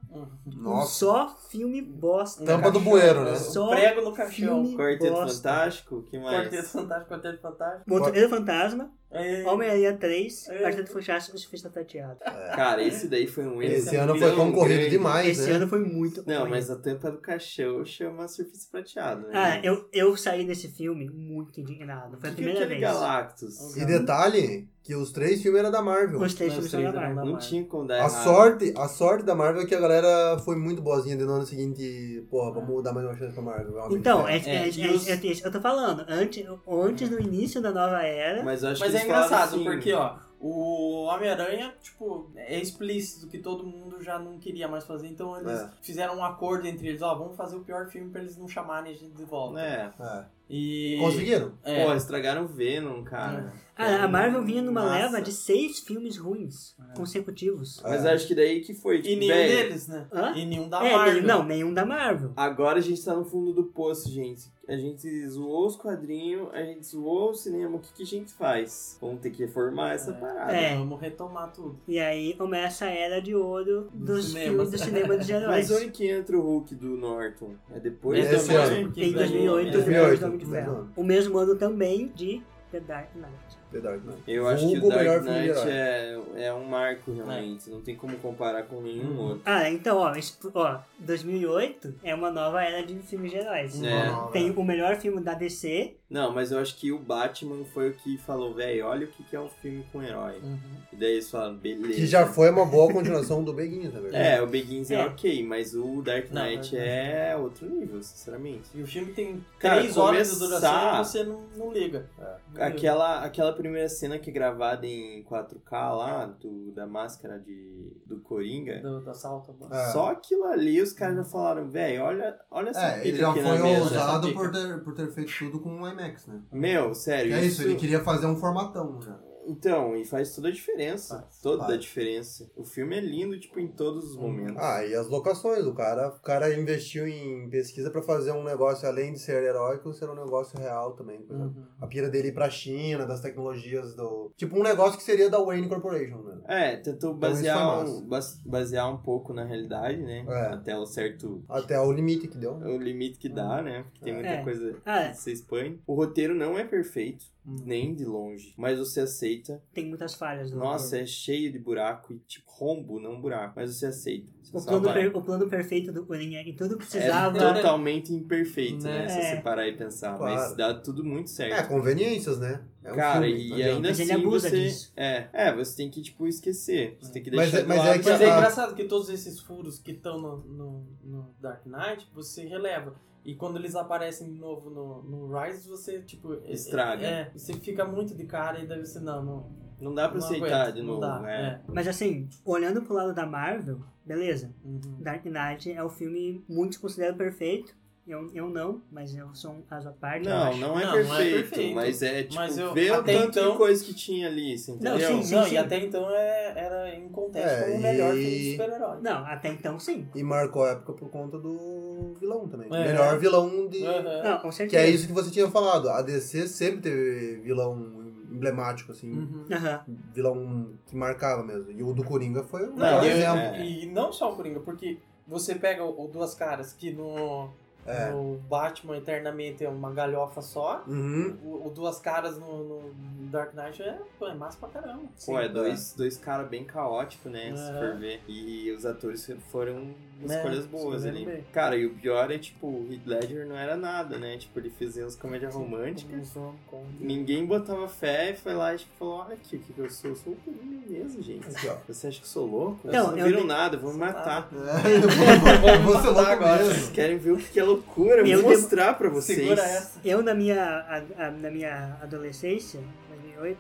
Speaker 7: com só filme bosta.
Speaker 1: Tampa do
Speaker 7: cara.
Speaker 1: bueiro, né?
Speaker 7: Só
Speaker 3: Uhum. Prego no caixão.
Speaker 7: filme
Speaker 2: Quarteto
Speaker 7: bosta.
Speaker 2: Fantástico? que mais?
Speaker 3: Quarteto Fantástico, Quarteto Fantástico.
Speaker 7: Motoqueiro Fantasma,
Speaker 3: É.
Speaker 7: Homem-Aranha 3,
Speaker 3: É.
Speaker 7: Quarteto Fantástico e Surfista Prateado.
Speaker 2: Cara, esse daí foi um erro
Speaker 1: Esse
Speaker 2: tão
Speaker 1: ano foi concorrido
Speaker 2: grande.
Speaker 1: demais,
Speaker 7: Esse
Speaker 1: né?
Speaker 7: ano foi muito
Speaker 2: é. Não,
Speaker 7: ruim.
Speaker 2: mas a tampa do é caixão chama Surfista Prateado, né?
Speaker 7: Ah, eu, eu saí desse filme muito indignado. Foi a
Speaker 2: O que é
Speaker 7: primeira
Speaker 2: aquele
Speaker 7: vez.
Speaker 2: Galactus?
Speaker 1: E detalhe que os três filmes eram da Marvel.
Speaker 7: Os três
Speaker 3: Não,
Speaker 7: filmes
Speaker 3: os
Speaker 7: são
Speaker 3: três
Speaker 7: da
Speaker 3: eram-
Speaker 7: Marvel.
Speaker 2: É, Não tinha como dar
Speaker 1: A
Speaker 2: errado.
Speaker 1: sorte, a sorte da Marvel é que a galera foi muito boazinha de no ano seguinte, porra, vamos dar mais uma chance pra Marvel. realmente,
Speaker 7: Ah. Então,
Speaker 1: né?
Speaker 7: é, é,
Speaker 3: É,
Speaker 7: é,
Speaker 3: e os-
Speaker 7: é- é- eu tô falando, antes, antes do início da nova era,
Speaker 2: Mas, eu acho
Speaker 3: Mas
Speaker 2: que
Speaker 3: é
Speaker 2: eles falaram
Speaker 3: engraçado,
Speaker 2: assim,
Speaker 3: porque, ó, o Homem-Aranha, tipo, é explícito que todo mundo já não queria mais fazer, então eles
Speaker 1: É.
Speaker 3: fizeram um acordo entre eles, ó, vamos fazer o pior filme pra eles não chamarem a gente de volta.
Speaker 2: É.
Speaker 1: É.
Speaker 3: E...
Speaker 1: Conseguiram?
Speaker 3: É.
Speaker 2: Pô, estragaram Venom, cara.
Speaker 1: É.
Speaker 7: a, a Marvel vinha numa
Speaker 2: é Massa.
Speaker 7: leva de seis filmes ruins consecutivos.
Speaker 1: É.
Speaker 2: Mas acho que daí que foi.
Speaker 3: E
Speaker 2: Tipo,
Speaker 3: nenhum
Speaker 2: véi,
Speaker 3: deles, né?
Speaker 7: Hã?
Speaker 3: E nenhum da
Speaker 7: é,
Speaker 3: Marvel.
Speaker 7: nenhum- não, nenhum da Marvel.
Speaker 2: Agora a gente tá no fundo do poço, gente. A gente zoou os quadrinhos, a gente zoou o cinema. O que, que a gente faz? Vamos ter que reformar essa
Speaker 3: É.
Speaker 2: parada.
Speaker 7: É.
Speaker 3: Vamos retomar tudo.
Speaker 7: E aí começa a era de ouro dos
Speaker 3: cinema.
Speaker 7: filmes do cinema dos heróis.
Speaker 2: Mas onde que entra o Hulk do Norton? É depois
Speaker 1: Esse
Speaker 2: da
Speaker 1: ano.
Speaker 2: Marvel?
Speaker 7: Em 2008,
Speaker 1: 2008,
Speaker 7: o primeiro Homem de Ferro.
Speaker 1: mesmo ano.
Speaker 7: O mesmo ano também de The Dark Knight.
Speaker 8: The Dark Knight.
Speaker 2: Eu acho que o
Speaker 8: Vulgo melhor
Speaker 2: Dark
Speaker 8: filme de
Speaker 2: Knight é, é um marco, realmente. Não tem como comparar com nenhum
Speaker 1: Uhum.
Speaker 2: outro.
Speaker 7: Ah, então, ó, isso- ó, 2008 é uma nova era de filmes de heróis.
Speaker 2: É.
Speaker 1: Não,
Speaker 7: Tem um
Speaker 1: velho.
Speaker 7: o melhor filme da DC,
Speaker 2: Não, mas eu acho que o Batman foi o que falou, velho, olha o que que é um filme com herói.
Speaker 3: Uhum.
Speaker 2: E daí eles falaram, beleza.
Speaker 1: Que já foi uma boa continuação do tá Beguinhos, na verdade.
Speaker 2: É, o Begins é,
Speaker 7: É.
Speaker 2: ok, mas o Dark
Speaker 3: Não,
Speaker 2: Knight
Speaker 3: Dark Knight
Speaker 2: é outro nível, sinceramente.
Speaker 3: E o filme tem
Speaker 2: Cara,
Speaker 3: três horas de duração
Speaker 2: começar- é
Speaker 3: e você não, não liga.
Speaker 2: Uhum.
Speaker 3: Não liga.
Speaker 2: Aquela, aquela primeira cena que é gravada em 4K lá, do, da máscara de, do Coringa,
Speaker 3: Do, do assalto. tá mano.
Speaker 1: É.
Speaker 2: só aquilo ali os caras já falaram, velho, olha, olha
Speaker 7: assim,
Speaker 2: essa
Speaker 1: É, ele
Speaker 2: pica
Speaker 1: já
Speaker 2: aqui
Speaker 1: foi
Speaker 2: na mesa.
Speaker 1: ousado
Speaker 2: essa
Speaker 1: por
Speaker 2: pica."
Speaker 1: ter, por ter feito tudo com um IMAX, né?
Speaker 2: Meu, sério,
Speaker 1: Que é isso, ele queria fazer um formatão já.
Speaker 2: Então, e faz toda a diferença. toda
Speaker 1: faz.
Speaker 2: a diferença. O filme é lindo, tipo, em todos
Speaker 7: Hum.
Speaker 2: os momentos.
Speaker 1: Ah, e as locações, o cara, o cara investiu em pesquisa pra fazer um negócio além de ser heróico, ser um negócio real também. por
Speaker 2: Uhum.
Speaker 1: exemplo.
Speaker 3: Uhum.
Speaker 1: A pira dele ir pra China, das tecnologias do. Tipo um negócio que seria da Wayne Corporation, né?
Speaker 2: É, tentou
Speaker 1: Então, isso
Speaker 2: basear,
Speaker 1: foi
Speaker 2: um, bas- basear um pouco na realidade, né?
Speaker 1: É.
Speaker 2: Até o certo
Speaker 1: Até o limite que deu. né?
Speaker 2: o limite que dá, né? Porque tem muita
Speaker 7: É. Hum.
Speaker 2: coisa
Speaker 7: Ah,
Speaker 2: que você expõe. O roteiro não é perfeito, nem de longe, mas você aceita.
Speaker 7: tem muitas falhas. né?
Speaker 2: Nossa, é cheio de buraco e tipo rombo, não buraco, mas você aceita. Você
Speaker 7: O
Speaker 2: só
Speaker 7: plano,
Speaker 2: vai.
Speaker 7: per- o plano perfeito do Coringa e
Speaker 2: é
Speaker 7: tudo Então, precisava.
Speaker 2: totalmente imperfeito, né?
Speaker 3: Né?
Speaker 2: Se
Speaker 7: É.
Speaker 2: você parar e pensar, mas
Speaker 1: Claro.
Speaker 2: dá tudo muito certo.
Speaker 1: É, conveniências, né? É um
Speaker 2: Cara,
Speaker 1: filme, não
Speaker 2: e
Speaker 1: adianta.
Speaker 2: ainda
Speaker 7: Mas
Speaker 2: assim
Speaker 7: ele abusa
Speaker 2: você.
Speaker 7: disso.
Speaker 2: É, é, você tem que, tipo, esquecer. Você tem que
Speaker 1: Mas
Speaker 2: deixar.
Speaker 1: é- mas
Speaker 2: de lado.
Speaker 1: é que
Speaker 3: Mas é
Speaker 1: a-
Speaker 3: engraçado que todos esses furos que estão no, no, no Dark Knight, você releva. E quando eles aparecem de novo no, no Rise, você, tipo... é-
Speaker 2: Estraga.
Speaker 3: É, você fica muito de cara e daí você, não, não,
Speaker 2: Não dá pra
Speaker 3: não
Speaker 2: aceitar
Speaker 3: aguento,
Speaker 2: de
Speaker 3: não
Speaker 2: novo,
Speaker 3: dá,
Speaker 2: né?
Speaker 3: é.
Speaker 7: Mas assim, olhando pro lado da Marvel, beleza.
Speaker 3: Uhum.
Speaker 7: Dark Knight é o filme muitos consideram perfeito. Eu, eu não, mas eu sou um caso à parte. eu
Speaker 2: Não,
Speaker 7: acho.
Speaker 2: não é,
Speaker 3: Não, não é
Speaker 2: perfeito,
Speaker 3: perfeito.
Speaker 2: Mas é tipo,
Speaker 3: Mas eu-
Speaker 2: vê o
Speaker 3: até
Speaker 2: tanto
Speaker 3: então-
Speaker 2: de coisa que tinha ali, você entendeu?
Speaker 7: Não, sim,
Speaker 3: Não,
Speaker 7: sim,
Speaker 3: não,
Speaker 7: sim.
Speaker 3: e até então é- era em contexto
Speaker 1: É,
Speaker 3: como o melhor
Speaker 1: e-
Speaker 3: filme de super-herói.
Speaker 7: Não, até então sim.
Speaker 1: E marcou a época por conta do vilão também.
Speaker 3: É.
Speaker 1: Melhor vilão de.
Speaker 3: Uhum.
Speaker 7: Não, com
Speaker 1: Que
Speaker 7: certeza.
Speaker 1: é isso que você tinha falado. A DC sempre teve vilão emblemático, assim.
Speaker 3: Uhum.
Speaker 7: Aham.
Speaker 1: vilão que marcava mesmo. E o do Coringa foi um
Speaker 3: Não,
Speaker 1: melhor
Speaker 3: e-
Speaker 1: exemplo.
Speaker 2: é.
Speaker 3: E não só o Coringa, porque você pega o, o Duas Caras, que no,
Speaker 1: É.
Speaker 3: no Batman eternamente é uma galhofa só.
Speaker 1: Uhum.
Speaker 3: O, o Duas Caras no, no Dark Knight é, pô, é massa pra caramba.
Speaker 2: Pô, é
Speaker 3: né?
Speaker 2: dois, dois caras bem caóticos, né? Se
Speaker 3: Aham.
Speaker 2: for ver. E os atores foram
Speaker 3: Né,
Speaker 2: escolhas boas
Speaker 3: escolheram
Speaker 2: ali.
Speaker 3: bem.
Speaker 2: Cara, e o pior é, tipo, o Heath Ledger não era nada, né? Tipo, ele fazia as comédias românticas.
Speaker 3: Começou com-
Speaker 2: Ninguém botava fé e foi lá e tipo, falou, olha aqui, o que que eu sou? Eu sou o Coringa mesmo, gente.
Speaker 1: Aqui, ó.
Speaker 2: Você acha que eu sou louco?
Speaker 7: Não,
Speaker 2: Vocês não
Speaker 7: eu
Speaker 2: viram
Speaker 7: dei-
Speaker 2: nada, vou me matar.
Speaker 1: É, eu vou, eu vou ser louco
Speaker 2: Vocês
Speaker 1: mesmo.
Speaker 2: querem ver o que é loucura? Eu
Speaker 7: Eu
Speaker 2: vou
Speaker 7: dei-
Speaker 2: mostrar pra vocês.
Speaker 3: Segura essa.
Speaker 7: Eu, na minha, a- a- na minha adolescência, 2008,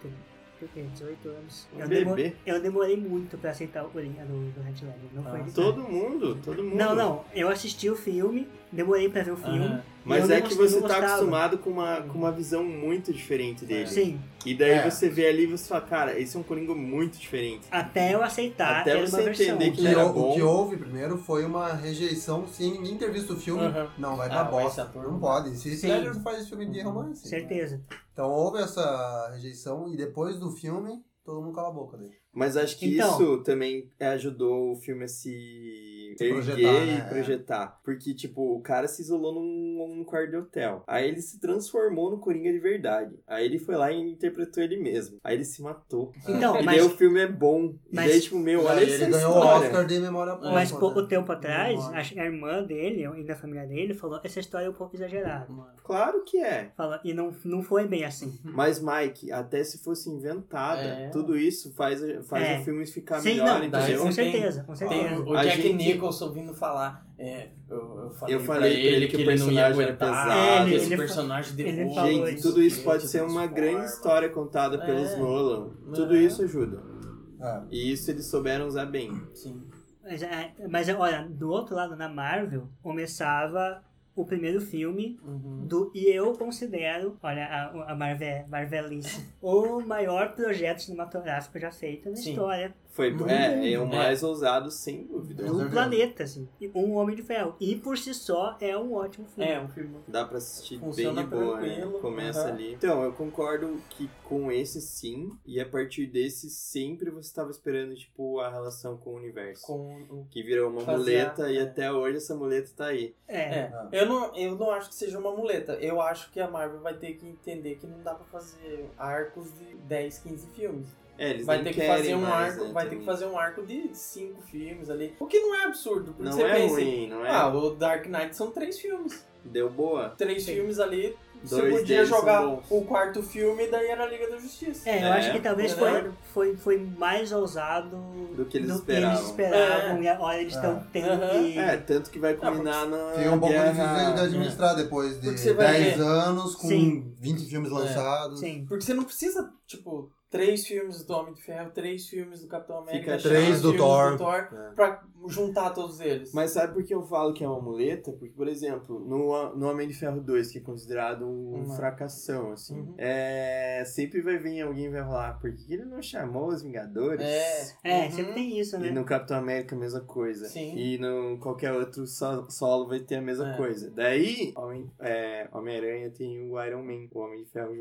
Speaker 7: eu tenho 18 anos,
Speaker 2: Um
Speaker 7: eu,
Speaker 2: bebê.
Speaker 7: demorei- eu demorei muito pra aceitar o Coringa do, do Heath Ledger. Não foi
Speaker 3: Ah,
Speaker 7: de cara.
Speaker 2: Todo mundo, todo mundo.
Speaker 7: Não, não. Eu assisti o filme, demorei pra ver o filme.
Speaker 3: Aham.
Speaker 2: Mas
Speaker 7: eu
Speaker 2: é
Speaker 7: não
Speaker 2: que
Speaker 7: gos-
Speaker 2: você
Speaker 7: não
Speaker 2: tá
Speaker 7: gostava.
Speaker 2: acostumado com uma, com uma visão muito diferente dele.
Speaker 7: Sim,
Speaker 2: E daí
Speaker 1: É.
Speaker 2: você vê ali e você fala, cara, esse é um Coringa muito diferente.
Speaker 7: até eu aceitar
Speaker 2: Até
Speaker 7: era
Speaker 2: você
Speaker 7: uma versão.
Speaker 2: entender
Speaker 1: O que,
Speaker 2: Ele era
Speaker 1: hou-
Speaker 2: bom.
Speaker 1: o que houve primeiro foi uma rejeição sem ninguém ter visto o filme.
Speaker 3: Aham.
Speaker 1: Não, vai
Speaker 3: Ah,
Speaker 1: dar
Speaker 3: vai ser
Speaker 1: bosta.
Speaker 3: ator.
Speaker 1: Não pode. Se esse
Speaker 3: Sim.
Speaker 1: Ledger faz esse filme de romance.
Speaker 7: Certeza.
Speaker 1: Então houve essa rejeição e depois do filme, todo mundo cala a boca dele.
Speaker 2: Mas acho que
Speaker 7: Então.
Speaker 2: isso também é, ajudou o filme a se
Speaker 1: Se projetar,
Speaker 2: erguer
Speaker 1: né?
Speaker 2: e
Speaker 1: É.
Speaker 2: projetar. Porque, tipo, o cara se isolou num, num quarto de hotel. Aí ele se transformou no Coringa de verdade. Aí ele foi lá e interpretou ele mesmo. Aí ele se matou.
Speaker 7: Então,
Speaker 2: e
Speaker 7: mas,
Speaker 2: daí o filme é bom.
Speaker 7: mas-
Speaker 2: e daí, tipo, meu, olha
Speaker 1: Aí
Speaker 2: essa
Speaker 1: ele ganhou o
Speaker 2: história.
Speaker 1: Oscar de memória pouco.
Speaker 3: Ah.
Speaker 7: mas pouco
Speaker 1: né?
Speaker 7: tempo atrás,
Speaker 3: Não.
Speaker 7: a, a irmã dele e da família dele falou essa história é um pouco exagerada.
Speaker 2: Claro que é.
Speaker 7: Falou, e não, não foi bem assim.
Speaker 2: Mas, Mike, até se fosse inventada,
Speaker 3: É.
Speaker 2: tudo isso faz, faz
Speaker 7: É.
Speaker 2: o filme ficar
Speaker 7: Sim,
Speaker 2: melhor,
Speaker 7: não,
Speaker 3: daí
Speaker 2: entendeu?
Speaker 7: com
Speaker 3: você tem-
Speaker 7: certeza, com
Speaker 3: Tem um-
Speaker 7: certeza.
Speaker 3: o
Speaker 2: A
Speaker 3: Jack
Speaker 2: gente-
Speaker 3: Nicholson vindo falar. é, eu, eu falei,
Speaker 2: Eu falei
Speaker 3: pra ele que, ele não ia
Speaker 2: personagem era
Speaker 3: aguentar.
Speaker 2: pesado.
Speaker 3: que
Speaker 7: É, ele-
Speaker 3: esse
Speaker 7: ele fa-
Speaker 3: personagem
Speaker 7: ele
Speaker 3: depois.
Speaker 7: falou
Speaker 2: Gente, tudo isso pode ser uma grande história contada
Speaker 3: É.
Speaker 2: pelos Nolan. Tudo
Speaker 3: É.
Speaker 2: isso ajuda.
Speaker 1: É.
Speaker 2: E isso eles souberam usar bem.
Speaker 3: Sim.
Speaker 7: Mas, é, mas olha, do outro lado, na Marvel, começava o primeiro filme
Speaker 3: Uhum.
Speaker 7: do e eu considero, olha a, a Marvel, Marvelice, o maior projeto cinematográfico já feito na
Speaker 3: Sim.
Speaker 7: história.
Speaker 2: Foi,
Speaker 7: No
Speaker 2: é, é
Speaker 3: né?
Speaker 2: o mais ousado, sem dúvida.
Speaker 7: do Um planeta, assim. E Um Homem de Ferro. E por si só é um ótimo filme.
Speaker 3: É, um filme.
Speaker 2: Dá pra assistir bem
Speaker 3: Funciona
Speaker 2: de boa, né?
Speaker 3: tranquilo,
Speaker 2: Começa
Speaker 3: aham.
Speaker 2: ali. Então, eu concordo que com esse sim, e a partir desse sempre você tava esperando, tipo, a relação com o universo.
Speaker 3: Com o...
Speaker 2: Que virou uma
Speaker 3: Fazer a-
Speaker 2: muleta e até hoje essa muleta tá aí.
Speaker 7: É.
Speaker 3: É, eu não, eu não acho que seja uma muleta. Eu acho que a Marvel vai ter que entender que não dá pra fazer arcos de 10, 15 filmes.
Speaker 2: É, eles
Speaker 3: vai
Speaker 2: nem
Speaker 3: ter que
Speaker 2: querem
Speaker 3: fazer um
Speaker 2: mais,
Speaker 3: arco,
Speaker 2: né,
Speaker 3: vai ter
Speaker 2: também.
Speaker 3: que fazer um arco de cinco filmes ali. O que não é absurdo, porque
Speaker 2: Não
Speaker 3: você
Speaker 2: é
Speaker 3: pensa,
Speaker 2: ruim, não é?
Speaker 3: ah, o Dark Knight são três filmes.
Speaker 2: Deu boa.
Speaker 3: Três
Speaker 7: Sim.
Speaker 3: filmes ali, você
Speaker 2: Dois
Speaker 3: podia
Speaker 2: deles são
Speaker 3: jogar
Speaker 2: bons.
Speaker 3: o quarto filme, daí era a Liga da Justiça.
Speaker 7: É, eu
Speaker 2: É,
Speaker 7: acho que talvez foi,
Speaker 2: concordo.
Speaker 7: foi, foi mais ousado
Speaker 2: Do que eles
Speaker 7: eles
Speaker 2: esperavam.
Speaker 7: esperavam.
Speaker 3: É.
Speaker 7: E agora eles estão
Speaker 1: É.
Speaker 7: tendo
Speaker 3: Aham.
Speaker 7: que.
Speaker 2: É, tanto que vai culminar na.
Speaker 1: Tem um pouco
Speaker 2: guerra... né?
Speaker 1: difícil de administrar depois de
Speaker 3: Porque você vai
Speaker 1: 10
Speaker 3: ver.
Speaker 1: anos, com
Speaker 7: Sim.
Speaker 1: 20 filmes
Speaker 3: É.
Speaker 1: lançados.
Speaker 7: Sim.
Speaker 3: Porque você não precisa, tipo, três filmes do Homem de Ferro, três filmes do Capitão América,
Speaker 2: Fica três
Speaker 1: do
Speaker 3: filmes
Speaker 1: Thor.
Speaker 3: do Thor
Speaker 2: É.
Speaker 3: pra juntar todos eles.
Speaker 2: Mas sabe por que eu falo que é uma muleta? Porque, por exemplo, no, no Homem de Ferro 2, que é considerado um
Speaker 3: Uma.
Speaker 2: fracassão, assim,
Speaker 3: Uhum.
Speaker 2: é, sempre vai vir alguém e vai falar, "Ah, por que ele não chamou os Vingadores?
Speaker 3: É.
Speaker 7: É,
Speaker 3: Uhum.
Speaker 7: sempre tem isso,
Speaker 2: E
Speaker 7: né?
Speaker 2: no Capitão América a mesma coisa.
Speaker 3: Sim.
Speaker 2: E no qualquer outro so- solo vai ter a mesma
Speaker 3: É.
Speaker 2: coisa. Daí, Homem- é, Homem-Aranha tem o Iron Man, o Homem de Ferro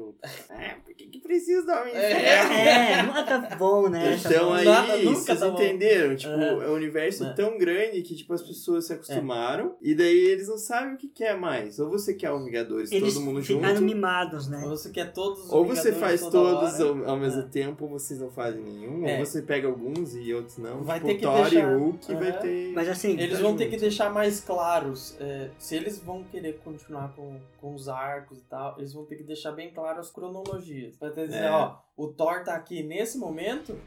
Speaker 2: junto. é, por que, que precisa do Homem de
Speaker 3: É.
Speaker 2: Ferro?
Speaker 7: É, nunca tá bom, né? Tá
Speaker 2: Então
Speaker 7: bom.
Speaker 2: aí,
Speaker 3: Nada, nunca
Speaker 2: vocês
Speaker 3: tá bom.
Speaker 2: entenderam? Tipo,
Speaker 3: Aham.
Speaker 2: é um universo
Speaker 3: É.
Speaker 2: tão grande que, tipo, as pessoas se acostumaram. E daí eles não sabem o que quer mais. Ou você quer um Vingadores
Speaker 7: eles
Speaker 2: todo mundo
Speaker 7: ficaram
Speaker 2: junto.
Speaker 7: mimados, né?
Speaker 3: Você quer todos os
Speaker 2: Ou você
Speaker 3: Vingadores
Speaker 2: faz
Speaker 3: toda
Speaker 2: todos
Speaker 3: hora.
Speaker 2: ao, ao mesmo
Speaker 3: É.
Speaker 2: tempo, ou vocês não fazem nenhum.
Speaker 3: É.
Speaker 2: Ou você pega alguns e outros não.
Speaker 3: Vai
Speaker 2: tipo,
Speaker 3: ter que
Speaker 2: Thor
Speaker 3: deixar-
Speaker 2: e Hulk
Speaker 3: Aham.
Speaker 2: vai ter...
Speaker 7: Mas assim,
Speaker 3: Eles
Speaker 2: Tá
Speaker 3: vão ter
Speaker 2: junto.
Speaker 3: que deixar mais claros. é, se eles vão querer continuar com, com os arcos e tal, eles vão ter que deixar bem claro as cronologias. Pra ter dizer,
Speaker 2: É.
Speaker 3: ó, o Thor tá aqui nesse momento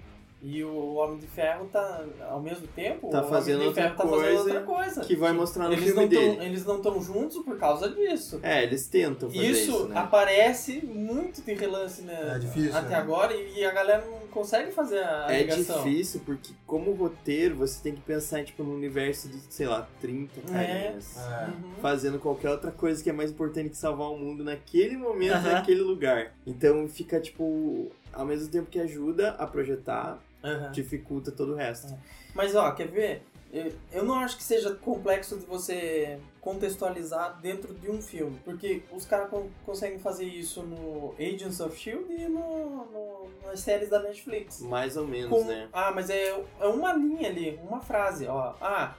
Speaker 3: e o Homem de Ferro tá ao mesmo tempo.
Speaker 2: Tá
Speaker 3: o
Speaker 2: fazendo
Speaker 3: Homem de
Speaker 2: outra
Speaker 3: Ferro tá fazendo
Speaker 2: coisa
Speaker 3: outra coisa.
Speaker 2: Que vai mostrar no
Speaker 3: eles
Speaker 2: filme
Speaker 3: não
Speaker 2: dele.
Speaker 3: tão, Eles não estão juntos por causa disso.
Speaker 2: É, eles tentam fazer isso,
Speaker 3: Isso,
Speaker 2: né?
Speaker 3: aparece muito de relance né,
Speaker 1: É difícil,
Speaker 3: até
Speaker 1: né?
Speaker 3: agora e, e a galera não consegue fazer a
Speaker 2: É
Speaker 3: ligação.
Speaker 2: difícil porque, como roteiro, você tem que pensar, tipo, num universo de, sei lá, 30 carinhas.
Speaker 1: É.
Speaker 3: Uhum.
Speaker 2: fazendo qualquer outra coisa que é mais importante que salvar o mundo naquele momento,
Speaker 7: Aham.
Speaker 2: naquele lugar. Então fica, tipo, ao mesmo tempo que ajuda a projetar,
Speaker 3: Aham.
Speaker 2: dificulta todo o resto.
Speaker 3: É. Mas ó, quer ver? Eu- Eu não acho que seja complexo de você contextualizar dentro de um filme, porque os caras con- conseguem fazer isso no Agents of Shield e no, no- nas séries da Netflix.
Speaker 2: Mais ou menos,
Speaker 3: Com-
Speaker 2: né?
Speaker 3: Ah, mas é, é uma linha ali, uma frase, ó. Ah,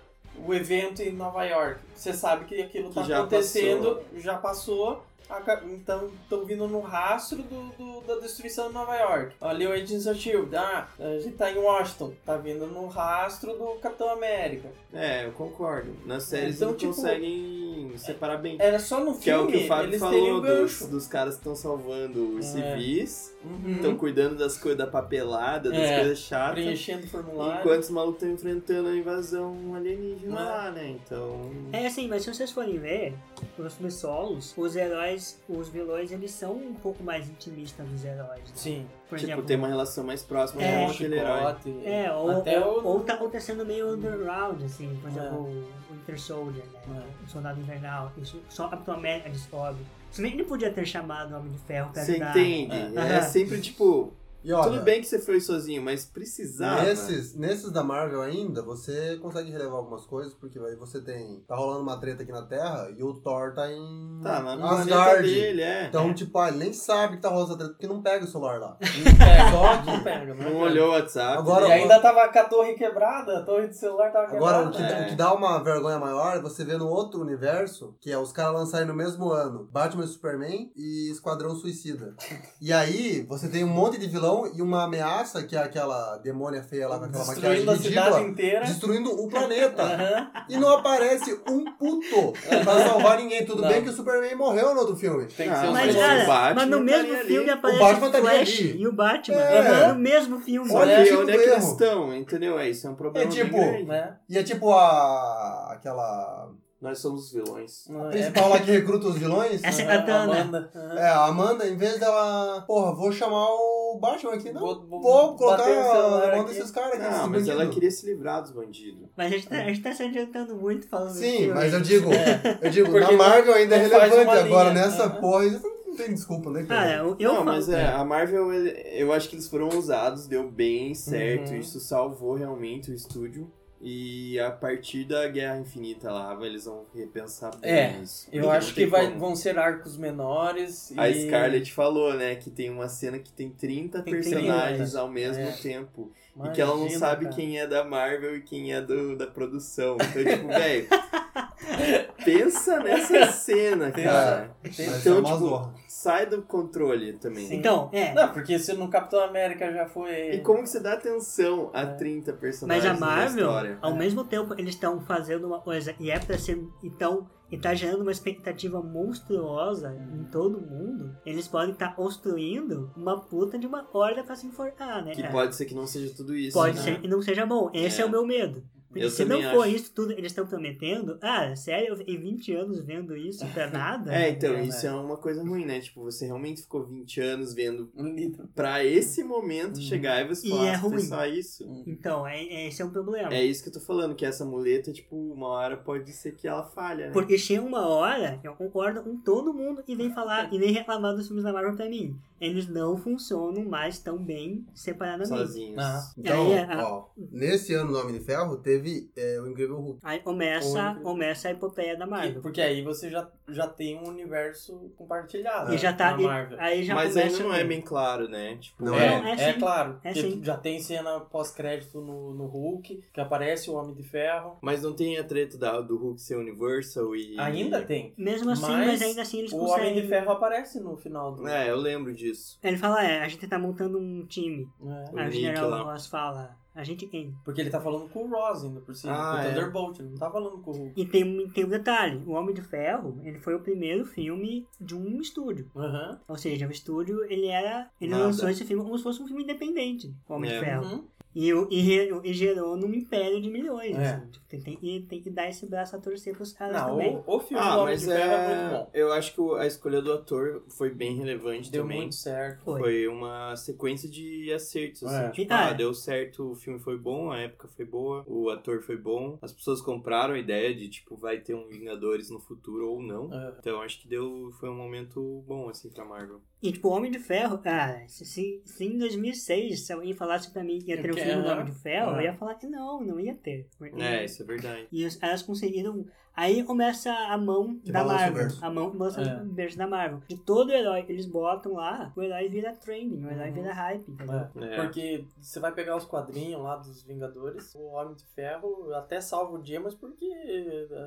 Speaker 3: o evento em Nova York. Você sabe que aquilo
Speaker 2: Que
Speaker 3: tá
Speaker 2: já
Speaker 3: acontecendo, já passou. aca- Então, estão vindo no rastro do, do- da destruição de Nova York. Ali é o Agents of Shield. Ah, a gente tá em Washington. Tá vindo no rastro do Capitão América.
Speaker 2: É, eu concordo. Nas séries
Speaker 3: Então,
Speaker 2: não
Speaker 3: tipo,
Speaker 2: conseguem separar bem.
Speaker 3: Era só no filme
Speaker 2: Que é o que o Fábio
Speaker 3: eles teriam
Speaker 2: falou dos,
Speaker 3: gancho.
Speaker 2: dos caras que estão salvando os
Speaker 3: É.
Speaker 2: civis,
Speaker 3: Uhum.
Speaker 2: estão cuidando das coisas da papelada, das
Speaker 3: É.
Speaker 2: coisas chatas,
Speaker 3: preenchendo o formulário.
Speaker 2: enquanto os malucos estão enfrentando a invasão alienígena
Speaker 3: É.
Speaker 2: lá, né? Então.
Speaker 7: É assim, mas se vocês forem ver, nos filmes solos, os heróis, os vilões, eles são um pouco mais intimistas dos heróis. né?
Speaker 3: Sim.
Speaker 7: Por
Speaker 2: tipo,
Speaker 7: exemplo,
Speaker 2: ter uma relação mais próxima
Speaker 7: É.
Speaker 2: com aquele herói.
Speaker 3: chicote.
Speaker 7: É, ou,
Speaker 3: Até
Speaker 7: ou,
Speaker 3: o-
Speaker 7: ou tá, ou tá sendo meio underground, assim, por
Speaker 3: É.
Speaker 7: exemplo, o Winter Soldier, né? O Soldado Invernal, isso só a Capitão América descobre. Se bem que ele podia ter chamado o Homem de Ferro pra
Speaker 2: Você
Speaker 7: ajudar.
Speaker 2: entende?
Speaker 7: É.
Speaker 2: É sempre tipo,
Speaker 1: E olha,
Speaker 2: tudo bem que você foi sozinho, mas precisava.
Speaker 1: Nesses, nesses da Marvel ainda, você consegue relevar algumas coisas, porque aí você tem. Tá rolando uma treta aqui na Terra e o Thor tá em.
Speaker 2: Tá, mas a muleta
Speaker 1: Asgard.
Speaker 2: dele, é.
Speaker 1: Então, tipo, ah, ele nem sabe que tá rolando essa treta porque não pega o celular lá.
Speaker 3: Não pega,
Speaker 1: Só que-
Speaker 3: não pega, né? não
Speaker 2: Não
Speaker 3: pega.
Speaker 2: olhou o WhatsApp. né?
Speaker 1: Agora-
Speaker 3: E ainda tava com a torre quebrada, a torre do celular tava
Speaker 1: Agora, o que,
Speaker 3: quebrada. né?
Speaker 2: É.
Speaker 1: o que dá uma vergonha maior é você ver no outro universo, que é os caras lançarem no mesmo ano Batman e Superman e Esquadrão Suicida. E aí, você tem um monte de vilão e uma ameaça, que é aquela demônia feia lá com aquela
Speaker 3: Destruindo a
Speaker 1: maquiagem
Speaker 3: cidade
Speaker 1: ridícula,
Speaker 3: inteira.
Speaker 1: destruindo o planeta.
Speaker 3: Aham.
Speaker 1: E não aparece um puto pra salvar ninguém. Tudo
Speaker 3: Não.
Speaker 1: bem que o Superman morreu no outro filme.
Speaker 3: Tem que
Speaker 2: Ah,
Speaker 3: ser um
Speaker 7: Mas,
Speaker 2: Mas
Speaker 7: cara,
Speaker 2: o Batman
Speaker 7: mas no mesmo
Speaker 2: estaria
Speaker 7: filme
Speaker 2: ali.
Speaker 7: aparece
Speaker 1: O Batman estaria
Speaker 7: Flash
Speaker 1: ali.
Speaker 7: e o Batman.
Speaker 1: É.
Speaker 7: No mesmo filme.
Speaker 2: Olha
Speaker 1: Olha,
Speaker 2: aí,
Speaker 1: tipo,
Speaker 2: onde é que eles
Speaker 1: erro.
Speaker 2: estão, entendeu? É, isso é um problema
Speaker 1: É
Speaker 2: bem
Speaker 1: tipo-
Speaker 2: grande.
Speaker 3: né?
Speaker 1: E é tipo a. aquela.
Speaker 2: Nós somos os vilões.
Speaker 3: Não,
Speaker 1: A
Speaker 3: é- assim,
Speaker 1: principal lá que recruta os vilões. né?
Speaker 7: Essa é
Speaker 3: Aham,
Speaker 7: a Tana.
Speaker 3: Amanda. Aham.
Speaker 1: É, a Amanda, em vez dela. Porra, vou chamar o Batman aqui, não.
Speaker 3: assim, Vou- vou
Speaker 1: Vou colocar
Speaker 3: bater no celular
Speaker 1: a mão
Speaker 3: aqui. Ah,
Speaker 1: desses caras aqui.
Speaker 2: Não,
Speaker 1: esses
Speaker 2: Ah, mas ela
Speaker 1: bandidos.
Speaker 2: queria se livrar dos bandidos.
Speaker 7: Mas a gente, tá, a gente tá se adiantando muito falando
Speaker 1: Sim,
Speaker 7: desse filme.
Speaker 1: mas eu digo, eu digo, na
Speaker 3: Porque
Speaker 1: Marvel ainda é
Speaker 3: não faz
Speaker 1: relevante.
Speaker 3: uma
Speaker 1: Agora,
Speaker 3: linha,
Speaker 1: nessa
Speaker 3: aham.
Speaker 1: porra, isso não tem desculpa, né,
Speaker 3: Ah,
Speaker 1: cara?
Speaker 7: Cara, eu, eu
Speaker 2: não,
Speaker 7: falo-
Speaker 2: mas é, a Marvel, ele- eu acho que eles foram ousados, deu bem certo, isso salvou realmente o estúdio. E a partir da Guerra Infinita lá, eles vão repensar bem
Speaker 3: É,
Speaker 2: isso.
Speaker 3: Eu
Speaker 2: Não
Speaker 3: acho
Speaker 2: tem
Speaker 3: que vai-
Speaker 2: como.
Speaker 3: vão ser arcos menores.
Speaker 2: A
Speaker 3: e-
Speaker 2: Scarlett falou, né, que tem uma cena que tem 30
Speaker 7: Tem
Speaker 2: personagens
Speaker 3: 30,
Speaker 2: ao mesmo
Speaker 3: é.
Speaker 2: tempo. e que ela não
Speaker 3: Imagina,
Speaker 2: sabe
Speaker 3: cara.
Speaker 2: quem é da Marvel e quem é do, da produção. Então, tipo, velho, pensa nessa cena, cara.
Speaker 1: Mas
Speaker 2: Então,
Speaker 1: é uma
Speaker 2: tipo,
Speaker 1: zorra.
Speaker 2: Sai do controle também.
Speaker 3: Sim.
Speaker 7: Então, é.
Speaker 3: Não, porque se no Capitão América já foi.
Speaker 2: E como que você dá atenção a
Speaker 3: É.
Speaker 2: 30 personagens
Speaker 7: Mas a
Speaker 2: na
Speaker 7: Marvel, é um
Speaker 2: história?
Speaker 7: ao mesmo tempo, eles estão fazendo uma coisa e é pra ser. Então, e tá gerando uma expectativa monstruosa em todo mundo. Eles podem estar construindo uma puta de uma corda pra se enforcar, né?
Speaker 2: Que
Speaker 7: cara?
Speaker 2: pode ser que não seja tudo isso.
Speaker 7: Pode
Speaker 2: né?
Speaker 7: ser que não seja bom. Esse é,
Speaker 2: É.
Speaker 7: o meu medo. Porque
Speaker 2: Eu
Speaker 7: se não
Speaker 2: também
Speaker 7: for
Speaker 2: acho.
Speaker 7: isso tudo que eles estão prometendo, ah, sério, eu fiquei 20 anos vendo isso pra nada.
Speaker 2: É, então,
Speaker 3: É,
Speaker 2: isso
Speaker 3: né?
Speaker 2: é uma coisa ruim, né? Tipo, você realmente ficou 20 anos vendo
Speaker 3: Um litro.
Speaker 2: pra esse momento
Speaker 3: Hum.
Speaker 2: chegar e você
Speaker 7: E
Speaker 2: falar,
Speaker 7: é
Speaker 2: "Ah, foi
Speaker 7: ruim."
Speaker 2: só isso.
Speaker 7: Então, é, é- esse é um problema.
Speaker 2: É isso que eu tô falando, que essa muleta, tipo, uma hora pode ser que ela falha, né?
Speaker 7: Porque chega uma hora, eu concordo com todo mundo e vem falar e vem reclamar dos filmes da Marvel pra mim. Eles não funcionam mais tão bem separadamente.
Speaker 2: Sozinhos.
Speaker 3: Ah.
Speaker 1: Então,
Speaker 7: Aí, a-
Speaker 1: ó, nesse ano do Homem de Ferro teve é, o Incrível Hulk.
Speaker 7: Aí começa,
Speaker 3: Foi.
Speaker 7: começa a epopeia da Marvel.
Speaker 3: Porque aí você já, já tem um universo compartilhado.
Speaker 7: E já tá.
Speaker 3: Na Marvel.
Speaker 7: E, aí já
Speaker 2: Mas
Speaker 7: começa
Speaker 2: ainda não é
Speaker 7: tudo.
Speaker 2: bem claro, né? Tipo,
Speaker 1: Não
Speaker 3: é,
Speaker 7: é. É sim.
Speaker 3: claro.
Speaker 7: É
Speaker 3: porque
Speaker 7: sim.
Speaker 3: Já tem cena pós-crédito no, no Hulk, que aparece o Homem de Ferro.
Speaker 2: Mas não tem a treta da- do Hulk ser Universal e...
Speaker 3: Ainda tem.
Speaker 7: Mesmo assim, mas,
Speaker 3: Mas
Speaker 7: ainda assim eles
Speaker 3: O
Speaker 7: conseguem.
Speaker 3: Homem de Ferro aparece no final do.
Speaker 2: É, eu lembro disso.
Speaker 7: Ele fala, é, a gente tá montando um time.
Speaker 3: É.
Speaker 2: O
Speaker 7: Aí o
Speaker 2: Nick
Speaker 7: General
Speaker 2: lá.
Speaker 7: Ross fala, a gente quem?
Speaker 3: Porque ele tá falando com o Ross ainda por cima,
Speaker 2: Ah,
Speaker 3: com o
Speaker 2: é.
Speaker 3: Thunderbolt, ele não tá falando com o Hulk.
Speaker 7: E tem, um- tem um detalhe, o Homem de Ferro, ele foi o primeiro filme de um estúdio.
Speaker 3: Aham.
Speaker 7: Ou seja, o estúdio, ele era. Ele
Speaker 2: Nada.
Speaker 7: lançou esse filme como se fosse um filme independente, o Homem
Speaker 2: É.
Speaker 7: de Ferro.
Speaker 3: Uhum.
Speaker 7: E, o- e, re- e gerou num império de milhões.
Speaker 3: É.
Speaker 7: assim. Tem, tem, e tem que dar esse braço a torcer pros caras
Speaker 3: Não,
Speaker 7: também.
Speaker 3: o, o filme
Speaker 2: Ah,
Speaker 3: do Homem um de
Speaker 2: mas
Speaker 3: Ferro é...
Speaker 2: é...
Speaker 3: muito bom.
Speaker 2: Eu acho que o- a escolha do ator foi bem relevante
Speaker 3: Deu
Speaker 2: também.
Speaker 3: muito certo.
Speaker 7: Foi.
Speaker 2: Foi uma sequência de acertos, assim.
Speaker 3: É.
Speaker 2: Tipo,
Speaker 7: Ah,
Speaker 2: ah,
Speaker 7: é.
Speaker 2: deu certo, o filme foi bom, a época foi boa, o ator foi bom. As pessoas compraram a ideia de, tipo, vai ter um Vingadores no futuro ou não.
Speaker 3: É.
Speaker 2: Então, acho que deu... Foi um momento bom, assim, pra Marvel.
Speaker 7: E tipo, o Homem de Ferro, cara, se, se, se em 2006 se alguém falasse pra mim que ia ter o
Speaker 3: Que-
Speaker 7: filme do
Speaker 3: aham.
Speaker 7: Homem de Ferro, eu
Speaker 3: Ah.
Speaker 7: ia falar que não, não ia ter.
Speaker 2: É, isso é verdade.
Speaker 7: E os- elas conseguiram. Aí começa a mão
Speaker 1: Que
Speaker 7: da
Speaker 1: balança o
Speaker 7: Marvel.
Speaker 1: verso.
Speaker 7: A mão que balança
Speaker 3: É.
Speaker 7: o verso da Marvel. De todo herói que eles botam lá, o herói vira trending, o herói
Speaker 3: Uhum.
Speaker 7: vira hype, entendeu?
Speaker 3: É.
Speaker 2: É.
Speaker 3: Porque você vai pegar os quadrinhos lá dos Vingadores, o Homem de Ferro até salva o dia, mas porque.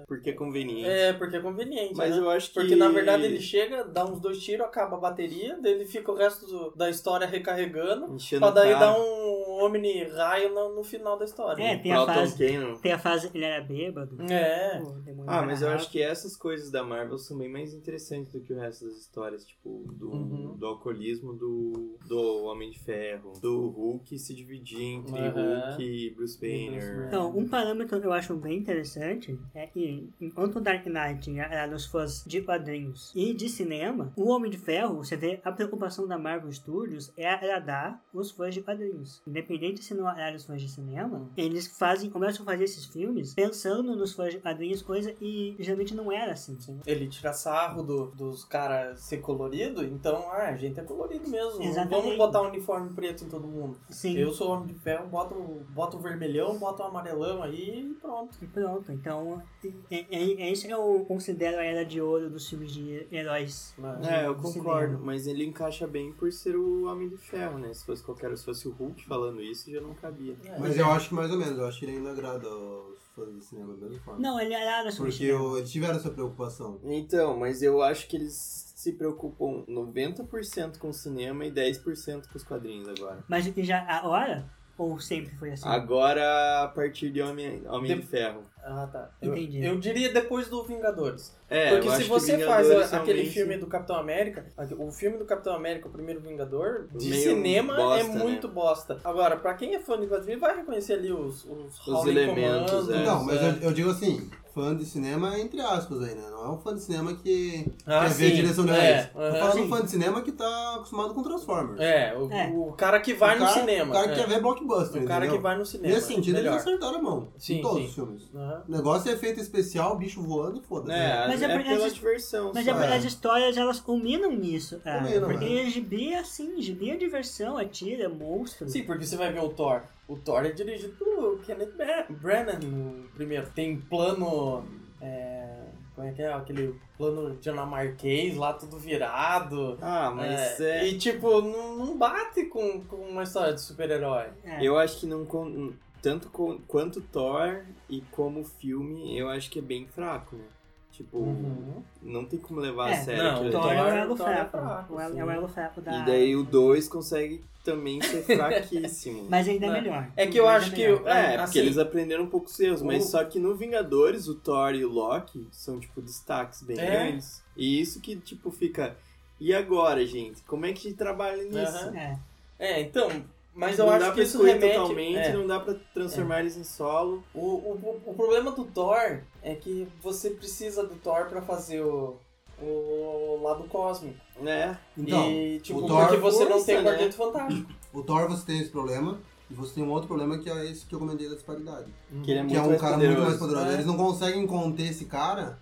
Speaker 2: Porque é conveniente.
Speaker 3: É, porque é conveniente.
Speaker 2: Mas
Speaker 3: né?
Speaker 2: eu acho que...
Speaker 3: Porque na verdade ele chega, dá uns dois tiros, acaba a bateria, daí ele fica o resto do- da história recarregando,
Speaker 2: Enchendo
Speaker 3: pra
Speaker 7: tá.
Speaker 3: daí
Speaker 2: o
Speaker 3: dar
Speaker 2: carro,
Speaker 3: um Omni raio no, no final da história.
Speaker 7: É,
Speaker 2: um
Speaker 7: tem a
Speaker 2: Proton
Speaker 7: fase-
Speaker 2: Cannon.
Speaker 7: Tem a fase que ele era bêbado.
Speaker 3: É.
Speaker 7: o demônio
Speaker 2: Ah,
Speaker 7: era
Speaker 2: mas eu
Speaker 7: rato.
Speaker 2: acho que essas coisas da Marvel são bem mais interessantes do que o resto das histórias, tipo, do,
Speaker 3: Uhum.
Speaker 2: do alcoolismo do, do Homem de Ferro, do Hulk se dividir entre
Speaker 3: Aham.
Speaker 2: Hulk e Bruce
Speaker 3: Bruce
Speaker 2: Banner.
Speaker 3: Banner.
Speaker 7: Então, um parâmetro que eu acho bem interessante é que, enquanto o Dark Knight era nos fãs de quadrinhos e de cinema, o Homem de Ferro, você vê, a preocupação da Marvel Studios é agradar os fãs de quadrinhos. Independente se não agradar os fãs de cinema, eles fazem, começam a fazer esses filmes pensando nos fãs de quadrinhos, coisa e geralmente não era assim.
Speaker 3: Ele tira sarro do- dos caras ser colorido, então ah, a gente é colorido mesmo.
Speaker 7: Exatamente.
Speaker 3: Vamos botar um uniforme preto em todo mundo.
Speaker 7: Sim.
Speaker 3: Eu sou homem de ferro, boto, boto o vermelhão, boto o amarelão aí e pronto.
Speaker 7: E pronto, então é, é, é isso que eu considero a era de ouro dos filmes de heróis.
Speaker 3: Mas-
Speaker 2: É, eu
Speaker 7: Do
Speaker 2: concordo,
Speaker 7: cinema.
Speaker 2: mas ele encaixa bem por ser o Homem de Ferro, né? Se fosse qualquer, se fosse o Hulk falando isso, já não cabia.
Speaker 3: É.
Speaker 1: Mas um eu acho que mais ou menos, eu acho que ele ainda agrada aos fãs de cinema da mesma forma.
Speaker 7: Não, ele era nos fãs de
Speaker 1: Porque
Speaker 7: cinema.
Speaker 1: eu- eles tiveram essa preocupação.
Speaker 2: Então, mas eu acho que eles se preocupam 90% com o cinema e 10% com os quadrinhos agora.
Speaker 7: Mas o que já agora? Ou sempre foi assim?
Speaker 2: Agora, a partir de Homem, Homem de
Speaker 3: De-
Speaker 2: Ferro.
Speaker 3: Ah, tá. Eu,
Speaker 7: Entendi.
Speaker 3: eu diria depois do Vingadores.
Speaker 2: É,
Speaker 3: Porque
Speaker 2: eu
Speaker 3: se
Speaker 2: acho
Speaker 3: você
Speaker 2: que
Speaker 3: faz
Speaker 2: Vingadores
Speaker 3: a- aquele
Speaker 2: realmente-
Speaker 3: filme do Capitão América, aque- o filme do Capitão América, o primeiro Vingador, de
Speaker 2: Meio
Speaker 3: cinema é
Speaker 2: bosta, né?
Speaker 3: muito bosta. Agora, pra quem é fã de quadrinhos, vai reconhecer ali os, os, Howling
Speaker 2: elementos,
Speaker 3: Commandos,
Speaker 2: é.
Speaker 1: Não, Então, mas
Speaker 3: é.
Speaker 1: eu, eu digo assim, fã de cinema entre aspas aí, né? Não é um fã de cinema que
Speaker 3: Ah,
Speaker 1: quer ver a
Speaker 3: sim.
Speaker 1: direção de
Speaker 3: É,
Speaker 1: heróis.
Speaker 3: aham.
Speaker 1: Tô falando
Speaker 7: Sim.
Speaker 1: um fã de cinema que tá acostumado com Transformers.
Speaker 3: É, o,
Speaker 7: É.
Speaker 3: o cara que vai
Speaker 1: O
Speaker 3: no
Speaker 1: cara-
Speaker 3: cinema.
Speaker 1: O cara
Speaker 3: é.
Speaker 1: que quer ver blockbuster,
Speaker 3: O cara que
Speaker 1: entendeu?
Speaker 3: vai no cinema.
Speaker 1: Nesse sentido,
Speaker 3: melhor.
Speaker 1: eles acertaram a mão.
Speaker 3: Sim,
Speaker 1: em todos
Speaker 3: sim.
Speaker 1: os filmes.
Speaker 3: Aham.
Speaker 7: Aham.
Speaker 1: O negócio é efeito especial, bicho voando e foda-se.
Speaker 2: É,
Speaker 7: Mas
Speaker 2: é,
Speaker 7: é porque
Speaker 2: pela
Speaker 7: a gente-
Speaker 2: diversão.
Speaker 7: Mas
Speaker 2: só.
Speaker 7: é, as histórias, elas culminam nisso, cara.
Speaker 1: Culminam,
Speaker 7: porque
Speaker 1: é.
Speaker 7: gibi é assim, gibi é diversão, é tiro, é monstro.
Speaker 3: Sim, porque você vai ver o Thor. O Thor é dirigido pelo Kenneth Bra- Branagh no primeiro. Tem plano. É, como é que é? Aquele plano dinamarquês lá, tudo virado.
Speaker 2: Ah, mas
Speaker 3: É,
Speaker 2: é...
Speaker 3: E tipo, não, não bate com, com uma história de super-herói.
Speaker 7: É.
Speaker 2: Eu acho que não. con- Tanto com, quanto Thor e como filme, eu acho que é bem fraco, né? Tipo,
Speaker 3: Uhum.
Speaker 2: não tem como levar
Speaker 7: É,
Speaker 2: a sério
Speaker 3: não,
Speaker 2: aquilo
Speaker 7: O
Speaker 2: ali.
Speaker 7: Thor é o
Speaker 3: Thor-
Speaker 7: elo
Speaker 3: Thor é
Speaker 7: fraco.
Speaker 3: fraco,
Speaker 7: o elo-
Speaker 3: sim.
Speaker 7: é o elo fraco da.
Speaker 2: E daí o 2 consegue também ser fraquíssimo.
Speaker 7: Mas ainda é
Speaker 3: Não.
Speaker 7: melhor.
Speaker 3: É que eu
Speaker 7: Ainda
Speaker 3: acho que
Speaker 7: melhor.
Speaker 3: o-
Speaker 2: É,
Speaker 3: assim,
Speaker 2: porque eles aprenderam um pouco os erros, mas
Speaker 3: o-
Speaker 2: só que no Vingadores, o Thor e o Loki são, tipo, destaques bem
Speaker 3: É.
Speaker 2: grandes. E isso que, tipo, fica. E agora, gente? Como é que a gente trabalha nisso?
Speaker 3: Aham.
Speaker 7: É.
Speaker 3: É, então. Mas eu
Speaker 2: não dá
Speaker 3: acho que
Speaker 2: pra
Speaker 3: isso
Speaker 2: excluir
Speaker 3: remete...
Speaker 2: totalmente, né?
Speaker 3: é.
Speaker 2: não dá pra transformar eles em solo.
Speaker 3: O, o, o problema do Thor é que você precisa do Thor pra fazer o, o lado cósmico.
Speaker 2: Né?
Speaker 1: Então,
Speaker 3: e, tipo,
Speaker 1: o Thor-
Speaker 3: porque você não
Speaker 2: Força,
Speaker 3: tem o
Speaker 2: né?
Speaker 3: Quarteto Fantástico.
Speaker 1: o Thor você tem esse problema, e você tem um outro problema que é esse que eu comentei da disparidade.
Speaker 2: Que ele é
Speaker 1: que
Speaker 2: muito
Speaker 1: é um
Speaker 2: mais
Speaker 1: cara
Speaker 2: poderoso.
Speaker 1: muito mais poderoso.
Speaker 3: É.
Speaker 1: Eles não conseguem conter esse cara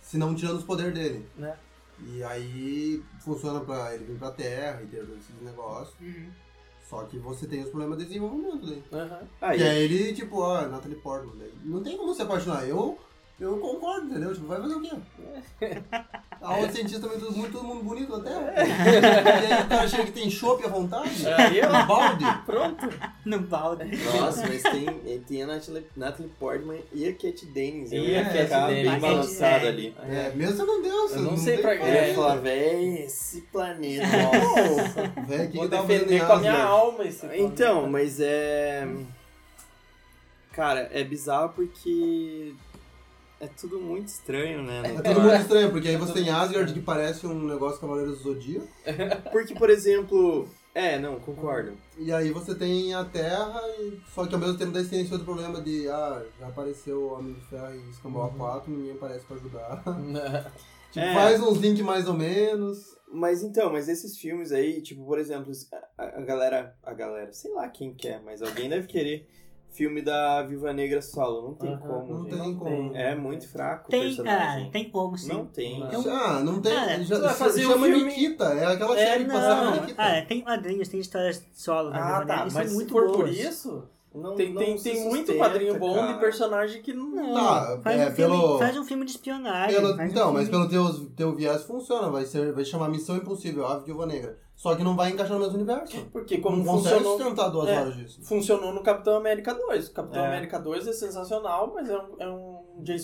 Speaker 1: se não tirando os poderes dele.
Speaker 3: Né.
Speaker 1: E aí funciona pra ele vir pra terra e ter esses negócios.
Speaker 7: Uhum.
Speaker 1: Só que você tem os problemas de desenvolvimento daí.
Speaker 3: Aham.
Speaker 2: Aí,
Speaker 1: E aí ele, tipo, ah, Natalie Portman. daí Não tem como se apaixonar. Eu, eu concordo, entendeu? Tipo, vai fazer o quê? A outra cientista também, todo mundo, todo mundo bonito até. E aí o cara chega que tem chopp à vontade.
Speaker 3: É, Aí, É. ó,
Speaker 1: Um balde.
Speaker 3: pronto.
Speaker 7: No balde.
Speaker 2: Nossa, mas tem, eh, tem a Natalie, Natalie Portman e a Cat Dennings. Eu
Speaker 3: E
Speaker 2: ia
Speaker 1: a Cat
Speaker 2: ficar
Speaker 3: Dennings.
Speaker 2: bem balançado
Speaker 7: É.
Speaker 2: ali.
Speaker 1: É, mesmo sendo um deus.
Speaker 3: Eu não sei
Speaker 1: tem
Speaker 3: pra é
Speaker 1: como.
Speaker 2: Eu ia falar, véi, esse planeta. Nossa.
Speaker 1: Véi, o que
Speaker 3: Vou
Speaker 1: que tá
Speaker 3: defender
Speaker 1: fazendo
Speaker 3: com a
Speaker 1: em
Speaker 3: minha
Speaker 1: Asgard?
Speaker 3: alma esse
Speaker 2: então, mas é. Cara, é bizarro porque. É tudo muito estranho, né?
Speaker 1: É
Speaker 2: no
Speaker 1: tudo
Speaker 2: Thor.
Speaker 1: muito estranho, porque aí você
Speaker 3: Tudo
Speaker 1: tem
Speaker 3: muito
Speaker 1: Asgard
Speaker 3: estranho.
Speaker 1: que parece um negócio Cavaleiro do Zodíaco,
Speaker 2: Porque, por exemplo. É, não, concordo.
Speaker 1: e aí você tem a Terra, e- só que ao mesmo tempo daí você tem esse outro problema de, ah, já apareceu o Homem de Ferro e Escambau
Speaker 3: Uhum.
Speaker 1: 4, ninguém aparece pra ajudar.
Speaker 3: planeta.
Speaker 1: Tipo,
Speaker 2: É.
Speaker 1: faz uns links mais ou menos.
Speaker 2: Mas então, mas esses filmes aí, tipo, por exemplo, a, a galera. A galera, sei lá quem quer, mas alguém deve querer. Filme da Viva Negra solo. Não tem
Speaker 3: Aham,
Speaker 2: como,
Speaker 1: não
Speaker 2: gente.
Speaker 1: tem como.
Speaker 2: É muito fraco o
Speaker 7: Tem,
Speaker 2: personagem.
Speaker 7: cara, tem como sim.
Speaker 2: Não tem.
Speaker 3: Não.
Speaker 1: ah, não tem.
Speaker 7: Cara,
Speaker 1: já,
Speaker 3: você vai fazer
Speaker 1: chama
Speaker 3: um filme-
Speaker 1: Nikita, é aquela
Speaker 3: É,
Speaker 1: série né, que
Speaker 7: não.
Speaker 1: passava Nikita.
Speaker 7: Ah, é, tem quadrinhos, tem histórias né, solo da
Speaker 3: Ah, tá.
Speaker 7: Viva Negra, e são
Speaker 3: Mas
Speaker 7: é muito
Speaker 3: se for
Speaker 7: boas.
Speaker 3: por isso,
Speaker 2: Não-
Speaker 3: tem,
Speaker 2: não
Speaker 3: tem,
Speaker 2: se
Speaker 3: tem muito
Speaker 2: sustenta,
Speaker 3: quadrinho bom
Speaker 2: cara.
Speaker 3: de personagem que não...
Speaker 7: Não,
Speaker 1: Tá,
Speaker 7: faz,
Speaker 1: é,
Speaker 7: um filme,
Speaker 1: pelo-
Speaker 7: faz um filme de espionagem.
Speaker 1: Pelo-
Speaker 7: faz um
Speaker 1: então, mas
Speaker 7: filme-
Speaker 1: pelo teu, teu viés funciona, vai, ser, vai chamar Missão Impossível, Ave Viúva Negra. Só que não vai encaixar no mesmo universo.
Speaker 3: Porque como
Speaker 1: não consegue
Speaker 3: funcionou...
Speaker 1: sustentar duas
Speaker 3: É.
Speaker 1: horas disso.
Speaker 3: Funcionou no Capitão América 2. O Capitão
Speaker 2: É.
Speaker 3: América 2 é sensacional, mas é um, é um Jason